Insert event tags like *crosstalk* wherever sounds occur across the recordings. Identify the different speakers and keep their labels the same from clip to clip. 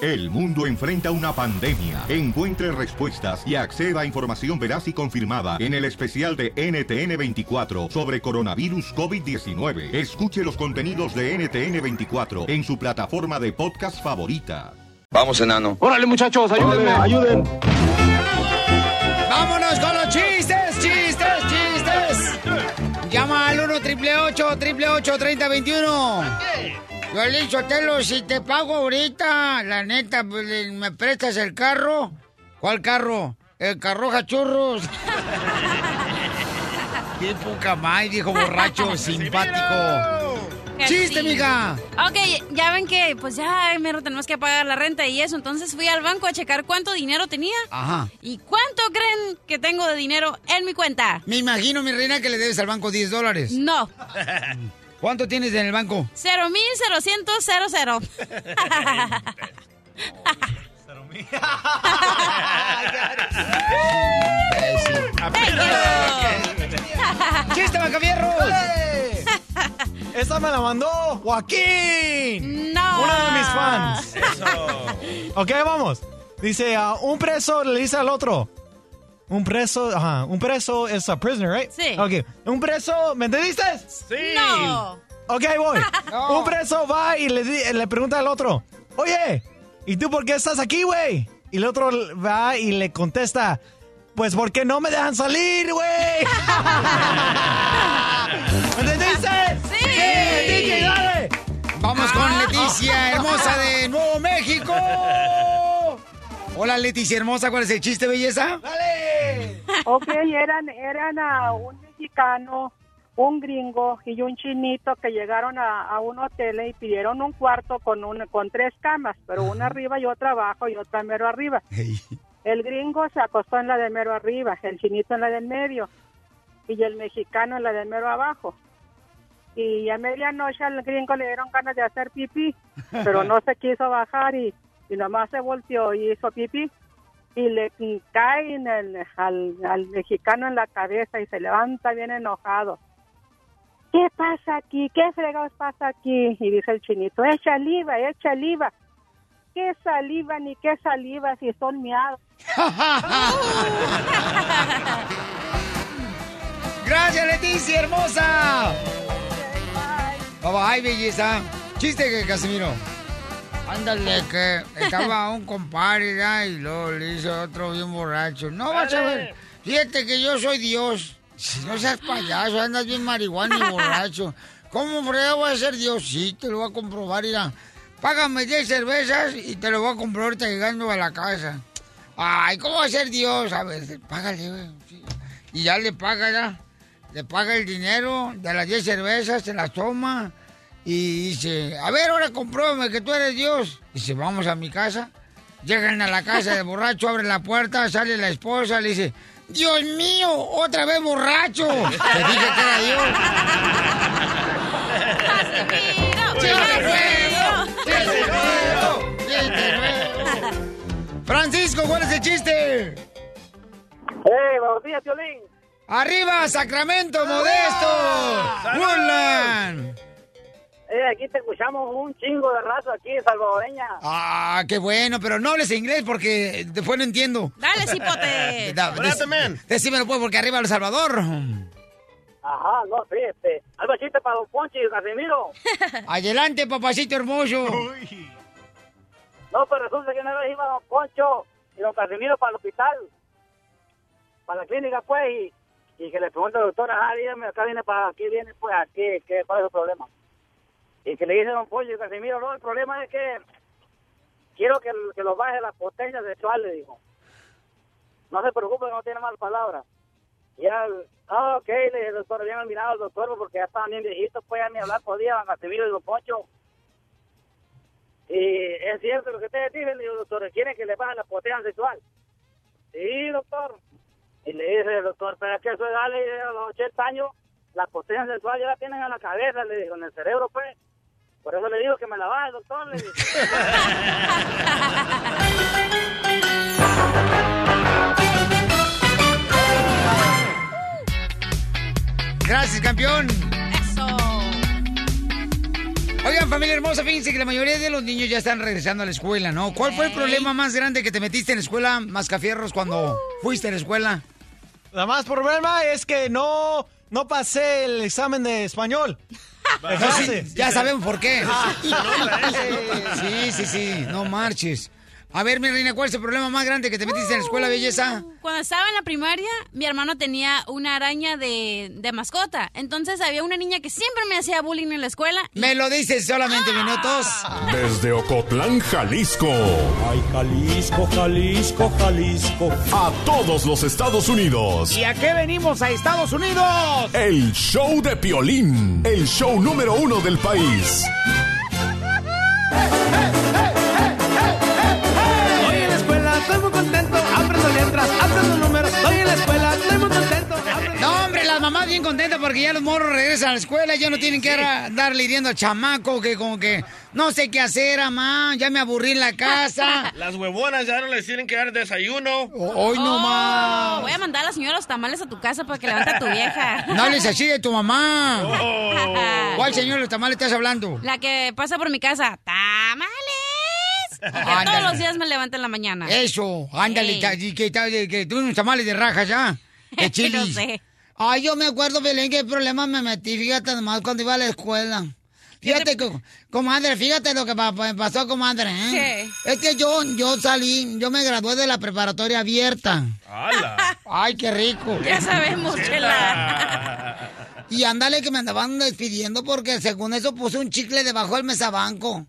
Speaker 1: El mundo enfrenta una pandemia. Encuentre respuestas y acceda a información veraz y confirmada en el especial de NTN24 sobre coronavirus COVID-19. Escuche los contenidos de NTN24 en su plataforma de podcast favorita.
Speaker 2: Vamos, enano.
Speaker 3: Órale, muchachos, ayúdenme, ayuden.
Speaker 4: Vámonos con los chistes, chistes, chistes. Llama al 1 triple 8 triple 8 30 21. Yo le dicho, Telo, si te pago ahorita, la neta, pues, le- me prestas el carro. ¿Cuál carro? El carro cachorros. Qué poca más, dijo borracho simpático.
Speaker 5: Que
Speaker 4: ¡Chiste,
Speaker 5: sí.
Speaker 4: mija!
Speaker 5: Ok, ya ven que, pues ya, ay, mero, tenemos que pagar la renta y eso. Entonces fui al banco a checar cuánto dinero tenía.
Speaker 4: Ajá.
Speaker 5: ¿Y cuánto creen que tengo de dinero en mi cuenta?
Speaker 4: Me imagino, mi reina, que le debes al banco 10 dólares. *laughs*
Speaker 5: No.
Speaker 4: ¿Cuánto tienes en el banco?
Speaker 5: Cero mil cerocientos cero
Speaker 4: *laughs*
Speaker 5: cero. *laughs*
Speaker 4: ¡Chiste, Macafierros!
Speaker 6: Esta me la mandó Joaquín.
Speaker 5: No.
Speaker 6: Uno de mis fans. Ok, vamos. Dice, ah, un preso le dice al otro. Un preso, ajá, un preso es a prisoner, right?
Speaker 5: Sí.
Speaker 6: Ok, un preso, ¿me entendiste?
Speaker 5: Sí. No.
Speaker 6: Ok,
Speaker 5: *laughs*
Speaker 6: voy.
Speaker 4: No.
Speaker 6: Un preso va y le, di- le pregunta al otro, oye, ¿y tú por qué estás aquí, güey? Y el otro va y le contesta, pues porque no me dejan salir, güey.
Speaker 5: *laughs*
Speaker 6: ¿Me entendiste?
Speaker 5: Sí.
Speaker 6: DJ, dale.
Speaker 4: Vamos con
Speaker 7: Ah.
Speaker 4: Leticia, hermosa de Nuevo México. Hola, Leticia, hermosa, ¿cuál es el chiste, belleza?
Speaker 6: Dale.
Speaker 8: Ok, eran, eran a un mexicano, un gringo y un chinito que llegaron a, a un hotel y pidieron un cuarto con, un, con tres camas, pero una arriba y otra abajo y otra mero arriba. El gringo se acostó en la de mero arriba, el chinito en la del medio y el mexicano en la de mero abajo. Y a medianoche al gringo le dieron ganas de hacer pipí, pero no se quiso bajar y, y nomás se volteó y hizo pipí y le cae en el- al, al mexicano en la cabeza y se levanta bien enojado. ¿Qué pasa aquí? ¿Qué fregados pasa aquí? Y dice el chinito, echa saliva, echa saliva. ¿Qué saliva ni qué saliva si son miados?
Speaker 4: Gracias, Leticia, hermosa. Bye bye, belleza. Chiste, que Casimiro. Ándale, que estaba un compadre ¿verdad? y luego le hizo otro bien borracho. No vas a ver. Fíjate que yo soy Dios. No seas payaso, andas bien marihuana y borracho. ¿Cómo frego voy a ser Dios? Sí, te lo voy a comprobar, mira. Págame 10 cervezas y te lo voy a comprar ahorita llegando a la casa. Ay, ¿cómo va a ser Dios? A ver, págale, güey. Sí. Y ya le paga, ya. Le paga el dinero de las 10 cervezas, se las toma y dice, a ver, ahora compruébame que tú eres Dios. Dice, vamos a mi casa. Llegan a la casa del borracho, abren la puerta, sale la esposa, le dice, Dios mío, otra vez borracho. Te dije que era Dios.
Speaker 5: Casimiro.
Speaker 4: ¡Chiste nuevo! ¡Chiste nuevo! ¡Chiste nuevo! Francisco, ¿cuál es el chiste?
Speaker 8: ¡Eh, buenos días, Violín!
Speaker 4: ¡Arriba, Sacramento Modesto! ¡Woodland!
Speaker 8: Eh, aquí te escuchamos un chingo de raza aquí, salvadoreña.
Speaker 4: Ah, qué bueno, pero no hables inglés porque después no entiendo.
Speaker 5: Dale, cipote.
Speaker 4: *laughs* Da- dec- Decímelo pues, porque arriba El Salvador.
Speaker 8: Ajá, no, sí, este, algo chiste para Don Ponchi y Casimiro.
Speaker 4: Adelante, papacito hermoso.
Speaker 8: No, pero resulta que una vez iba don Poncho y don Casimiro para el hospital, para la clínica, pues, y, y que le pregunta al doctor, ah, dígame, acá viene para aquí, viene, pues, aquí, ¿qué, ¿cuál es el problema?
Speaker 9: Eh,
Speaker 8: Y que le dice don Poncho y Casimiro, no, el problema es que quiero que, que los baje la potencia sexual, le dijo. No se preocupe, no tiene malas palabras. Y ya, el- ah, ok, le dije, doctor, bien mirado al doctor, porque ya estaban bien viejitos, pues, ya ni hablar podía, don Casimiro y don Poncho. Y
Speaker 9: eh,
Speaker 8: es cierto lo que ustedes dicen, le digo, doctor, quieren que le bajen la potencia sexual. Sí, doctor. Y le dice el doctor, pero es que eso edad, le dice, a los 80 años, la potencia sexual ya la tienen en la cabeza, le digo, en el cerebro, pues. Por eso le digo que me la baje, doctor. Le digo.
Speaker 4: Gracias, campeón.
Speaker 5: Eso.
Speaker 4: Oigan, familia familia hermosa, fíjense que la mayoría de los niños ya están regresando a la escuela, ¿no? ¿Cuál fue el problema más grande que te metiste en la escuela, Mascafierros, cuando fuiste a la escuela?
Speaker 6: La más problema Ah, es que no, no pasé el examen de español. De
Speaker 4: Eso sí,
Speaker 6: clase.
Speaker 4: ya sabemos por qué.
Speaker 6: Ah, se nota, *laughs* ¿eh?
Speaker 4: Sí, sí, sí, no marches. A ver, mi reina, ¿cuál es el problema más grande que te metiste en la escuela, belleza?
Speaker 5: Cuando estaba en la primaria, mi hermano tenía una araña de, de mascota. Entonces había una niña que siempre me hacía bullying en la escuela.
Speaker 4: Me lo dices solamente minutos.
Speaker 2: Desde Ocotlán, Jalisco.
Speaker 10: Ay, Jalisco, Jalisco, Jalisco.
Speaker 2: A todos los Estados Unidos.
Speaker 4: ¿Y a qué venimos a Estados Unidos?
Speaker 2: El show de Piolín. El show número uno del país.
Speaker 10: Estoy en la escuela, estoy muy contento. Aprendo letras, aprendo números. Estoy en la escuela, estoy muy contento. aprendo-
Speaker 4: No, hombre, las mamás bien contentas porque ya los morros regresan a la escuela, ya no tienen que ara- darle hiriendo al chamaco que como que no sé qué hacer, mamá, ya me aburrí en la
Speaker 10: *laughs*
Speaker 4: casa.
Speaker 11: *laughs* Las huevonas ya no les tienen que dar desayuno.
Speaker 4: Hoy no más.
Speaker 5: ¡Ah! Voy a mandar a la señora los tamales a tu casa para que levante a tu vieja.
Speaker 4: No hables
Speaker 5: *laughs*
Speaker 4: así de tu mamá.
Speaker 10: Oh.
Speaker 4: ¿Cuál señor de los tamales estás hablando?
Speaker 5: La que pasa por mi casa. ¡Tamales! Que todos
Speaker 4: Ándale.
Speaker 5: los días me levanta en la mañana.
Speaker 4: Eso, ándale,
Speaker 5: Ah. Ey.
Speaker 4: ta- y que, ta- que, tú unos tamales de raja ya. De
Speaker 5: *laughs*
Speaker 4: chili.
Speaker 5: No sé.
Speaker 4: Ay, yo me acuerdo, Belén, que el problema me metí, fíjate nomás, cuando iba a la escuela. Fíjate, co- comadre, fíjate lo que pa- pa- pasó, comadre. ¿eh? Es que yo, yo salí, yo me gradué de la preparatoria abierta.
Speaker 11: ¡Hala!
Speaker 4: Ay, qué rico.
Speaker 5: Ya sabemos, *laughs* chela.
Speaker 11: Ah.
Speaker 4: *laughs* Y ándale que me andaban despidiendo porque según eso puse un chicle debajo del mesabanco.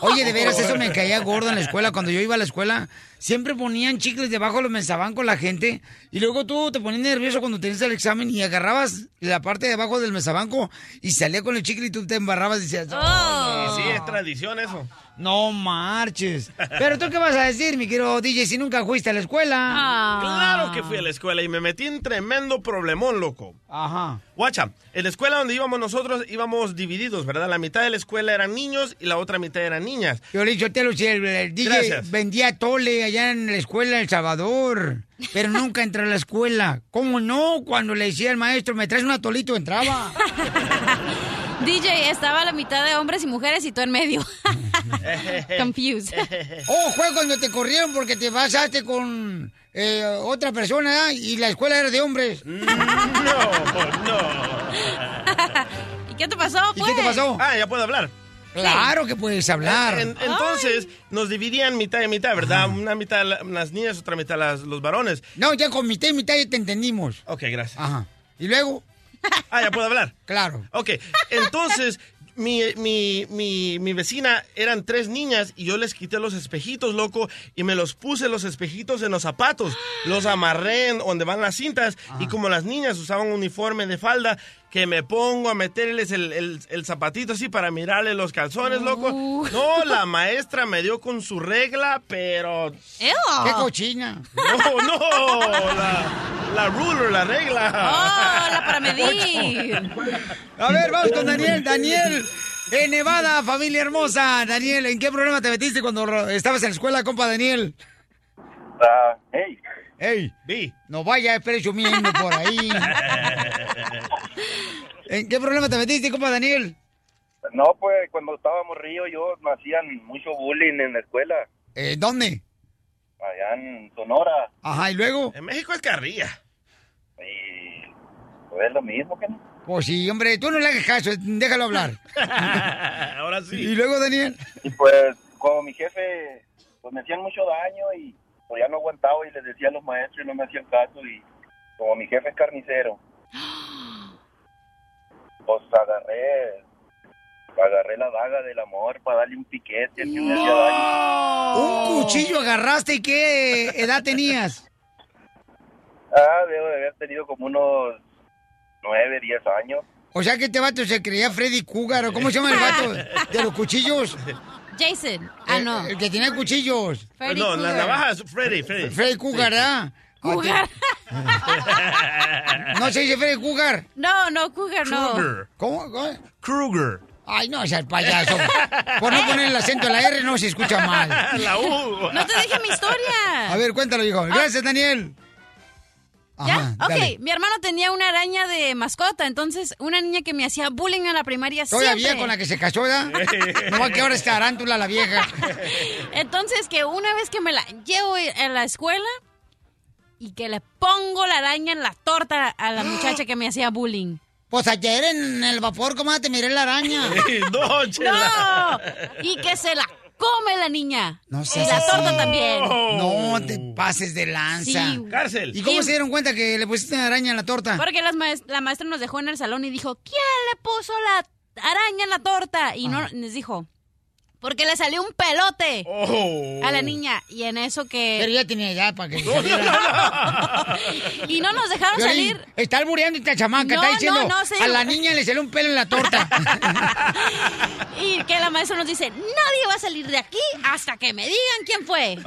Speaker 4: Oye, de veras, eso me
Speaker 11: *laughs*
Speaker 4: caía gordo en la escuela. Cuando yo iba a la escuela, siempre ponían chicles debajo de los mesabancos la gente. Y luego tú te ponías nervioso cuando tenías el examen y agarrabas la parte de abajo del mesabanco y salía con el chicle y tú te embarrabas y decías,
Speaker 5: Oh.
Speaker 11: Sí, es tradición eso.
Speaker 4: no marches. Pero tú qué vas a decir, mi querido DJ, si nunca fuiste a la escuela.
Speaker 5: Ah.
Speaker 11: Claro que fui a la escuela y me metí en tremendo problemón, loco.
Speaker 4: Ajá.
Speaker 11: Guacha, en la escuela donde íbamos nosotros íbamos divididos, ¿verdad? La mitad de la escuela eran niños y la otra mitad eran niñas.
Speaker 4: Yo le yo te lo sé, el, el DJ
Speaker 11: Gracias.
Speaker 4: vendía tole allá en la escuela en El Salvador, pero nunca entró a la escuela. ¿Cómo no? Cuando le decía al maestro, me traes un atolito, entraba.
Speaker 5: DJ estaba a la mitad de hombres y mujeres y tú en medio. Confused.
Speaker 4: *laughs* Oh, fue cuando te corrieron porque te pasaste con eh, otra persona ¿eh? y la escuela era de
Speaker 11: *laughs*
Speaker 4: hombres.
Speaker 11: No, no.
Speaker 5: ¿Y qué te pasó,
Speaker 4: ¿Y
Speaker 5: pues?
Speaker 4: qué te pasó?
Speaker 11: Ah, ya puedo hablar.
Speaker 4: Claro que puedes hablar.
Speaker 11: En- entonces nos dividían mitad y mitad, ¿verdad? Una mitad la- las niñas, otra mitad las- los varones.
Speaker 4: No, ya con mitad y mitad ya te entendimos.
Speaker 11: Ok, gracias.
Speaker 4: Ajá. Y luego,
Speaker 11: Ah, ya puedo hablar.
Speaker 4: claro.
Speaker 11: Ok, entonces mi, mi, mi, mi vecina eran tres niñas y yo les quité los espejitos, loco, y me los puse los espejitos en los zapatos. Los amarré en donde van las cintas y como las niñas usaban un uniforme de falda, que me pongo a meterles el, el- el zapatito así para mirarle los calzones, loco.
Speaker 5: Uh.
Speaker 11: No, la maestra me dio con su regla, pero...
Speaker 5: Ew.
Speaker 4: Qué cochina.
Speaker 11: No, no, la, la ruler, la regla.
Speaker 5: Oh, la para medir.
Speaker 4: A ver, vamos con Daniel. Daniel, en Nevada, familia hermosa. Daniel, ¿en qué problema te metiste cuando ro- estabas en la escuela, compa Daniel?
Speaker 9: Ah, hey,
Speaker 4: Ey,
Speaker 11: Vi.
Speaker 4: no vaya presumiendo por ahí. ¿En qué problema te metiste, compa Daniel?
Speaker 9: no, pues cuando estábamos río yo me hacían mucho bullying en la escuela,
Speaker 4: Eh, ¿Dónde?
Speaker 9: allá en Sonora,
Speaker 4: Ajá, ¿y luego?
Speaker 11: En México es carrilla.
Speaker 9: y pues es lo mismo que no.
Speaker 4: Pues sí, hombre, tú no le hagas caso, eh, déjalo hablar.
Speaker 11: *laughs* Ahora sí.
Speaker 4: ¿Y luego, Daniel?
Speaker 9: Y pues como mi jefe, pues me hacían mucho daño y pues ya no aguantaba y les decía a los maestros y no me hacían caso y como mi jefe es carnicero, pues agarré, agarré la daga del amor para darle un piquete al que me hacía daño.
Speaker 4: ¿Un cuchillo agarraste y qué edad tenías?
Speaker 9: Ah, debo de haber tenido como unos nueve, diez años.
Speaker 4: O sea que este vato se creía Freddy Cougar, ¿o ¿cómo se llama el vato de los cuchillos? Eh.
Speaker 5: Jason. Ah,
Speaker 4: El-
Speaker 5: no.
Speaker 4: El, que tenía cuchillos.
Speaker 5: Freddy
Speaker 11: Pues no, las
Speaker 5: Krueger.
Speaker 11: navajas, Freddy, Freddy.
Speaker 4: Freddy Cougar, ¿ah?
Speaker 5: Cougar.
Speaker 4: No se dice Freddy Cougar.
Speaker 5: No, no, Cougar, no.
Speaker 11: Krueger.
Speaker 4: ¿Cómo? ¿Cómo?
Speaker 11: Krueger.
Speaker 4: Ay, no seas payaso. Por no poner el acento en la R no se escucha mal.
Speaker 11: *laughs* La U.
Speaker 5: No te dije mi historia. Ah.
Speaker 4: A ver, cuéntalo, hijo. Gracias, Daniel.
Speaker 5: ¿Ya?
Speaker 4: Ajá, dale.
Speaker 5: ok, mi hermano tenía una araña de mascota, entonces una niña que me hacía bullying en la primaria
Speaker 4: Todavía
Speaker 5: siempre.
Speaker 4: con la que se casó, ¿verdad? *laughs* no va que ahora es tarántula la vieja.
Speaker 5: Entonces que una vez que me la llevo a la escuela y que le pongo la araña en la torta a la muchacha que me hacía bullying.
Speaker 4: *gasps* Pues ayer en el vapor, ¿cómo te miré la
Speaker 5: *laughs*
Speaker 4: araña?
Speaker 11: no,
Speaker 5: ¡No! Y que se la come la niña.
Speaker 4: No
Speaker 5: Y
Speaker 4: seas
Speaker 5: la
Speaker 4: así.
Speaker 5: torta también.
Speaker 4: No te pases de lanza.
Speaker 5: Sí.
Speaker 11: Oh. Cárcel.
Speaker 4: ¿Y cómo
Speaker 5: Sí.
Speaker 4: se dieron cuenta que le pusiste una araña en la torta?
Speaker 5: Porque las maes- la maestra nos dejó en el salón y dijo, ¿quién le puso la araña en la torta? Y
Speaker 4: Ah.
Speaker 5: no les dijo, porque le salió un pelote
Speaker 11: Oh.
Speaker 5: a la niña. Y en eso
Speaker 4: Pero
Speaker 5: que...
Speaker 4: ya tenía ya para que.
Speaker 5: *laughs* Y no nos dejaron
Speaker 4: Violín,
Speaker 5: salir.
Speaker 4: Está albureando esta chamaca,
Speaker 5: No,
Speaker 4: está
Speaker 5: no,
Speaker 4: diciendo
Speaker 5: no, sí.
Speaker 4: a la niña le salió un pelo en la
Speaker 5: *laughs*
Speaker 4: torta.
Speaker 5: Y que la maestra nos dice, nadie va a salir de aquí hasta que me digan quién fue.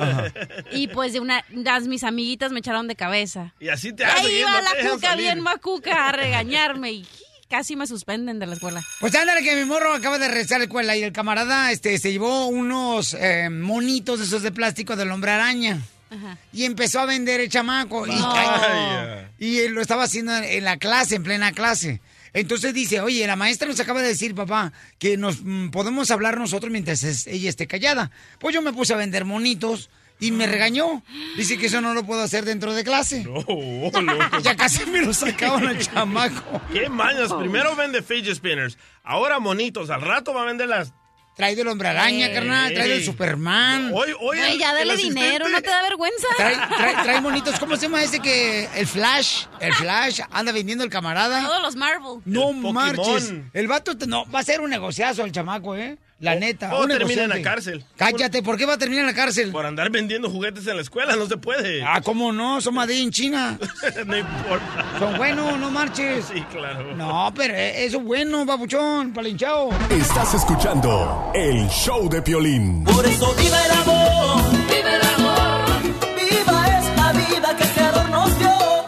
Speaker 5: Y pues de una, las mis amiguitas me echaron de cabeza.
Speaker 11: Y así te
Speaker 5: Y
Speaker 11: hace.
Speaker 5: ahí
Speaker 11: ¿eh?
Speaker 5: va
Speaker 11: No te
Speaker 5: la
Speaker 11: dejan
Speaker 5: cuca
Speaker 11: salir.
Speaker 5: bien macuca a regañarme y casi me suspenden de la escuela.
Speaker 4: Pues ándale que mi morro acaba de regresar a la escuela y el camarada este, se llevó unos eh, monitos esos de plástico del hombre araña.
Speaker 5: Ajá.
Speaker 4: Y empezó a vender el chamaco. Y,
Speaker 11: Vaya.
Speaker 4: y él lo estaba haciendo en la clase, en plena clase. Entonces dice, oye, la maestra nos acaba de decir, papá, que nos mm, podemos hablar nosotros mientras es- ella esté callada. Pues yo me puse a vender monitos y
Speaker 11: Ah.
Speaker 4: me regañó. Dice que eso no lo puedo hacer dentro de clase.
Speaker 11: Oh, loco.
Speaker 4: *laughs* Ya casi me lo sacaban al chamaco.
Speaker 11: *laughs* Qué mañas. Primero vende fidget spinners. Ahora monitos. Al rato va a vender las.
Speaker 4: Trae del hombre araña, carnal, trae del
Speaker 11: Ey.
Speaker 4: Superman.
Speaker 11: Hoy, hoy.
Speaker 5: Ay,
Speaker 11: el-
Speaker 5: ya
Speaker 11: el
Speaker 5: dale
Speaker 11: asistente-
Speaker 5: dinero, ¿no te da vergüenza?
Speaker 4: Trae, trae, trae monitos. ¿Cómo se llama ese que el Flash? El Flash anda vendiendo el camarada.
Speaker 5: Todos los Marvel.
Speaker 4: No
Speaker 11: El Pokémon.
Speaker 4: marches. El vato te- no, va a ser un negociazo el chamaco, ¿eh? La neta.
Speaker 11: o
Speaker 4: un
Speaker 11: Oh, termina en la
Speaker 4: negociante.
Speaker 11: cárcel.
Speaker 4: Cállate, ¿por qué va a terminar en la cárcel?
Speaker 11: Por andar vendiendo juguetes en la escuela, no se puede.
Speaker 4: Ah, ¿cómo no? Son Madrid en China.
Speaker 11: *laughs* no importa.
Speaker 4: Son buenos, no marches.
Speaker 11: Sí, claro.
Speaker 4: No, pero eh, eso es bueno, babuchón, palinchao.
Speaker 2: Estás escuchando el show de Piolín.
Speaker 7: Por eso viva el amor, viva el amor, viva esta vida que este amor nos dio.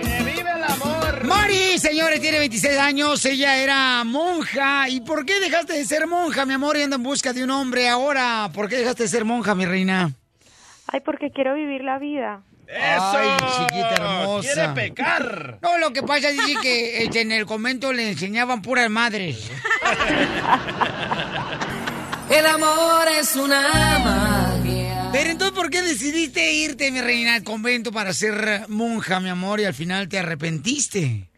Speaker 11: ¡Que vive el amor!
Speaker 4: Mari, señores, tiene 26 años, ella era monja. ¿Y por qué dejaste de ser monja, mi amor, y anda en busca de un hombre ahora? ¿Por qué dejaste de ser monja, mi reina?
Speaker 12: Ay, porque quiero vivir la vida.
Speaker 11: ¡Eso!
Speaker 4: Ay, chiquita hermosa.
Speaker 11: ¡Quiere pecar!
Speaker 4: No, lo que pasa es que este, en el convento le enseñaban puras madres.
Speaker 7: El amor es una magia.
Speaker 4: Pero entonces, ¿por qué decidiste irte, mi reina, al convento para ser monja, mi amor, y al final te arrepentiste?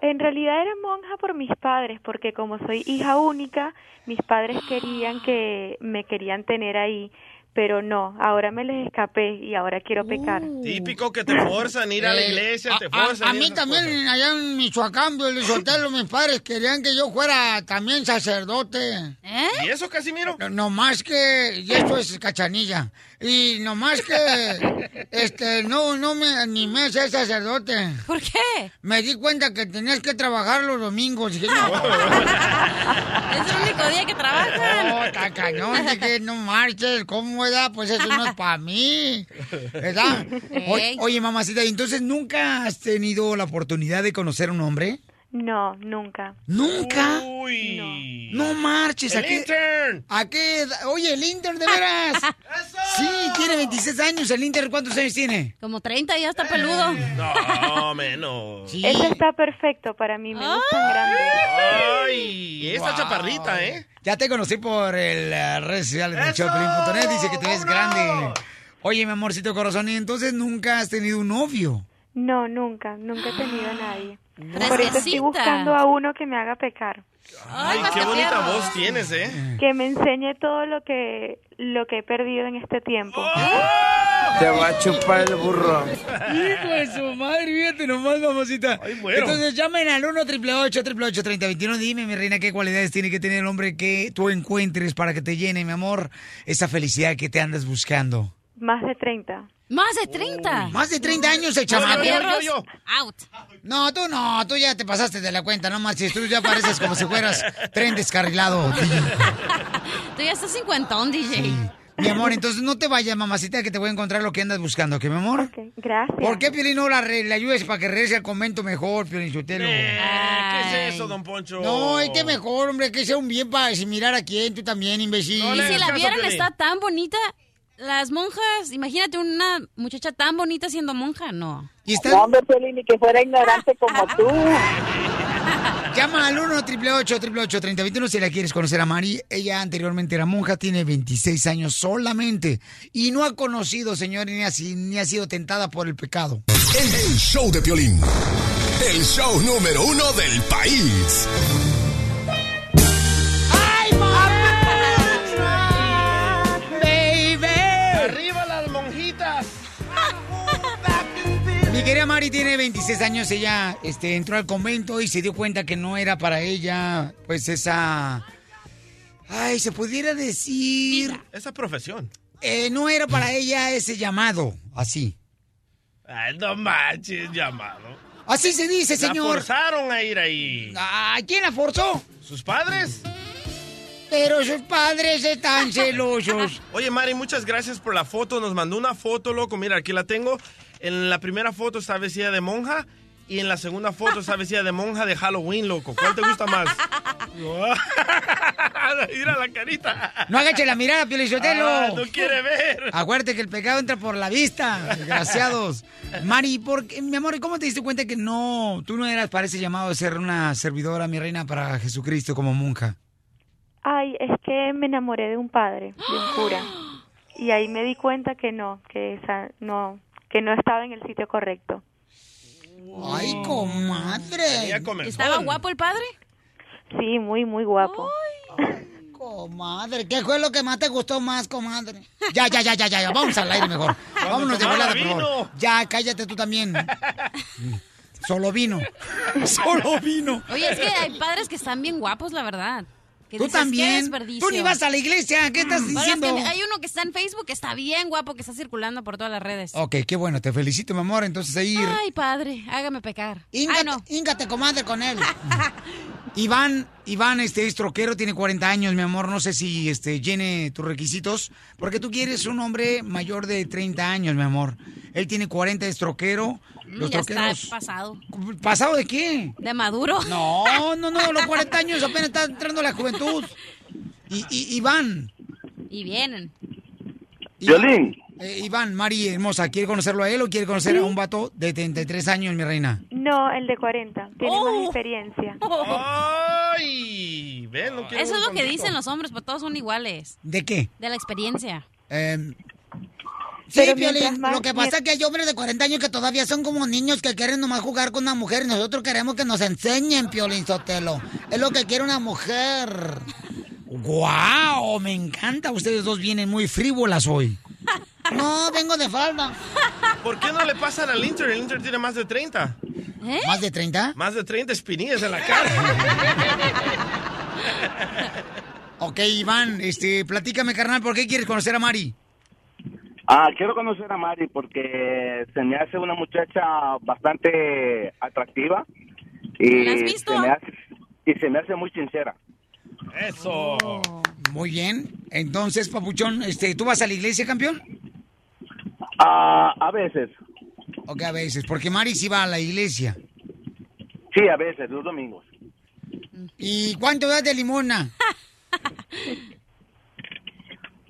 Speaker 12: En realidad era monja por mis padres, porque como soy hija única, mis padres querían que me querían tener ahí, pero no, ahora me les escapé y ahora quiero pecar.
Speaker 11: Uh. Típico que te forzan a ir a la
Speaker 4: Eh,
Speaker 11: iglesia, te
Speaker 4: a- a-
Speaker 11: forzan.
Speaker 4: A,
Speaker 11: ir
Speaker 4: mí
Speaker 11: esas
Speaker 4: también,
Speaker 11: cosas.
Speaker 4: allá en Michoacán, Piolín Sotelo, mis padres querían que yo fuera también sacerdote.
Speaker 5: ¿Eh?
Speaker 11: ¿Y eso, Casimiro?
Speaker 4: No, no más que, y esto es cachanilla, y no más
Speaker 11: *laughs*
Speaker 4: que, este, no, no me animé a ser sacerdote.
Speaker 5: ¿Por qué?
Speaker 4: Me di cuenta que tenías que trabajar los domingos. Dije, no,
Speaker 11: *laughs*
Speaker 5: Es el único día que trabajan.
Speaker 4: no, está cañón, dije, no marches, ¿cómo era? Pues eso no es para mí, ¿verdad? O-
Speaker 5: Ey.
Speaker 4: oye, mamacita, ¿y entonces nunca has tenido la oportunidad de conocer a un hombre?
Speaker 12: No, nunca.
Speaker 4: ¿Nunca?
Speaker 11: ¡Uy!
Speaker 4: No marches, ¿a
Speaker 11: ¡El
Speaker 4: qué,
Speaker 11: intern!
Speaker 4: a qué edad? Oye, el Inter, de *laughs* veras. Sí, tiene 26 años, el Inter, ¿cuántos años tiene?
Speaker 5: Como 30 ya está peludo.
Speaker 11: No, menos.
Speaker 4: Sí.
Speaker 12: Eso está perfecto para mí, me gustan grandes.
Speaker 11: ¡Ay! Esta
Speaker 4: Wow.
Speaker 11: chaparrita, ¿eh?
Speaker 4: Ya te conocí por el, las redes sociales de
Speaker 11: ¡Eso!
Speaker 4: Choplin.net, dice que te ves
Speaker 11: ¡Vámonos!
Speaker 4: grande. Oye, mi amorcito corazón, ¿y entonces nunca has tenido un novio?
Speaker 12: No, nunca, nunca he tenido a nadie. Por eso estoy
Speaker 5: Fresquecita.
Speaker 12: buscando a uno que me haga pecar,
Speaker 5: Ay,
Speaker 11: ¡Ay,
Speaker 4: pues
Speaker 11: qué
Speaker 5: Mascafierro.
Speaker 11: bonita voz tienes, eh!
Speaker 12: que me enseñe todo lo que lo que he perdido en este tiempo.
Speaker 13: Te va a chupar el burro.
Speaker 4: Hijo de su *laughs* madre, fíjate nomás, mamacita.
Speaker 11: pues, Ay, muero.
Speaker 4: Entonces llamen al 1 888 888 3021 Dime, mi reina, qué cualidades tiene que tener el hombre que tú encuentres para que te llene, mi amor, esa felicidad que te andas buscando.
Speaker 12: Más de 30.
Speaker 5: Más de 30.
Speaker 4: Oh, Más de 30 años el
Speaker 11: yo,
Speaker 4: chamaco.
Speaker 11: yo,
Speaker 5: Fierros,
Speaker 11: yo, yo.
Speaker 5: Out.
Speaker 4: No, tú no, tú ya te pasaste de la cuenta, no marches, tú ya pareces como si fueras tren
Speaker 11: *laughs*
Speaker 4: descarrilado. DJ.
Speaker 5: Tú ya estás cincuentón, DJ.
Speaker 4: Mi amor, entonces no te vayas, mamacita, que te voy a encontrar lo que andas buscando, ¿ok, mi amor?
Speaker 12: Ok, gracias.
Speaker 4: ¿Por qué, Piolín, no la, re- le ayudes para que regrese al convento mejor, Piolín Sotelo?
Speaker 11: Eh, ¿Qué
Speaker 5: Ay.
Speaker 11: es eso, don Poncho?
Speaker 4: No, es que mejor, hombre, que sea un bien para sin mirar a quién, tú también, imbécil.
Speaker 11: No
Speaker 5: Y
Speaker 11: le-
Speaker 5: si la
Speaker 11: Descansa,
Speaker 5: vieran
Speaker 11: Piolín.
Speaker 5: está tan bonita. las monjas, imagínate una muchacha tan bonita siendo monja, no.
Speaker 4: No,
Speaker 5: hombre, ni que fuera ignorante *laughs* como tú.
Speaker 4: Llama al 1 888 888 3021 si la quieres conocer a Mari. Ella anteriormente era monja, tiene 26 años solamente. Y no ha conocido, señor, ni ha, si- ni ha sido tentada por el pecado.
Speaker 2: El, el show de Piolín. El show número uno del país. *laughs*
Speaker 4: ¡Baby!
Speaker 11: ¡Arriba las monjitas!
Speaker 4: Mi querida Mari tiene 26 años, ella este, entró al convento y se dio cuenta que no era para ella, pues esa... Ay, se pudiera decir...
Speaker 11: Esa profesión.
Speaker 4: eh, no era
Speaker 11: Mm.
Speaker 4: para ella ese llamado, así.
Speaker 11: Ay, no manches, llamado.
Speaker 4: Así se dice,
Speaker 11: La
Speaker 4: señor.
Speaker 11: forzaron a ir ahí.
Speaker 4: ¿A quién la forzó?
Speaker 11: ¿Sus padres?
Speaker 4: Pero sus padres
Speaker 11: *laughs*
Speaker 4: están celosos.
Speaker 11: Oye, Mari, muchas gracias por la foto. Nos mandó una foto, loco. Mira, aquí la tengo. En la primera foto está vestida de monja y en la segunda foto está vestida de monja de Halloween, loco. ¿Cuál te gusta
Speaker 4: *laughs*
Speaker 11: más? Ah, Mira la carita.
Speaker 4: No agache la mirada, Pio Lizotelo.
Speaker 11: Ah, no quiere ver.
Speaker 4: Acuérdate que el pecado entra por la vista, desgraciados. Mari, ¿por qué- mi amor, ¿cómo te diste cuenta que no, tú no eras para ese llamado de ser una servidora, mi reina, para Jesucristo como monja?
Speaker 12: Ay, es que me enamoré de un padre, de
Speaker 5: ¡Ah!
Speaker 12: un cura. Y ahí me di cuenta que no, que esa no, que no estaba en el sitio correcto.
Speaker 4: Ay, comadre.
Speaker 5: ¿Estaba guapo el padre?
Speaker 12: Sí, muy muy guapo.
Speaker 4: Comadre, ¿qué fue lo que más te gustó más, comadre? Ya, ya, ya, ya, ya, ya, vamos al aire mejor.
Speaker 7: Cuando
Speaker 4: Vámonos de
Speaker 7: tomaba
Speaker 4: volada, por favor. Ya, cállate tú también. Solo vino. Solo vino.
Speaker 5: Oye, es que hay padres que están bien guapos, la verdad. Que
Speaker 4: Tú
Speaker 5: dices, "Qué
Speaker 4: también.
Speaker 5: desperdicio".
Speaker 4: Tú ni vas a la iglesia, ¿qué estás
Speaker 5: Bueno, es
Speaker 4: diciendo?
Speaker 5: que hay uno que está en Facebook que está bien guapo, que está circulando por todas las redes.
Speaker 4: Ok, qué bueno, te felicito, mi amor. Entonces ahí.
Speaker 5: Ay, padre, hágame pecar. Ah,
Speaker 4: Íngate, íngate, comadre,
Speaker 5: *laughs*
Speaker 4: con él. Iván, Iván, este es troquero, tiene 40 años, mi amor. No sé si este, llene tus requisitos, porque tú quieres un hombre mayor de 30 años, mi amor. Él tiene 40, es troquero. Los
Speaker 5: ya
Speaker 4: troqueros.
Speaker 5: está pasado.
Speaker 4: ¿Pasado de qué?
Speaker 5: De Maduro.
Speaker 4: No, no, no, los 40 años apenas está entrando la juventud. Y, y- Iván,
Speaker 5: Y vienen.
Speaker 4: Violín. Eh, Iván, Mari hermosa, ¿quiere conocerlo a él o quiere conocer a un vato de 33 años, mi reina?
Speaker 12: No, el de 40, tiene
Speaker 5: Oh.
Speaker 12: más experiencia.
Speaker 11: Oh, ¡Ay! Ven, no quiero
Speaker 5: Eso
Speaker 11: un
Speaker 5: es lo que
Speaker 11: contigo.
Speaker 5: dicen los hombres, pues todos son iguales.
Speaker 4: ¿De qué?
Speaker 5: De la experiencia.
Speaker 4: Em, sí,
Speaker 5: Pero mientras
Speaker 4: Violín,
Speaker 5: más-
Speaker 4: lo que pasa es que hay hombres de 40 años que todavía son como niños que quieren nomás jugar con una mujer y nosotros queremos que nos enseñen, Piolín Sotelo. Es lo que quiere
Speaker 5: *laughs*
Speaker 4: una mujer. ¡Guau! me encanta. Ustedes dos vienen muy
Speaker 5: *laughs*
Speaker 4: frívolas hoy. No, vengo de falda.
Speaker 11: ¿Por qué no le pasan al Inter? El Inter tiene más de 30.
Speaker 4: ¿Más de 30?
Speaker 11: Más de 30 espinillas en la cara.
Speaker 4: Ok, Iván, este, platícame, carnal, ¿por qué quieres conocer a Mari?
Speaker 9: Ah, quiero conocer a Mari porque se me hace una muchacha bastante atractiva y
Speaker 4: ¿La has visto?
Speaker 9: se me hace y se me hace muy sincera.
Speaker 11: Eso.
Speaker 4: Muy bien. Entonces, papuchón, este, ¿tú vas a la iglesia, campeón?
Speaker 9: Ah, a veces.
Speaker 4: Ok, a veces, porque Mari sí va a la iglesia.
Speaker 9: Sí, a veces, los domingos.
Speaker 4: ¿Y cuánto das de limona?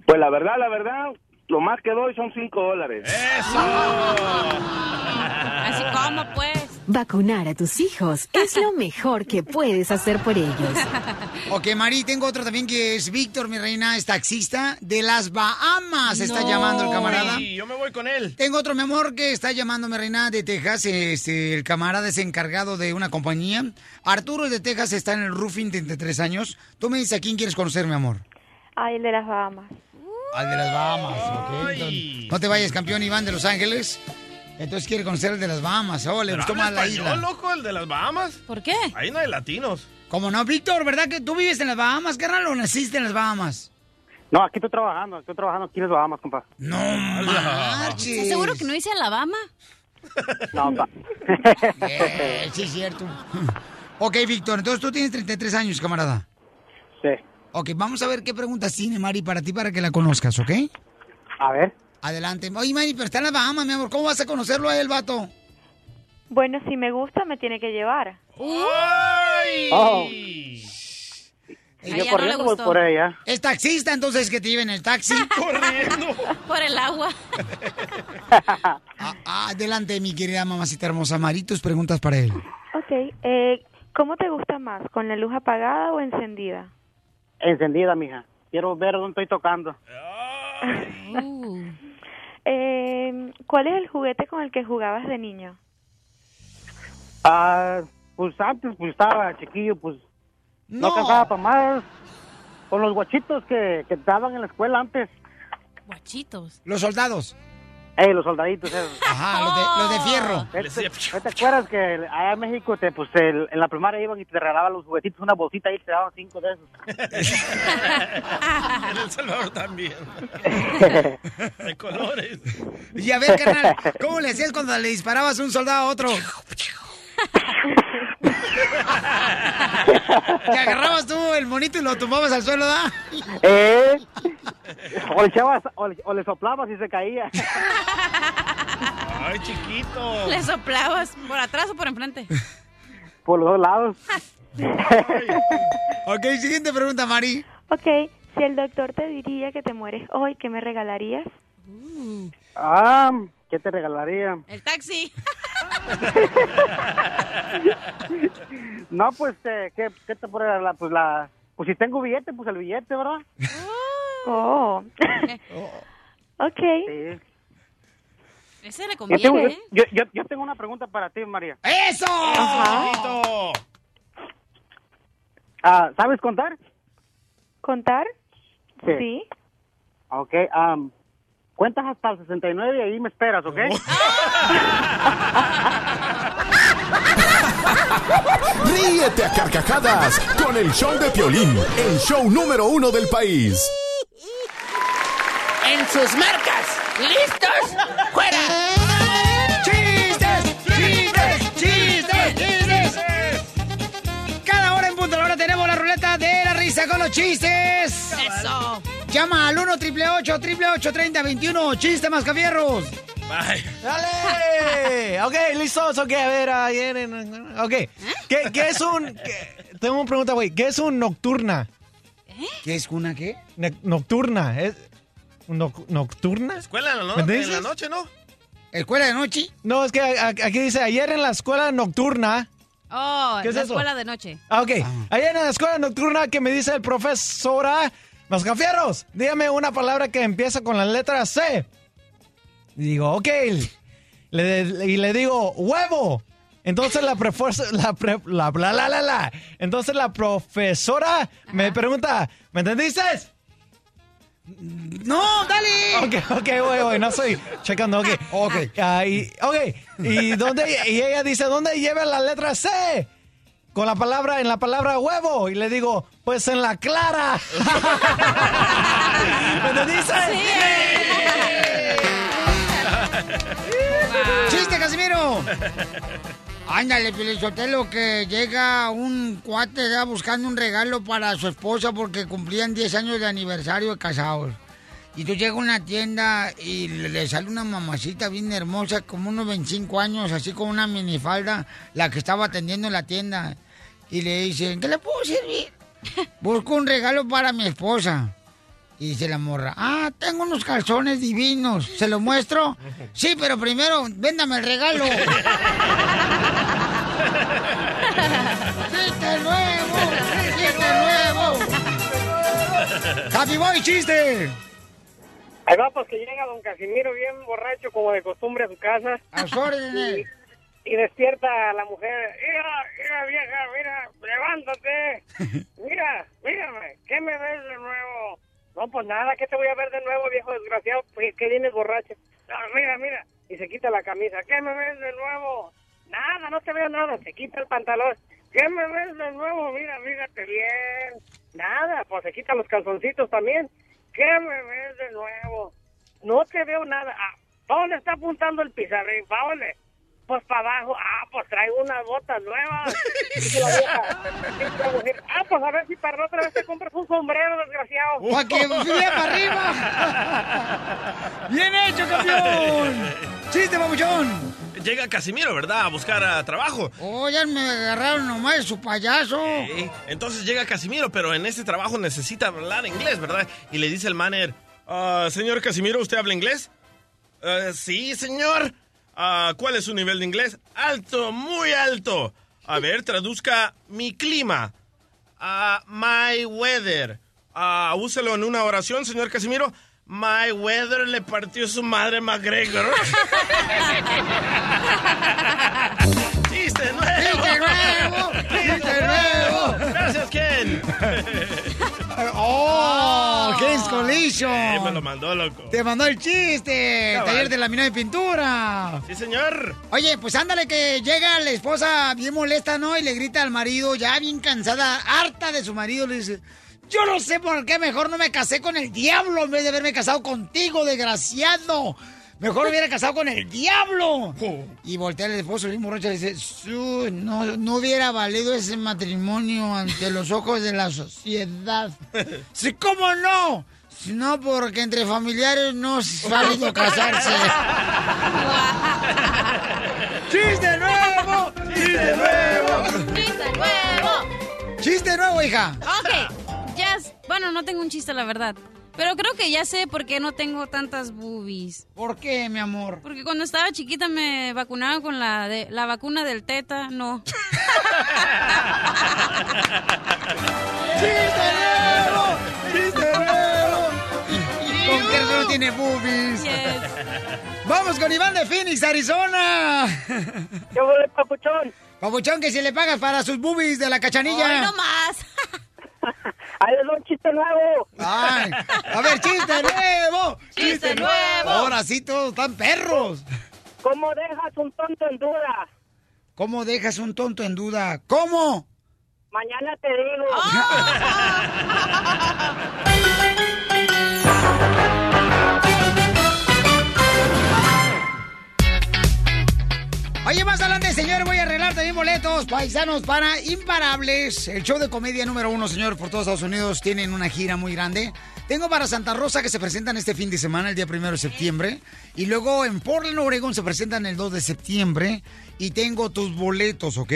Speaker 9: Pues la verdad, la verdad, lo
Speaker 10: Ah,
Speaker 9: más que doy son 5 dólares.
Speaker 5: Así como, pues.
Speaker 14: Vacunar a tus hijos es lo mejor que puedes hacer por ellos.
Speaker 4: Ok, Mari, tengo otro también que es Víctor, mi reina, es taxista de las Bahamas, está
Speaker 11: No.
Speaker 4: llamando el camarada.
Speaker 11: Sí, yo me voy con él.
Speaker 4: Tengo otro, mi amor, que está llamando, mi reina, de Texas. Este, el camarada es encargado de una compañía. Arturo de Texas está en el roofing, 33 años. Tú me dices a quién quieres conocer, mi amor.
Speaker 12: Ay, Ah, el de las Bahamas.
Speaker 4: Al de las Bahamas, ok. Entonces, no te vayas, campeón Iván de Los Ángeles. Entonces quiere conocer el de las Bahamas. Oh, *laughs* le
Speaker 11: Pero
Speaker 4: gustó
Speaker 11: habla
Speaker 4: más la
Speaker 11: español,
Speaker 4: isla.
Speaker 11: loco, el de las Bahamas?
Speaker 5: ¿Por qué?
Speaker 11: Ahí no hay latinos.
Speaker 4: Como no, Víctor, ¿verdad que tú vives en las Bahamas, carnal, o naciste en las
Speaker 15: *laughs*
Speaker 4: Bahamas?
Speaker 15: *laughs* No, aquí estoy trabajando, estoy trabajando aquí en las Bahamas, compa.
Speaker 4: No,
Speaker 5: ¿Estás seguro que no dice Alabama?
Speaker 15: No, pa.
Speaker 4: Eh, sí, es cierto. Ok, Víctor, entonces tú tienes 33 años, camarada.
Speaker 15: Sí.
Speaker 4: Ok, vamos a ver qué preguntas tiene Mari para ti para que la conozcas, ¿ok?
Speaker 15: A ver.
Speaker 4: Adelante. Oye, Mari, pero está en las Bahamas, mi amor. ¿Cómo vas a conocerlo a él, vato?
Speaker 12: Bueno, si me gusta me tiene que llevar.
Speaker 11: ¡Ay!
Speaker 15: Oh. Y Oh. yo corriendo voy por ella.
Speaker 4: Es taxista, entonces que te lleven el taxi.
Speaker 15: *laughs*
Speaker 11: *laughs* Corriendo.
Speaker 5: Por el agua.
Speaker 4: Ah, adelante, mi querida mamacita hermosa. Maritos, preguntas para él.
Speaker 12: Ok, eh, ¿cómo te gusta más? ¿Con la luz apagada o encendida?
Speaker 15: Encendida, mija. Quiero ver dónde estoy tocando.
Speaker 5: Oh.
Speaker 12: *laughs* Eh, ¿Cuál es el juguete con el que jugabas de niño?
Speaker 15: Ah, pues antes, pues estaba chiquillo, pues no,
Speaker 12: No.
Speaker 15: cansaba para más. Con los guachitos que, que daban en la escuela antes.
Speaker 5: Guachitos.
Speaker 4: Los soldados.
Speaker 15: Eh, los soldaditos esos.
Speaker 4: *laughs* Ajá, los de- los de fierro.
Speaker 15: ¿No te acuerdas que el- allá en México te, pues, el- en la primaria iban y te regalaban los juguetitos, una bolsita y te daban cinco de esos?
Speaker 11: *laughs* en El Salvador
Speaker 15: *laughs*
Speaker 11: también. De colores.
Speaker 4: Y a ver, carnal, ¿cómo le hacías cuando le disparabas un soldado a otro? Te agarrabas tú el monito y lo tumbabas al suelo, ¿da?
Speaker 15: ¿Eh? O le, echabas- o le- o le soplabas y
Speaker 4: *laughs*
Speaker 15: se caía.
Speaker 11: Ay, chiquito.
Speaker 5: Le soplabas por atrás o por enfrente.
Speaker 15: Por los dos lados.
Speaker 4: *laughs* ok, siguiente pregunta, Mari.
Speaker 12: Ok, si el doctor te diría que te mueres hoy, ¿qué me regalarías?
Speaker 15: Ah, ¿qué te regalaría?
Speaker 5: El
Speaker 4: *laughs*
Speaker 5: taxi.
Speaker 15: No, pues, eh, ¿qué, qué te puedo regalar? Pues, la, pues si tengo billete, pues el billete, ¿verdad?
Speaker 12: Oh. *laughs* ok.
Speaker 5: Ese le
Speaker 15: Yo tengo,
Speaker 5: conviene, ¿eh?
Speaker 15: yo- yo- yo tengo una pregunta para ti, María.
Speaker 4: ¡Eso!
Speaker 15: Ah, ¿Sabes contar?
Speaker 12: ¿Contar?
Speaker 15: Sí.
Speaker 12: Sí.
Speaker 15: Ok, am, cuentas hasta el 69 y ahí me esperas, ¿ok?
Speaker 2: Ríete a carcajadas con el show de Piolín, el show número uno del país.
Speaker 7: En sus marcas, listos, fuera.
Speaker 4: ¡Chistes! ¡Chistes! ¡Chistes! ¡Chistes! Cada hora en punto de la hora tenemos la ruleta de la risa con los chistes.
Speaker 5: Eso.
Speaker 4: Llama al 1 triple 8 triple 21 Chiste mascafierros.
Speaker 6: ¡Dale! Ok, listos. Ok, a ver, ah, vienen, Ok. ¿Qué, qué es un.? qué- tengo una pregunta, güey. ¿Qué es un nocturna?
Speaker 4: ¿Eh? ¿Qué es una qué?
Speaker 6: nocturna. ¿Es un noc- ¿Nocturna?
Speaker 11: Escuela en la, no-
Speaker 6: ¿Me
Speaker 11: en la
Speaker 6: dices?
Speaker 11: noche, ¿no?
Speaker 4: ¿Escuela de noche?
Speaker 6: No, es que a- a- aquí dice ayer en la escuela nocturna.
Speaker 5: Oh,
Speaker 6: ¿Qué es
Speaker 5: la
Speaker 6: eso?
Speaker 5: escuela de noche.
Speaker 6: Ah, ok. Ayer en la escuela nocturna que me dice el profesora Mascafierros, dígame una palabra que empieza con la letra C. Y digo, ok. Le- le- y le digo, huevo. Entonces la prefuerza- *laughs* la, pre- la, bla, la, la, la. Entonces la profesora me pregunta, ¿me entendiste?
Speaker 4: ¡No, dale! Ah,
Speaker 6: Ok, ok, güey, güey, no estoy checando, ok. Ok. Ah, y, ok, y, dónde, y ella dice, ¿dónde lleva la letra C? Con la palabra, en la palabra huevo. Y le digo, pues en la clara. ¿Me entendiste?
Speaker 4: ¡Chiste, Casimiro! Ándale, Pelizotelo, que llega un cuate ya buscando un regalo para su esposa porque cumplían 10 años de aniversario de casados. Y tú llega a una tienda y le le sale una mamacita bien hermosa, como unos 25 años, así con una minifalda, la que estaba atendiendo en la tienda. Y le dicen, ¿qué le puedo servir? Busco un regalo para mi esposa. Y dice la morra, ah, tengo unos calzones divinos, ¿se los muestro? Sí, pero primero, véndame el regalo. ¡Chiste nuevo! ¡Chiste nuevo!
Speaker 5: Ah,
Speaker 4: ¡Happy Boy, chiste!
Speaker 16: Ahí va, pues que llega don Casimiro bien borracho, como de costumbre, a su casa.
Speaker 4: A sus órdenes.
Speaker 16: Y, y despierta a la mujer. Mira, mira, vieja, mira,
Speaker 4: *laughs*
Speaker 16: levántate. Mira, mírame, ¿qué me ves de nuevo? *laughs* No, pues nada, ¿qué te voy a ver de nuevo, viejo desgraciado? Pues que vienes borracho. No, mira, mira. Y se quita la camisa. ¿Qué me ves de nuevo? Nada, no te veo nada. Se quita el pantalón. ¿Qué me ves de nuevo? Mira, fíjate bien. Nada, pues se quita los calzoncitos también. ¿Qué me ves de nuevo? No te veo nada. Ah, ¿pa' ¿Dónde está apuntando el pizarrín? ¿Para dónde? Pues para abajo. Ah, pues traigo unas
Speaker 5: *laughs*
Speaker 16: botas nuevas. Dice la vieja. Dice la mujer, Ah, pues a ver si para la otra vez te compras un sombrero, desgraciado.
Speaker 4: ¡Para que vea para
Speaker 11: *laughs*
Speaker 4: arriba! ¡Bien hecho, campeón! ¡Chiste, papuchón!
Speaker 11: Llega Casimiro, ¿verdad? A buscar ah, trabajo.
Speaker 4: Oh, ya me agarraron nomás su payaso.
Speaker 11: Eh, Entonces llega Casimiro, pero en este trabajo necesita hablar inglés, ¿verdad? Y le dice el manager, "Ah, señor Casimiro, ¿usted habla inglés? "Eh, sí, señor. "Ah, ¿Cuál es su nivel de inglés? Alto, muy alto. A ver, traduzca mi clima. Ah, my weather. Ah, úselo en una oración, señor Casimiro. My weather le partió su
Speaker 7: *laughs*
Speaker 11: madre McGregor. *laughs* ¡Chiste nuevo!
Speaker 7: ¡Chiste nuevo!
Speaker 11: ¡Chiste nuevo! Gracias, Ken.
Speaker 4: ¡Oh! ¡Qué Collision!
Speaker 11: Eh, me lo mandó, loco.
Speaker 4: Te mandó el chiste.
Speaker 11: Cabal.
Speaker 4: Taller de laminado de pintura.
Speaker 11: Sí, señor.
Speaker 4: Oye, pues ándale que llega la esposa bien molesta, ¿no? Y le grita al marido, ya bien cansada, harta de su marido, le dice, yo no sé por qué mejor no me casé con el diablo en vez de haberme casado contigo, desgraciado. Mejor me hubiera casado con el diablo. Y voltea el esposo, el borracho, y le dice, "Su, no, no hubiera valido ese matrimonio ante los ojos de la sociedad. Sí, ¿cómo no? Si No, porque entre familiares no es
Speaker 5: *laughs*
Speaker 4: válido casarse. ¡Chiste nuevo! ¡Chiste nuevo!
Speaker 5: ¡Chiste nuevo!
Speaker 4: ¡Chiste nuevo, hija! *laughs*
Speaker 5: Ok, ya. s- Bueno, no tengo un chiste, la verdad. Pero creo que ya sé por qué no tengo tantas boobies.
Speaker 4: ¿Por qué, mi amor?
Speaker 5: Porque cuando estaba chiquita me vacunaban con la de la vacuna del teta,
Speaker 4: *laughs*
Speaker 5: no.
Speaker 4: ¡Chiste nuevo! Con que no tiene boobies. Vamos con Iván de Phoenix, Arizona. ¿Qué huele, papuchón? Papuchón, que si le pagas para sus boobies de la cachanilla.
Speaker 5: Ay, no más.
Speaker 4: Ahí es un chiste nuevo. Ay, a ver, chiste nuevo.
Speaker 7: Chiste nuevo.
Speaker 4: Ahora sí todos están perros.
Speaker 16: ¿Cómo dejas un tonto en duda?
Speaker 4: ¿Cómo dejas un tonto en duda? ¿Cómo?
Speaker 16: Mañana te digo.
Speaker 7: ¡Oh!
Speaker 4: Oye, más adelante, señor, voy a arreglar también boletos paisanos para Imparables. El show de comedia número uno, señor, por todos Estados Unidos. Tienen una gira muy grande. Tengo para Santa Rosa que se presentan este fin de semana, el día primero de septiembre. Y luego en Portland, Oregón, se presentan el 2 de septiembre. Y tengo tus boletos, ¿ok?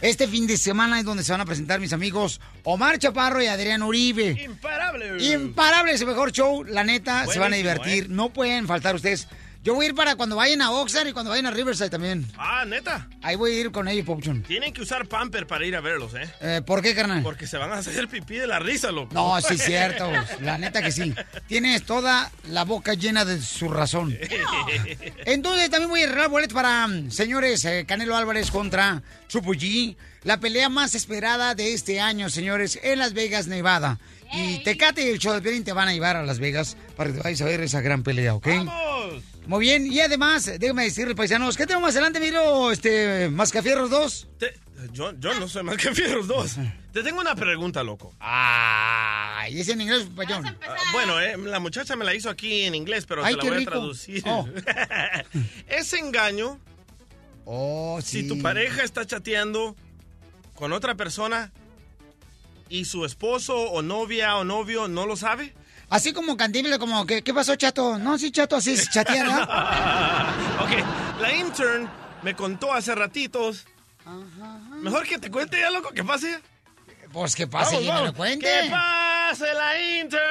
Speaker 4: Este fin de semana es donde se van a presentar mis amigos Omar Chaparro y Adrián Uribe.
Speaker 11: Imparable.
Speaker 4: Imparable es el mejor show, la neta, se van a
Speaker 11: Buenísimo, ¿eh?
Speaker 4: divertir, no pueden faltar ustedes. Yo voy a ir para cuando vayan a Oxford y cuando vayan a Riverside también.
Speaker 11: Ah, neta.
Speaker 4: Ahí voy a ir con ellos, Popchun.
Speaker 11: Tienen que usar pamper para ir a verlos, ¿eh?
Speaker 4: Eh, ¿Por qué, carnal?
Speaker 11: Porque se van a hacer pipí de la risa, loco.
Speaker 4: No, sí, cierto. La neta que sí. Tienes toda la boca llena de su razón. Entonces también voy a arreglar boletos para, mm, señores, eh, Canelo Álvarez contra Chupo G. La pelea más esperada de este año, señores, en Las Vegas, Nevada. Y Tecate y el show de Piolín te van a llevar a Las Vegas para que vayas a ver esa gran pelea, ¿ok? Muy bien, y además, déjame decirles, paisanos, ¿qué tengo más adelante, miro, este, Mascafierros 2?
Speaker 11: Yo, yo no soy más que fierros dos. Te tengo una pregunta, loco.
Speaker 4: Ah, ¿y es en inglés, payón?
Speaker 11: Ah, bueno, eh, la muchacha me la hizo aquí en inglés, pero
Speaker 4: Ay,
Speaker 11: se la
Speaker 4: qué
Speaker 11: voy
Speaker 4: rico.
Speaker 11: a traducir.
Speaker 4: Oh.
Speaker 11: *laughs* es engaño.
Speaker 4: Oh,
Speaker 11: Si tu pareja está chateando con otra persona y su esposo o novia o novio no lo sabe.
Speaker 4: Así como candible, como, que, ¿qué pasó, chato? No, sí, chato, así se chatea, ¿no?
Speaker 11: *laughs* ok, la intern me contó hace ratitos. Mejor que te cuente ya, loco, que pase.
Speaker 4: Pues que pase
Speaker 11: Vamos,
Speaker 4: y me
Speaker 11: vamos.
Speaker 4: lo cuente.
Speaker 11: Que pase la intern!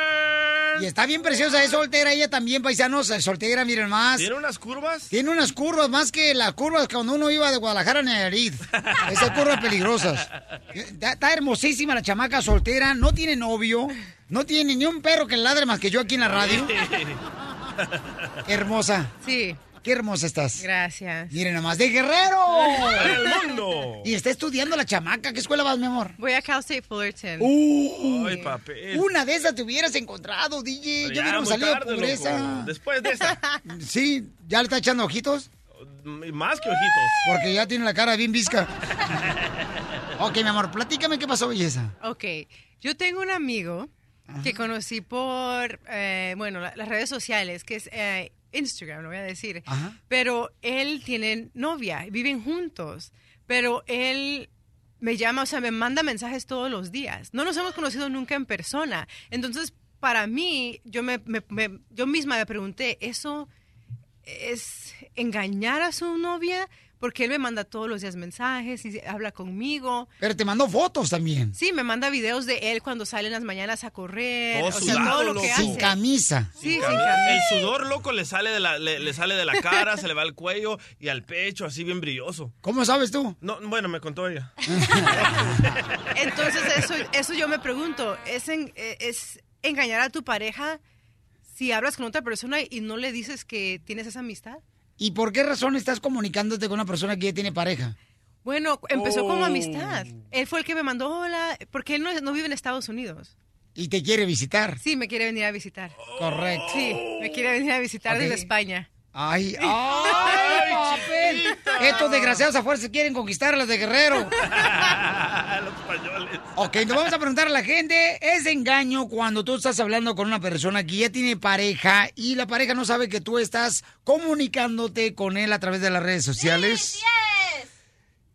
Speaker 4: Y está bien preciosa, es soltera ella también, paisanos, es soltera, miren más.
Speaker 11: ¿Tiene unas curvas?
Speaker 4: Tiene unas curvas, más que las curvas que cuando uno iba de Guadalajara a Nayarit. Esas curvas peligrosas. Está, está hermosísima la chamaca soltera, no tiene novio, no tiene ni un perro que le ladre más que yo aquí en la radio. Hermosa.
Speaker 17: Sí.
Speaker 4: Qué hermosa estás.
Speaker 17: Gracias.
Speaker 4: Miren nomás, de Guerrero. *laughs*
Speaker 17: Para el
Speaker 11: *laughs* mundo.
Speaker 4: Y está estudiando la chamaca. ¿Qué escuela vas, mi amor?
Speaker 17: Voy a Cal State Fullerton.
Speaker 4: *laughs* Uh,
Speaker 11: Ay, papel.
Speaker 4: Una de esas te hubieras encontrado, DJ.
Speaker 11: Pero
Speaker 4: Yo
Speaker 11: ya,
Speaker 4: hubiéramos
Speaker 11: muy
Speaker 4: salido
Speaker 11: tarde,
Speaker 4: de pobreza.
Speaker 11: loco. Después de esta.
Speaker 4: *laughs* Sí, ya le está echando ojitos. Uh.
Speaker 11: Más que ojitos.
Speaker 4: Porque ya tiene la cara bien visca. ok, mi amor, platícame qué pasó, belleza.
Speaker 17: Ok, yo tengo un amigo que conocí por, eh, bueno, la- las redes sociales, que es eh, Instagram, lo voy a decir.
Speaker 7: Ajá.
Speaker 17: Pero él tiene novia, viven juntos, pero él me llama, o sea, me manda mensajes todos los días. No nos hemos conocido nunca en persona. Entonces, para mí, yo, me, me- me- yo misma me pregunté, ¿eso es engañar a su novia porque él me manda todos los días mensajes y habla conmigo.
Speaker 4: Pero te mandó fotos también.
Speaker 17: Sí, me manda videos de él cuando sale en las mañanas a correr.
Speaker 4: Todo
Speaker 17: Eh, o sea,
Speaker 4: sudado,
Speaker 17: todo lo que
Speaker 4: loco.
Speaker 17: hace.
Speaker 4: Sin camisa.
Speaker 17: Sí, sin
Speaker 11: El
Speaker 17: camisa.
Speaker 11: sudor loco le sale de la, le, le sale de la cara, se le va al cuello y al pecho, así bien brilloso.
Speaker 4: ¿Cómo sabes tú?
Speaker 11: No, bueno, me contó ella.
Speaker 17: Entonces, eso, eso yo me pregunto. ¿es, en- eh, ¿Es engañar a tu pareja si hablas con otra persona y no le dices que tienes esa amistad?
Speaker 4: ¿Y por qué razón estás comunicándote con una persona que ya tiene pareja?
Speaker 17: Bueno, empezó como
Speaker 4: Oh.
Speaker 17: amistad. Él fue el que me mandó hola, porque él no, no vive en Estados Unidos.
Speaker 4: Y te quiere visitar.
Speaker 17: Sí, me quiere venir a visitar.
Speaker 11: Oh.
Speaker 4: Correcto.
Speaker 17: Sí, me quiere venir a visitar
Speaker 4: Ok.
Speaker 17: desde España.
Speaker 11: *laughs*
Speaker 4: Ay, *laughs* ay, papel. Estos desgraciados a fuerza quieren conquistar a las de Guerrero.
Speaker 11: *laughs* Los españoles.
Speaker 4: Ok, nos vamos a preguntar a la gente, ¿es engaño cuando tú estás hablando con una persona que ya tiene pareja y la pareja no sabe que tú estás comunicándote con él a través de las redes sociales?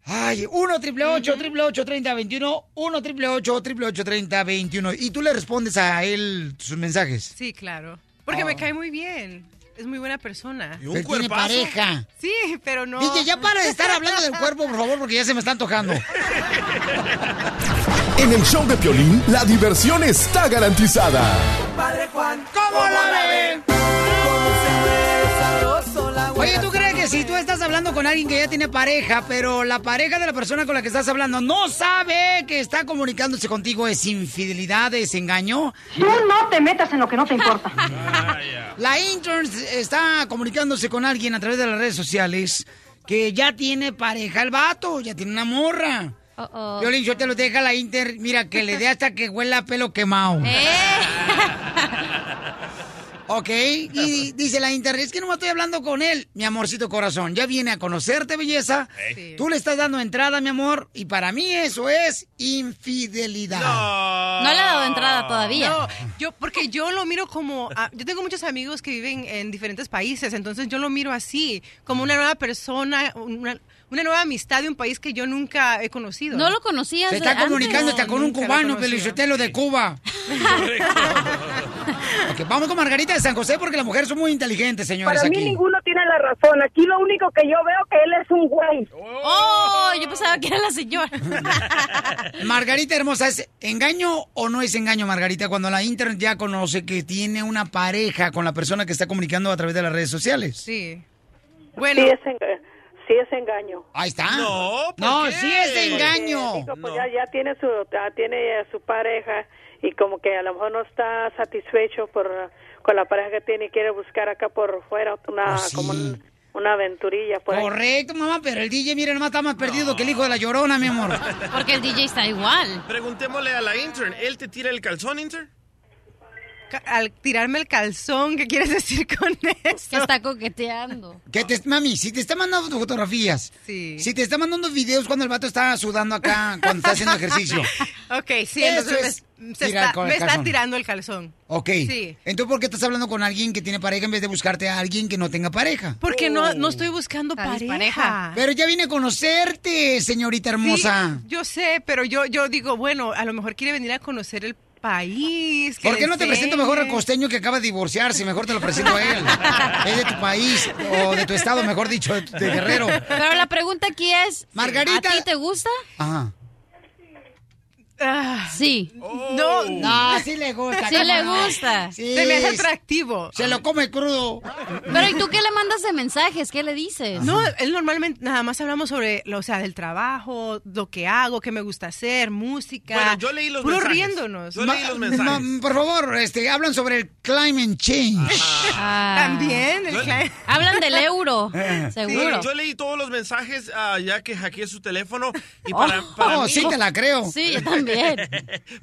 Speaker 4: Ay, 1 triple 8 triple 8 30 21 1 triple 8 triple 8 30 21 y tú le respondes a él sus mensajes.
Speaker 17: Sí, claro. Porque
Speaker 4: Ah.
Speaker 17: me cae muy bien. Es muy buena persona.
Speaker 4: Y un Pero tiene cuerpazo. pareja.
Speaker 17: Sí, pero no.
Speaker 4: DJ, ya para de estar hablando del cuerpo, por favor, porque ya se me está antojando.
Speaker 2: En el show de Piolín, la diversión está garantizada.
Speaker 7: Padre Juan,
Speaker 4: ¿Cómo la ve?
Speaker 7: sabroso la
Speaker 4: Oye, ¿tú crees que si tú estás hablando con alguien que ya tiene pareja, pero la pareja de la persona con la que estás hablando no sabe que está comunicándose contigo es infidelidad, es engaño? Tú no te metas en lo que no te importa. *laughs* La intern está comunicándose con alguien a través de las redes sociales que ya tiene pareja el vato, ya tiene una morra. Violín, yo te lo deja la inter, mira, que le dé hasta que huela a pelo quemado. Ok, y dice la inter, es que no me estoy hablando con él, mi amorcito corazón, ya viene a conocerte, belleza.
Speaker 7: Sí.
Speaker 4: Tú le estás dando entrada, mi amor, y para mí eso es infidelidad. No,
Speaker 5: No le ha dado entrada todavía.
Speaker 17: No, yo, porque yo lo miro como. ah, yo tengo muchos amigos que viven en diferentes países, entonces yo lo miro así, como una nueva persona, una, una nueva amistad de un país que yo nunca he conocido.
Speaker 5: No lo conocías
Speaker 17: Se
Speaker 4: Se
Speaker 17: de
Speaker 4: está
Speaker 17: antes.
Speaker 4: comunicando hasta
Speaker 17: No,
Speaker 4: con un
Speaker 17: nunca lo
Speaker 4: cubano,
Speaker 17: conocía.
Speaker 4: Pelizotelo de Cuba. Ok, vamos con Margarita de San José porque las mujeres son muy inteligentes, señores.
Speaker 18: Para mí
Speaker 4: aquí.
Speaker 18: ninguno tiene la razón. Aquí lo único que yo veo que él es un güey.
Speaker 5: Oh, yo pensaba que era la
Speaker 4: *laughs*
Speaker 5: señora.
Speaker 4: Margarita hermosa, ¿es engaño o no es engaño, Margarita, cuando la internet ya conoce que tiene una pareja con la persona que está comunicando a través de las redes sociales?
Speaker 17: Sí.
Speaker 4: Bueno.
Speaker 18: Sí es, enga- sí es engaño.
Speaker 4: Ahí está. No, ¿por No, qué? sí es engaño.
Speaker 18: Porque, digo, pues, ya, ya tiene su ya tiene eh, su pareja y como que a lo mejor no está satisfecho por eh, con la pareja que tiene y quiere buscar acá por fuera una
Speaker 4: Pues
Speaker 18: como un- una aventurilla por ahí.
Speaker 4: Correcto, mamá, pero el DJ, mire, nomás está más perdido que el hijo de la llorona, mi *laughs* amor.
Speaker 5: Porque el DJ está igual.
Speaker 11: Preguntémosle a la intern, ¿él te tira el calzón, intern?
Speaker 17: Ca- Al tirarme el calzón, ¿qué quieres decir con eso? Que
Speaker 5: está coqueteando.
Speaker 4: Que te, mami, si te está mandando fotografías,
Speaker 17: Sí.
Speaker 4: si te está mandando videos cuando el vato está sudando acá, cuando está haciendo ejercicio.
Speaker 17: Ok, *laughs* sí,
Speaker 4: Eso
Speaker 17: entonces me,
Speaker 4: es
Speaker 17: se
Speaker 4: tirar
Speaker 17: está,
Speaker 4: con el
Speaker 17: me está
Speaker 4: calzón.
Speaker 17: tirando el calzón.
Speaker 4: Ok.
Speaker 17: Sí.
Speaker 4: Entonces, ¿por qué estás hablando con alguien que tiene pareja en vez de buscarte a alguien que no tenga pareja?
Speaker 17: Porque no, no estoy buscando
Speaker 4: Tal vez
Speaker 17: pareja.
Speaker 4: pareja. Pero ya vine a conocerte, señorita hermosa.
Speaker 17: Ah. Sí, yo sé, pero yo, yo digo, bueno, a lo mejor quiere venir a conocer el país. que
Speaker 4: ¿Por
Speaker 17: le
Speaker 4: qué no te presento
Speaker 17: enseñe.
Speaker 4: mejor al costeño que acaba de divorciarse? Mejor te lo presento a él. Es de tu país, o de tu estado, mejor dicho, de, de Guerrero.
Speaker 5: Pero la pregunta aquí es,
Speaker 4: Margarita.
Speaker 5: ¿a ti te gusta?
Speaker 4: Ajá.
Speaker 5: Sí.
Speaker 17: No.
Speaker 4: Ah. Oh. No, sí le gusta.
Speaker 5: Sí
Speaker 4: ¿cómo
Speaker 5: le
Speaker 4: no?
Speaker 5: gusta.
Speaker 4: Sí.
Speaker 5: Se me hace
Speaker 17: atractivo.
Speaker 4: Se lo come crudo.
Speaker 5: Pero ¿y
Speaker 17: *laughs*
Speaker 5: tú qué le mandas de mensajes? ¿Qué le dices?
Speaker 17: No, él normalmente nada más hablamos sobre, lo- o sea, del trabajo, lo que hago, qué me gusta hacer, música.
Speaker 4: Bueno, yo leí los
Speaker 17: puro
Speaker 4: mensajes.
Speaker 17: riéndonos.
Speaker 4: Ma- ma- por favor, este, hablan sobre el climate change.
Speaker 17: También, el
Speaker 11: Yo-
Speaker 17: cli-
Speaker 5: Hablan del
Speaker 4: *laughs*
Speaker 5: euro,
Speaker 4: Eh.
Speaker 5: seguro.
Speaker 11: Yo leí todos los mensajes ah, ya que hackeé su teléfono y
Speaker 4: Oh.
Speaker 11: para, para
Speaker 4: Oh,
Speaker 11: mí-
Speaker 4: sí te la
Speaker 11: *laughs*
Speaker 4: creo.
Speaker 5: Sí, yo también.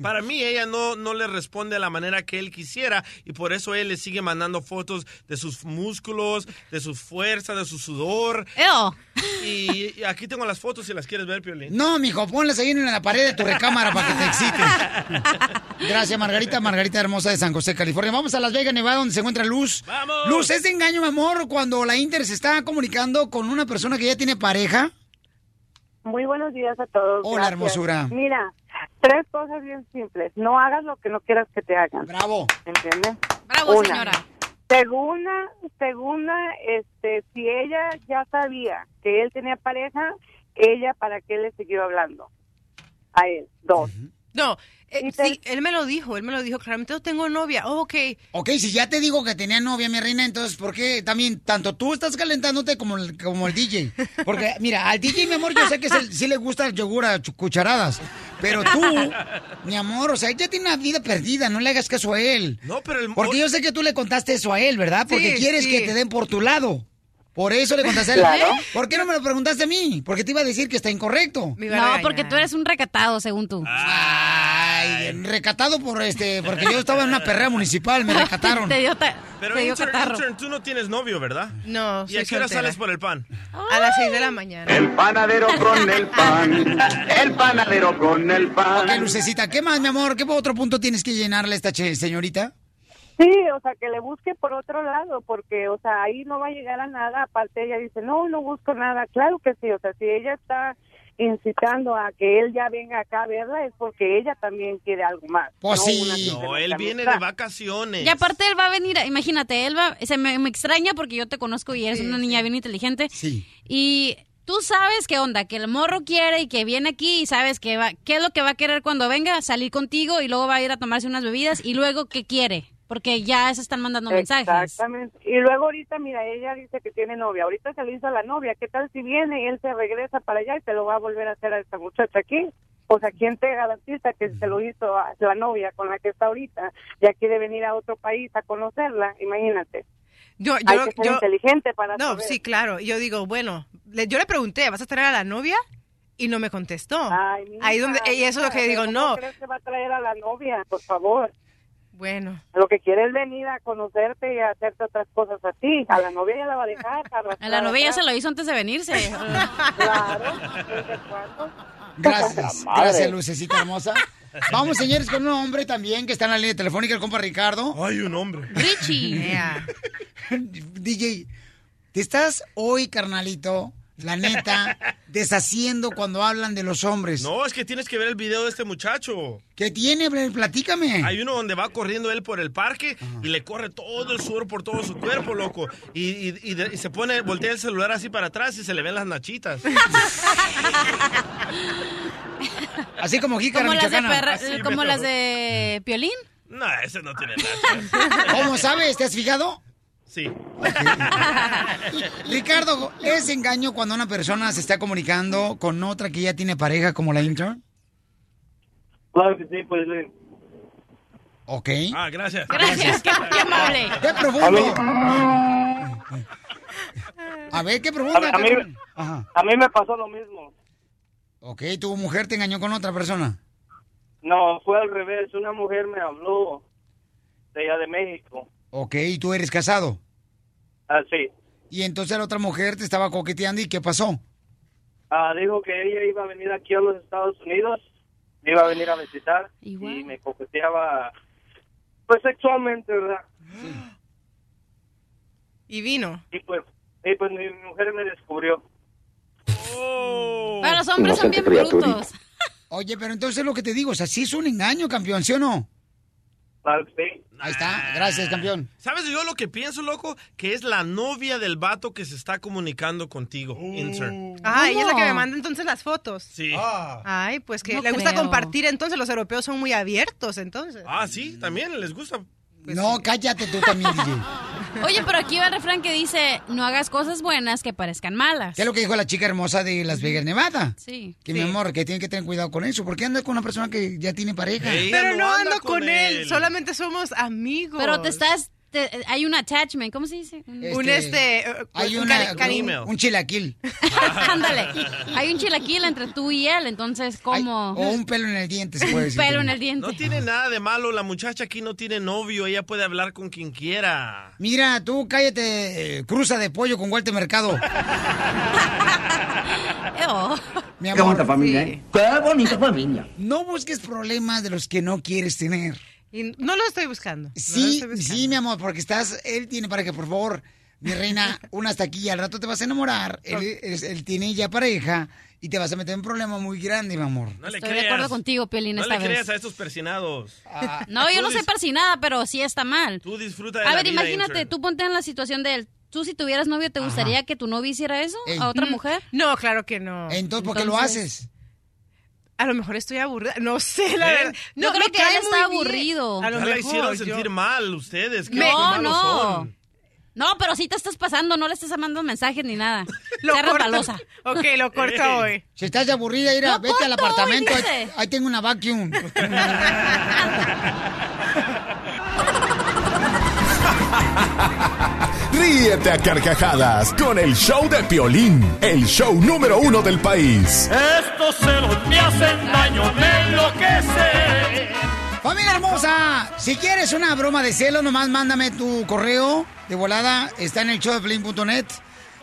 Speaker 11: para mí ella no, no le responde a la manera que él quisiera y por eso él le sigue mandando fotos de sus músculos, de su fuerza, de su sudor. Y, y aquí tengo las fotos si las quieres ver, Piolín.
Speaker 4: No, mijo, ponlas ahí en la pared de tu recámara para que te excites. Gracias, Margarita, Margarita hermosa de San José, California. Vamos a Las Vegas, Nevada, donde se encuentra Luz.
Speaker 11: ¡Vamos!
Speaker 4: Luz, ¿es de engaño, mi amor, cuando la Inter se está comunicando con una persona que ya tiene pareja?
Speaker 18: Muy buenos días a todos.
Speaker 4: Hola,
Speaker 18: gracias.
Speaker 4: hermosura.
Speaker 18: Mira, tres cosas bien simples. No hagas lo que no quieras que te hagan.
Speaker 4: Bravo.
Speaker 18: ¿Entiendes?
Speaker 5: Bravo,
Speaker 18: Una.
Speaker 5: señora.
Speaker 8: Según, la- según la, este, si ella ya sabía que él tenía pareja, ella para qué le siguió hablando a él. Dos.
Speaker 17: No, eh, sí, él me lo dijo, él me lo dijo claramente, yo tengo novia, oh, ok.
Speaker 4: Ok, si ya te digo que tenía novia, mi reina, entonces, ¿por qué también tanto tú estás calentándote como el, como el DJ? Porque, mira, al DJ, mi amor, yo sé que se- sí le gusta el yogur a chu- cucharadas, pero tú, mi amor, o sea, él ya tiene una vida perdida, no le hagas caso a él.
Speaker 11: No, pero el...
Speaker 4: Porque yo sé que tú le contaste eso a él, ¿verdad? Porque
Speaker 11: Sí,
Speaker 4: quieres
Speaker 11: sí.
Speaker 4: que te den por tu lado. Por eso le contaste a él.
Speaker 5: Claro.
Speaker 4: ¿Por qué no me lo preguntaste a mí? Porque te iba a decir que está incorrecto.
Speaker 5: No, porque tú eres un recatado, según tú.
Speaker 4: Ay, recatado por este, porque yo estaba en una
Speaker 5: *laughs*
Speaker 4: perrea municipal, me recataron.
Speaker 5: Te dio ta-
Speaker 11: *laughs* Pero
Speaker 5: te dio
Speaker 11: intern,
Speaker 5: catarro.
Speaker 11: intern, tú no tienes novio, ¿verdad?
Speaker 17: No,
Speaker 11: ¿Y a
Speaker 17: soy
Speaker 11: qué hora
Speaker 17: soltera.
Speaker 11: sales por el pan?
Speaker 17: A las 6 de la mañana.
Speaker 13: El panadero con el pan. El panadero con el pan.
Speaker 4: Ok, Lucecita, ¿qué más, mi amor? ¿Qué otro punto tienes que llenarle a esta che- señorita?
Speaker 8: Sí, o sea, que le busque por otro lado, porque, o sea, ahí no va a llegar a nada. Aparte, ella dice, no, no busco nada. Claro que sí, o sea, si ella está incitando a que él ya venga acá a verla, es porque ella también quiere algo más.
Speaker 4: Oh,
Speaker 11: Pues
Speaker 8: no
Speaker 11: sí.
Speaker 8: una simple
Speaker 11: No, él viene de
Speaker 8: amistad.
Speaker 11: vacaciones.
Speaker 5: Y aparte él va a venir, a- imagínate, él va, se me, me extraña porque yo te conozco y eres una niña bien inteligente.
Speaker 4: Sí.
Speaker 5: Y tú sabes qué onda, que el morro quiere y que viene aquí y sabes que va, qué es lo que va a querer cuando venga, salir contigo y luego va a ir a tomarse unas bebidas y luego qué quiere, porque ya se están mandando mensajes.
Speaker 8: Exactamente. Y luego ahorita, mira, ella dice que tiene novia. Ahorita se lo hizo a la novia. ¿Qué tal si viene y él se regresa para allá y te lo va a volver a hacer a esta
Speaker 16: Pues
Speaker 8: muchacha aquí? O sea, ¿quién te garantiza que se lo hizo a la novia con la que está ahorita? Ya quiere venir a otro país a conocerla, imagínate.
Speaker 17: Yo,
Speaker 8: Hay
Speaker 17: yo-
Speaker 8: que ser
Speaker 17: yo-
Speaker 8: inteligente para
Speaker 17: No,
Speaker 8: saber.
Speaker 17: sí, claro. Y Yo digo, bueno, le- yo le pregunté, ¿vas a traer a la novia? Y no me contestó. Ahí donde, y eso es lo que digo, no.
Speaker 8: crees que va a traer a la novia? Por favor.
Speaker 17: Bueno.
Speaker 8: Lo que quiere es venir a conocerte y a hacerte otras cosas a ti. A la novia ya la va a dejar.
Speaker 5: A la novia ya se lo hizo antes de venirse. La
Speaker 4: Gracias,
Speaker 5: madre.
Speaker 4: gracias,
Speaker 5: *laughs*
Speaker 4: Lucecita hermosa. Vamos, señores, con un hombre también que está en la línea telefónica, el compa Ricardo.
Speaker 11: Ay, un hombre.
Speaker 5: Richie.
Speaker 4: *laughs* DJ, te estás hoy, carnalito, la neta, deshaciendo cuando hablan de los hombres.
Speaker 11: No, es que tienes que ver el video de este muchacho.
Speaker 4: Pues, ¿Qué tiene, Bren? Platícame.
Speaker 11: Hay uno donde va corriendo él por el parque y le corre todo el sudor por todo su cuerpo, loco. Y, y- y de- y se pone, voltea el celular así para atrás y se le ven las nachitas.
Speaker 4: *laughs* Así como jícara
Speaker 5: Como las de,
Speaker 4: michoacana.
Speaker 5: perra-
Speaker 4: Así,
Speaker 5: como
Speaker 4: pero-
Speaker 5: las de Eh, Piolín.
Speaker 11: No, ese no tiene nada.
Speaker 4: *laughs* ¿Cómo sabes? ¿Te has fijado?
Speaker 11: Sí. *laughs*
Speaker 4: Ricardo, ¿es engaño cuando una persona se está comunicando con otra que ya tiene pareja como la intern?
Speaker 15: Claro que sí, pues. le-
Speaker 4: Ok.
Speaker 11: Ah, gracias.
Speaker 5: Gracias, *laughs* qué, qué amable.
Speaker 4: ¡Qué profundo! A ver, qué profundo.
Speaker 15: A- a mí-
Speaker 4: cabrón.
Speaker 15: A mí me pasó lo mismo.
Speaker 4: Ok, tu mujer te engañó con otra persona.
Speaker 15: No, fue al revés. Una mujer me habló de allá de México. Ah,
Speaker 4: Ok, y tú eres casado.
Speaker 15: Así.
Speaker 4: Y entonces la otra mujer te estaba coqueteando y ¿qué pasó?
Speaker 15: Ah, dijo que ella iba a venir aquí a los Estados Unidos, me iba a venir a visitar y, me coqueteaba, pues sexualmente, ¿verdad?
Speaker 17: Y vino.
Speaker 15: Y pues, y pues mi mujer me descubrió.
Speaker 17: Oh.
Speaker 5: Pero los hombres son bien brutos.
Speaker 4: *laughs* Oye, pero entonces lo que te digo, o sea, sí es un engaño, campeón, ¿sí o no? Ahí está, gracias, campeón.
Speaker 11: ¿Sabes yo lo que pienso, loco? Que es la novia del vato que se está comunicando contigo,
Speaker 5: Uh.
Speaker 11: intern.
Speaker 17: Ah, ella es la que me manda entonces las fotos.
Speaker 11: Sí.
Speaker 5: Ah.
Speaker 17: Ay, pues que
Speaker 11: No
Speaker 17: le gusta
Speaker 11: creo.
Speaker 17: compartir, entonces los europeos son muy abiertos, entonces.
Speaker 11: Ah, sí, también les gusta.
Speaker 17: Pues
Speaker 4: no, cállate tú también, DJ.
Speaker 17: *laughs*
Speaker 5: Oye, pero aquí va el refrán que dice, no hagas cosas buenas que parezcan malas.
Speaker 4: ¿Qué es lo que dijo la chica hermosa de Las Vegas, Nevada?
Speaker 5: Sí.
Speaker 4: Que mi amor, que tiene que tener cuidado con eso. ¿Por qué andas con una persona que ya tiene pareja?
Speaker 17: Pero no ando con él. solamente somos amigos.
Speaker 5: Pero te estás, te- hay un attachment, ¿cómo se dice?
Speaker 17: Un este, eh,
Speaker 4: Hay
Speaker 17: un
Speaker 4: una,
Speaker 17: cari- cari-
Speaker 4: un, un
Speaker 17: *laughs*
Speaker 4: chilaquil.
Speaker 5: Ándale, hay un chilaquil entre tú y él, entonces, ¿cómo?
Speaker 4: o un pelo en el diente, se puede decir.
Speaker 5: pelo en el diente.
Speaker 11: No tiene nada de malo, la muchacha aquí no tiene novio, ella puede hablar con quien quiera.
Speaker 4: Mira, tú cállate, eh, cruza de pollo con Walter Mercado. Mi amor, ¿eh?
Speaker 13: Qué bonita familia.
Speaker 4: No busques problemas de los que no quieres tener.
Speaker 17: y no lo estoy buscando.
Speaker 4: Sí, sí, mi amor, porque estás, él tiene para que, por favor, mi
Speaker 17: *laughs*
Speaker 4: reina, una hasta aquí, al rato te vas a enamorar. Él, es- él tiene ya pareja y te vas a meter en un problema muy grande, mi amor.
Speaker 11: No le
Speaker 5: Estoy de
Speaker 11: creas.
Speaker 5: acuerdo contigo, Piolín,
Speaker 11: No
Speaker 5: esta
Speaker 11: le
Speaker 5: vez. Ah.
Speaker 11: creas a estos persinados.
Speaker 4: Ah,
Speaker 11: *laughs*
Speaker 5: No, yo
Speaker 11: Tú
Speaker 5: no soy
Speaker 11: dis-
Speaker 5: persinada, pero sí está mal.
Speaker 11: Tú disfruta de
Speaker 5: A
Speaker 11: la
Speaker 5: ver,
Speaker 11: vida,
Speaker 5: imagínate,
Speaker 11: intern.
Speaker 5: tú ponte en la situación de él. ¿Tú si tuvieras novio, te gustaría que tu novio hiciera eso
Speaker 17: Ey.
Speaker 5: a otra
Speaker 17: Mm,
Speaker 5: mujer?
Speaker 17: No, claro que no.
Speaker 4: Entonces, ¿por qué lo haces?
Speaker 17: A lo mejor estoy aburrida. No sé, la
Speaker 11: ¿Eh?
Speaker 17: verdad. No,
Speaker 5: Yo creo
Speaker 17: me
Speaker 5: que él
Speaker 17: cae
Speaker 5: está
Speaker 17: muy bien.
Speaker 5: aburrido.
Speaker 17: A
Speaker 11: Ya
Speaker 17: lo
Speaker 11: la
Speaker 17: mejor
Speaker 11: hicieron
Speaker 17: yo-
Speaker 11: sentir mal ustedes. qué
Speaker 5: Me- No,
Speaker 11: malos
Speaker 5: no.
Speaker 11: son.
Speaker 5: No, pero sí te estás pasando, no le estás mandando mensajes ni
Speaker 17: *laughs*
Speaker 5: nada. Sea
Speaker 4: corto.
Speaker 5: resbalosa.
Speaker 17: Ok,
Speaker 5: *laughs*
Speaker 17: lo corto
Speaker 4: Ey.
Speaker 17: hoy.
Speaker 4: Si estás aburrida, ir a-
Speaker 5: Lo
Speaker 4: vete al
Speaker 5: corto hoy,
Speaker 4: apartamento.
Speaker 5: dice.
Speaker 4: Ahí, ahí tengo una vacuum.
Speaker 2: Ríete a carcajadas con el show de Piolín, el show número uno del país.
Speaker 7: Estos celos me hacen daño, me enloquece.
Speaker 4: Familia hermosa, si quieres una broma de celo, nomás mándame tu correo de volada. Está en el show de Piolín.net.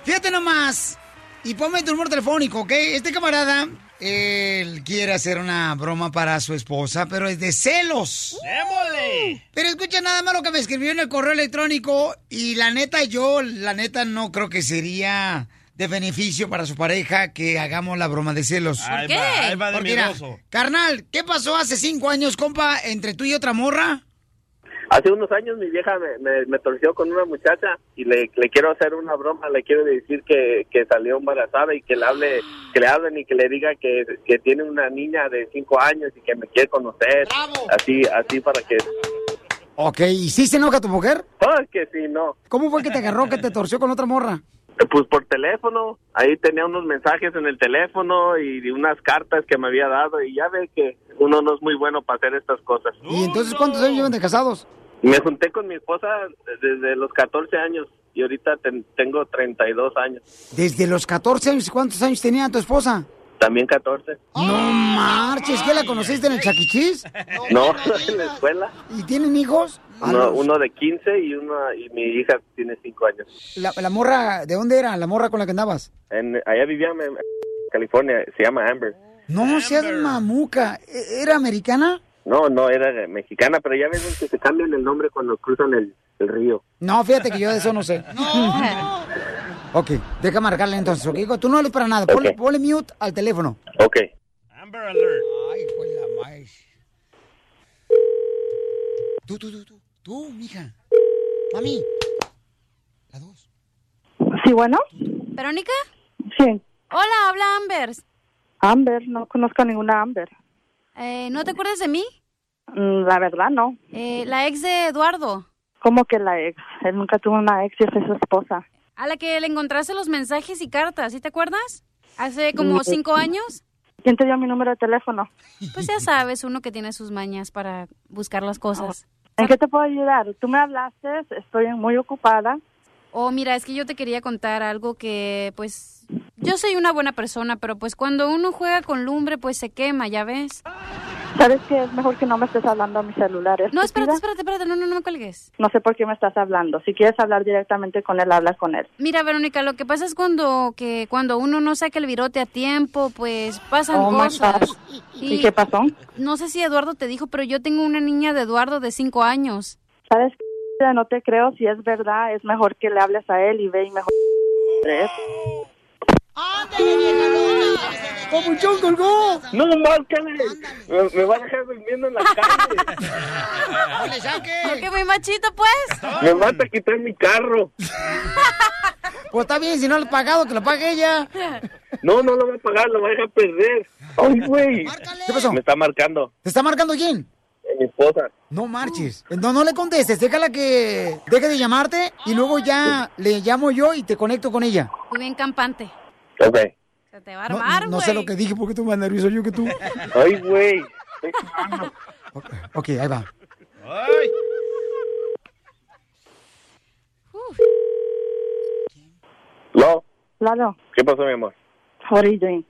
Speaker 4: Fíjate nomás y ponme tu número telefónico, ¿ok? Este camarada, él quiere hacer una broma para su esposa, pero es de celos.
Speaker 11: ¡Démosle!
Speaker 4: Pero escucha nada más lo que me escribió en el correo electrónico y la neta yo, la neta no creo que sería de beneficio para su pareja que hagamos la broma de celos.
Speaker 11: ¿Por Ahí qué? va, ahí va de
Speaker 4: Porque mira,
Speaker 11: miedoso.
Speaker 4: carnal, ¿qué pasó hace cinco años, compa, entre tú y otra morra?
Speaker 9: Hace unos años mi vieja me, me- me torció con una muchacha y le, le quiero hacer una broma, le quiero decir que, que salió embarazada y que le hable, que le hablen y que le diga que, que tiene una niña de cinco años y que me quiere conocer. Así, así para que.
Speaker 4: Ok, ¿y sí se enoja tu mujer?
Speaker 9: Ah, que sí, no.
Speaker 4: ¿Cómo fue que te agarró, que te torció con otra morra?
Speaker 9: Pues por teléfono, ahí tenía unos mensajes en el teléfono y unas cartas que me había dado y ya ve que uno no es muy bueno para hacer estas cosas.
Speaker 4: ¿Y entonces cuántos años llevan de casados?
Speaker 9: Me junté con mi esposa desde los 14 años y ahorita ten- tengo 32 años,
Speaker 4: Desde los 14 años, ¿cuántos años tenía tu esposa?
Speaker 9: también 14.
Speaker 4: No marches, ¿qué la conociste en el Chaquichis?
Speaker 9: No, *laughs* en la escuela.
Speaker 4: ¿Y tienen hijos?
Speaker 9: Uno, uno de 15 y una y mi hija tiene 5 años.
Speaker 4: La, la morra, ¿de dónde era? La morra con la que andabas.
Speaker 9: En, allá vivía en California, se llama Amber.
Speaker 4: No seas mamuca. ¿E- ¿Era americana?
Speaker 9: No, no, era mexicana, pero ya ven que se cambian el nombre cuando cruzan el, el río.
Speaker 4: No, fíjate que yo de eso no sé. ok, deja marcarle entonces. ok, hijo, tú no hables para nada. Ponle,
Speaker 9: Ok.
Speaker 4: ponle mute al teléfono. *laughs*
Speaker 9: Ok.
Speaker 11: Amber Alert.
Speaker 4: Ay, fue la madre. Tú, tú, tú, tú. Tú, mija. Mami.
Speaker 19: Sí, bueno.
Speaker 5: ¿Verónica?
Speaker 19: Sí.
Speaker 5: Hola, habla Ambers.
Speaker 19: Amber, no conozco a ninguna Amber.
Speaker 5: Eh, ¿No te acuerdas de mí?
Speaker 19: Mm, La verdad, no.
Speaker 5: Eh, la ex de Eduardo,
Speaker 19: ¿Cómo que la ex? Él nunca tuvo una ex y fue su esposa.
Speaker 5: a la que le encontraste los mensajes y cartas, ¿sí te acuerdas? Hace como
Speaker 19: Mm.
Speaker 5: cinco años.
Speaker 19: ¿Quién te dio mi número de teléfono?
Speaker 5: Pues ya sabes, uno que tiene sus mañas para buscar las cosas.
Speaker 19: ¿En qué te puedo ayudar? Tú me hablaste, estoy muy ocupada.
Speaker 5: Oh, mira, es que yo te quería contar algo que, pues, yo soy una buena persona, pero pues cuando uno juega con lumbre, pues se quema, ¿ya ves?
Speaker 19: ¿Sabes que Es mejor que no me estés hablando a mi celular. ¿Es
Speaker 5: No, espérate,
Speaker 19: posible?
Speaker 5: espérate, espérate, no, no, no me cuelgues.
Speaker 19: No sé por qué me estás hablando. Si quieres hablar directamente con él, habla con él.
Speaker 5: Mira, Verónica, lo que pasa es cuando que cuando uno no saca el virote a tiempo, pues pasan
Speaker 19: Oh, my
Speaker 5: cosas.
Speaker 19: God. ¿Y qué pasó?
Speaker 5: No sé si Eduardo te dijo, pero yo tengo una niña de Eduardo de cinco años.
Speaker 19: ¿Sabes qué? No te creo. Si es verdad, es mejor que le hables a él y ve y mejor...
Speaker 4: ¡Papuchón colgó!
Speaker 9: ¡No, márcale! Me, me va a dejar durmiendo en la calle.
Speaker 4: ¡No le saques!
Speaker 5: ¿Por qué muy machito, pues?
Speaker 9: Me vas a quitar mi carro.
Speaker 4: Pues está bien, si no lo he pagado, que lo pague ella.
Speaker 9: No, no lo voy a pagar, lo voy a dejar perder. ¡Ay, güey!
Speaker 4: ¿Qué pasó?
Speaker 9: Me está marcando
Speaker 4: ¿Te está marcando quién?
Speaker 9: eh, mi esposa.
Speaker 4: No marches. No, no le contestes. Déjala que deje de llamarte y luego ya le llamo yo y te conecto con ella.
Speaker 5: Muy bien campante.
Speaker 9: Ok.
Speaker 5: Se te va a
Speaker 4: No,
Speaker 5: armar, güey.
Speaker 4: no sé lo que dije porque tú más nervioso yo que tú.
Speaker 9: ¡Ay, güey!
Speaker 4: Ok, ahí va.
Speaker 11: Ay.
Speaker 9: Lo,
Speaker 19: Lalo,
Speaker 9: ¿qué pasó, mi amor?
Speaker 19: what are you doing?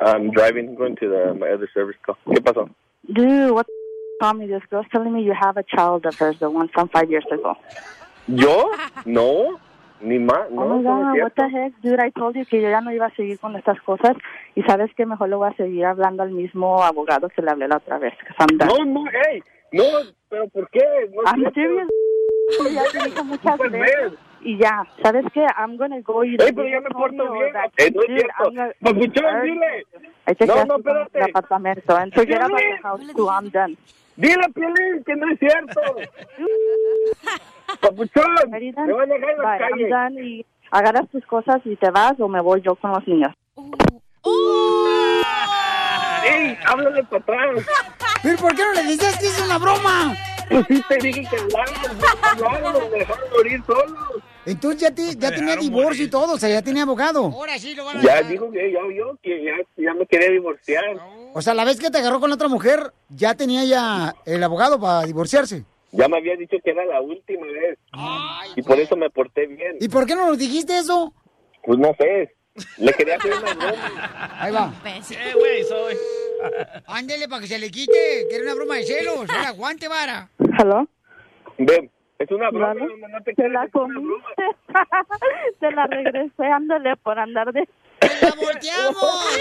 Speaker 9: I'm driving, going to the, my other service call. ¿Qué pasó?
Speaker 19: Dude, what the call me? This girl's telling me you have a child of hers, the one from five years ago.
Speaker 9: ¿Yo? No, ni más, no,
Speaker 19: oh my
Speaker 9: eso no es
Speaker 19: god, what
Speaker 9: cierto.
Speaker 19: the heck, dude, I told you que yo ya no iba a seguir con estas cosas y sabes que mejor lo voy a seguir hablando al mismo abogado que le hablé la otra vez. 'cause I'm done.
Speaker 9: No, no, hey, no, pero ¿por qué? No es
Speaker 19: I'm
Speaker 9: cierto.
Speaker 19: serious. Ya te dije muchas
Speaker 9: Super
Speaker 7: Pues
Speaker 19: veces.
Speaker 9: man.
Speaker 19: y ya, ¿sabes qué? I'm gonna go eat.
Speaker 7: Ey, pero yo me porto bien. Eh, no es cierto. Papuchón, dile.
Speaker 19: Hay que
Speaker 7: No,
Speaker 19: quedarse
Speaker 7: no,
Speaker 19: con
Speaker 7: espérate.
Speaker 19: el apartamento. And so get out of
Speaker 7: Dile.
Speaker 19: the house too, I'm done.
Speaker 7: Dile a Piolín que no
Speaker 19: *laughs*
Speaker 7: es cierto. Papuchón, me van a dejar en la
Speaker 19: Bye,
Speaker 7: calle.
Speaker 19: I'm done y agarras tus cosas y te vas o me voy yo con los niños.
Speaker 7: Ey, háblale para atrás.
Speaker 4: ¿Pero por qué no le dices que es una broma?
Speaker 7: Pues sí te dije que hablaron, hablaron, me dejaron morir solo.
Speaker 4: Entonces ya, te- ya tenía divorcio y todo, o sea, ya tenía abogado.
Speaker 7: Ya dijo que ya vio que ya, ya me quería divorciar.
Speaker 4: O sea, la vez que te agarró con la otra mujer, ya tenía ya el abogado para divorciarse.
Speaker 7: Ya me había dicho que era la última vez. y por eso me porté bien.
Speaker 4: ¿Y por qué no nos dijiste eso?
Speaker 7: Pues no sé. Le quería hacer
Speaker 4: *laughs*
Speaker 7: una broma.
Speaker 4: Ahí va.
Speaker 20: Eh, güey, soy.
Speaker 4: Ándele para que se le quite, que era una broma de celos. Era aguante, vara.
Speaker 19: ¿Aló?
Speaker 7: Ven, es una broma.
Speaker 19: Vale.
Speaker 7: no, no te
Speaker 19: Te la comí. *laughs* te la regresé, ándale, por andar de... *laughs*
Speaker 4: volteamos!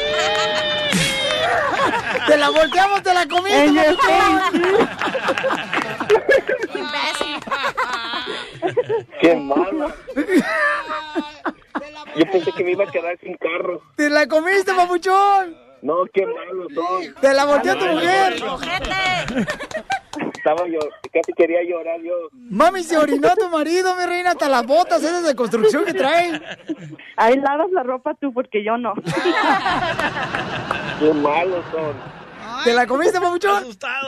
Speaker 4: ¡Te la volteamos, te la comiste!
Speaker 19: En el
Speaker 7: Qué mala. Yo pensé que me iba a quedar sin carro.
Speaker 4: ¡Te la comiste, papuchón!
Speaker 7: No, qué malo son. Ah,
Speaker 4: ¡Te la volteó tu
Speaker 7: Ay,
Speaker 4: mujer!
Speaker 7: Estaba yo, casi quería llorar yo.
Speaker 4: Mami, se orinó tu marido, mi reina, hasta las botas esas de construcción que trae.
Speaker 19: Ahí lavas la ropa tú, porque yo no.
Speaker 7: Qué malos son.
Speaker 4: ¿Te la comiste, papuchón?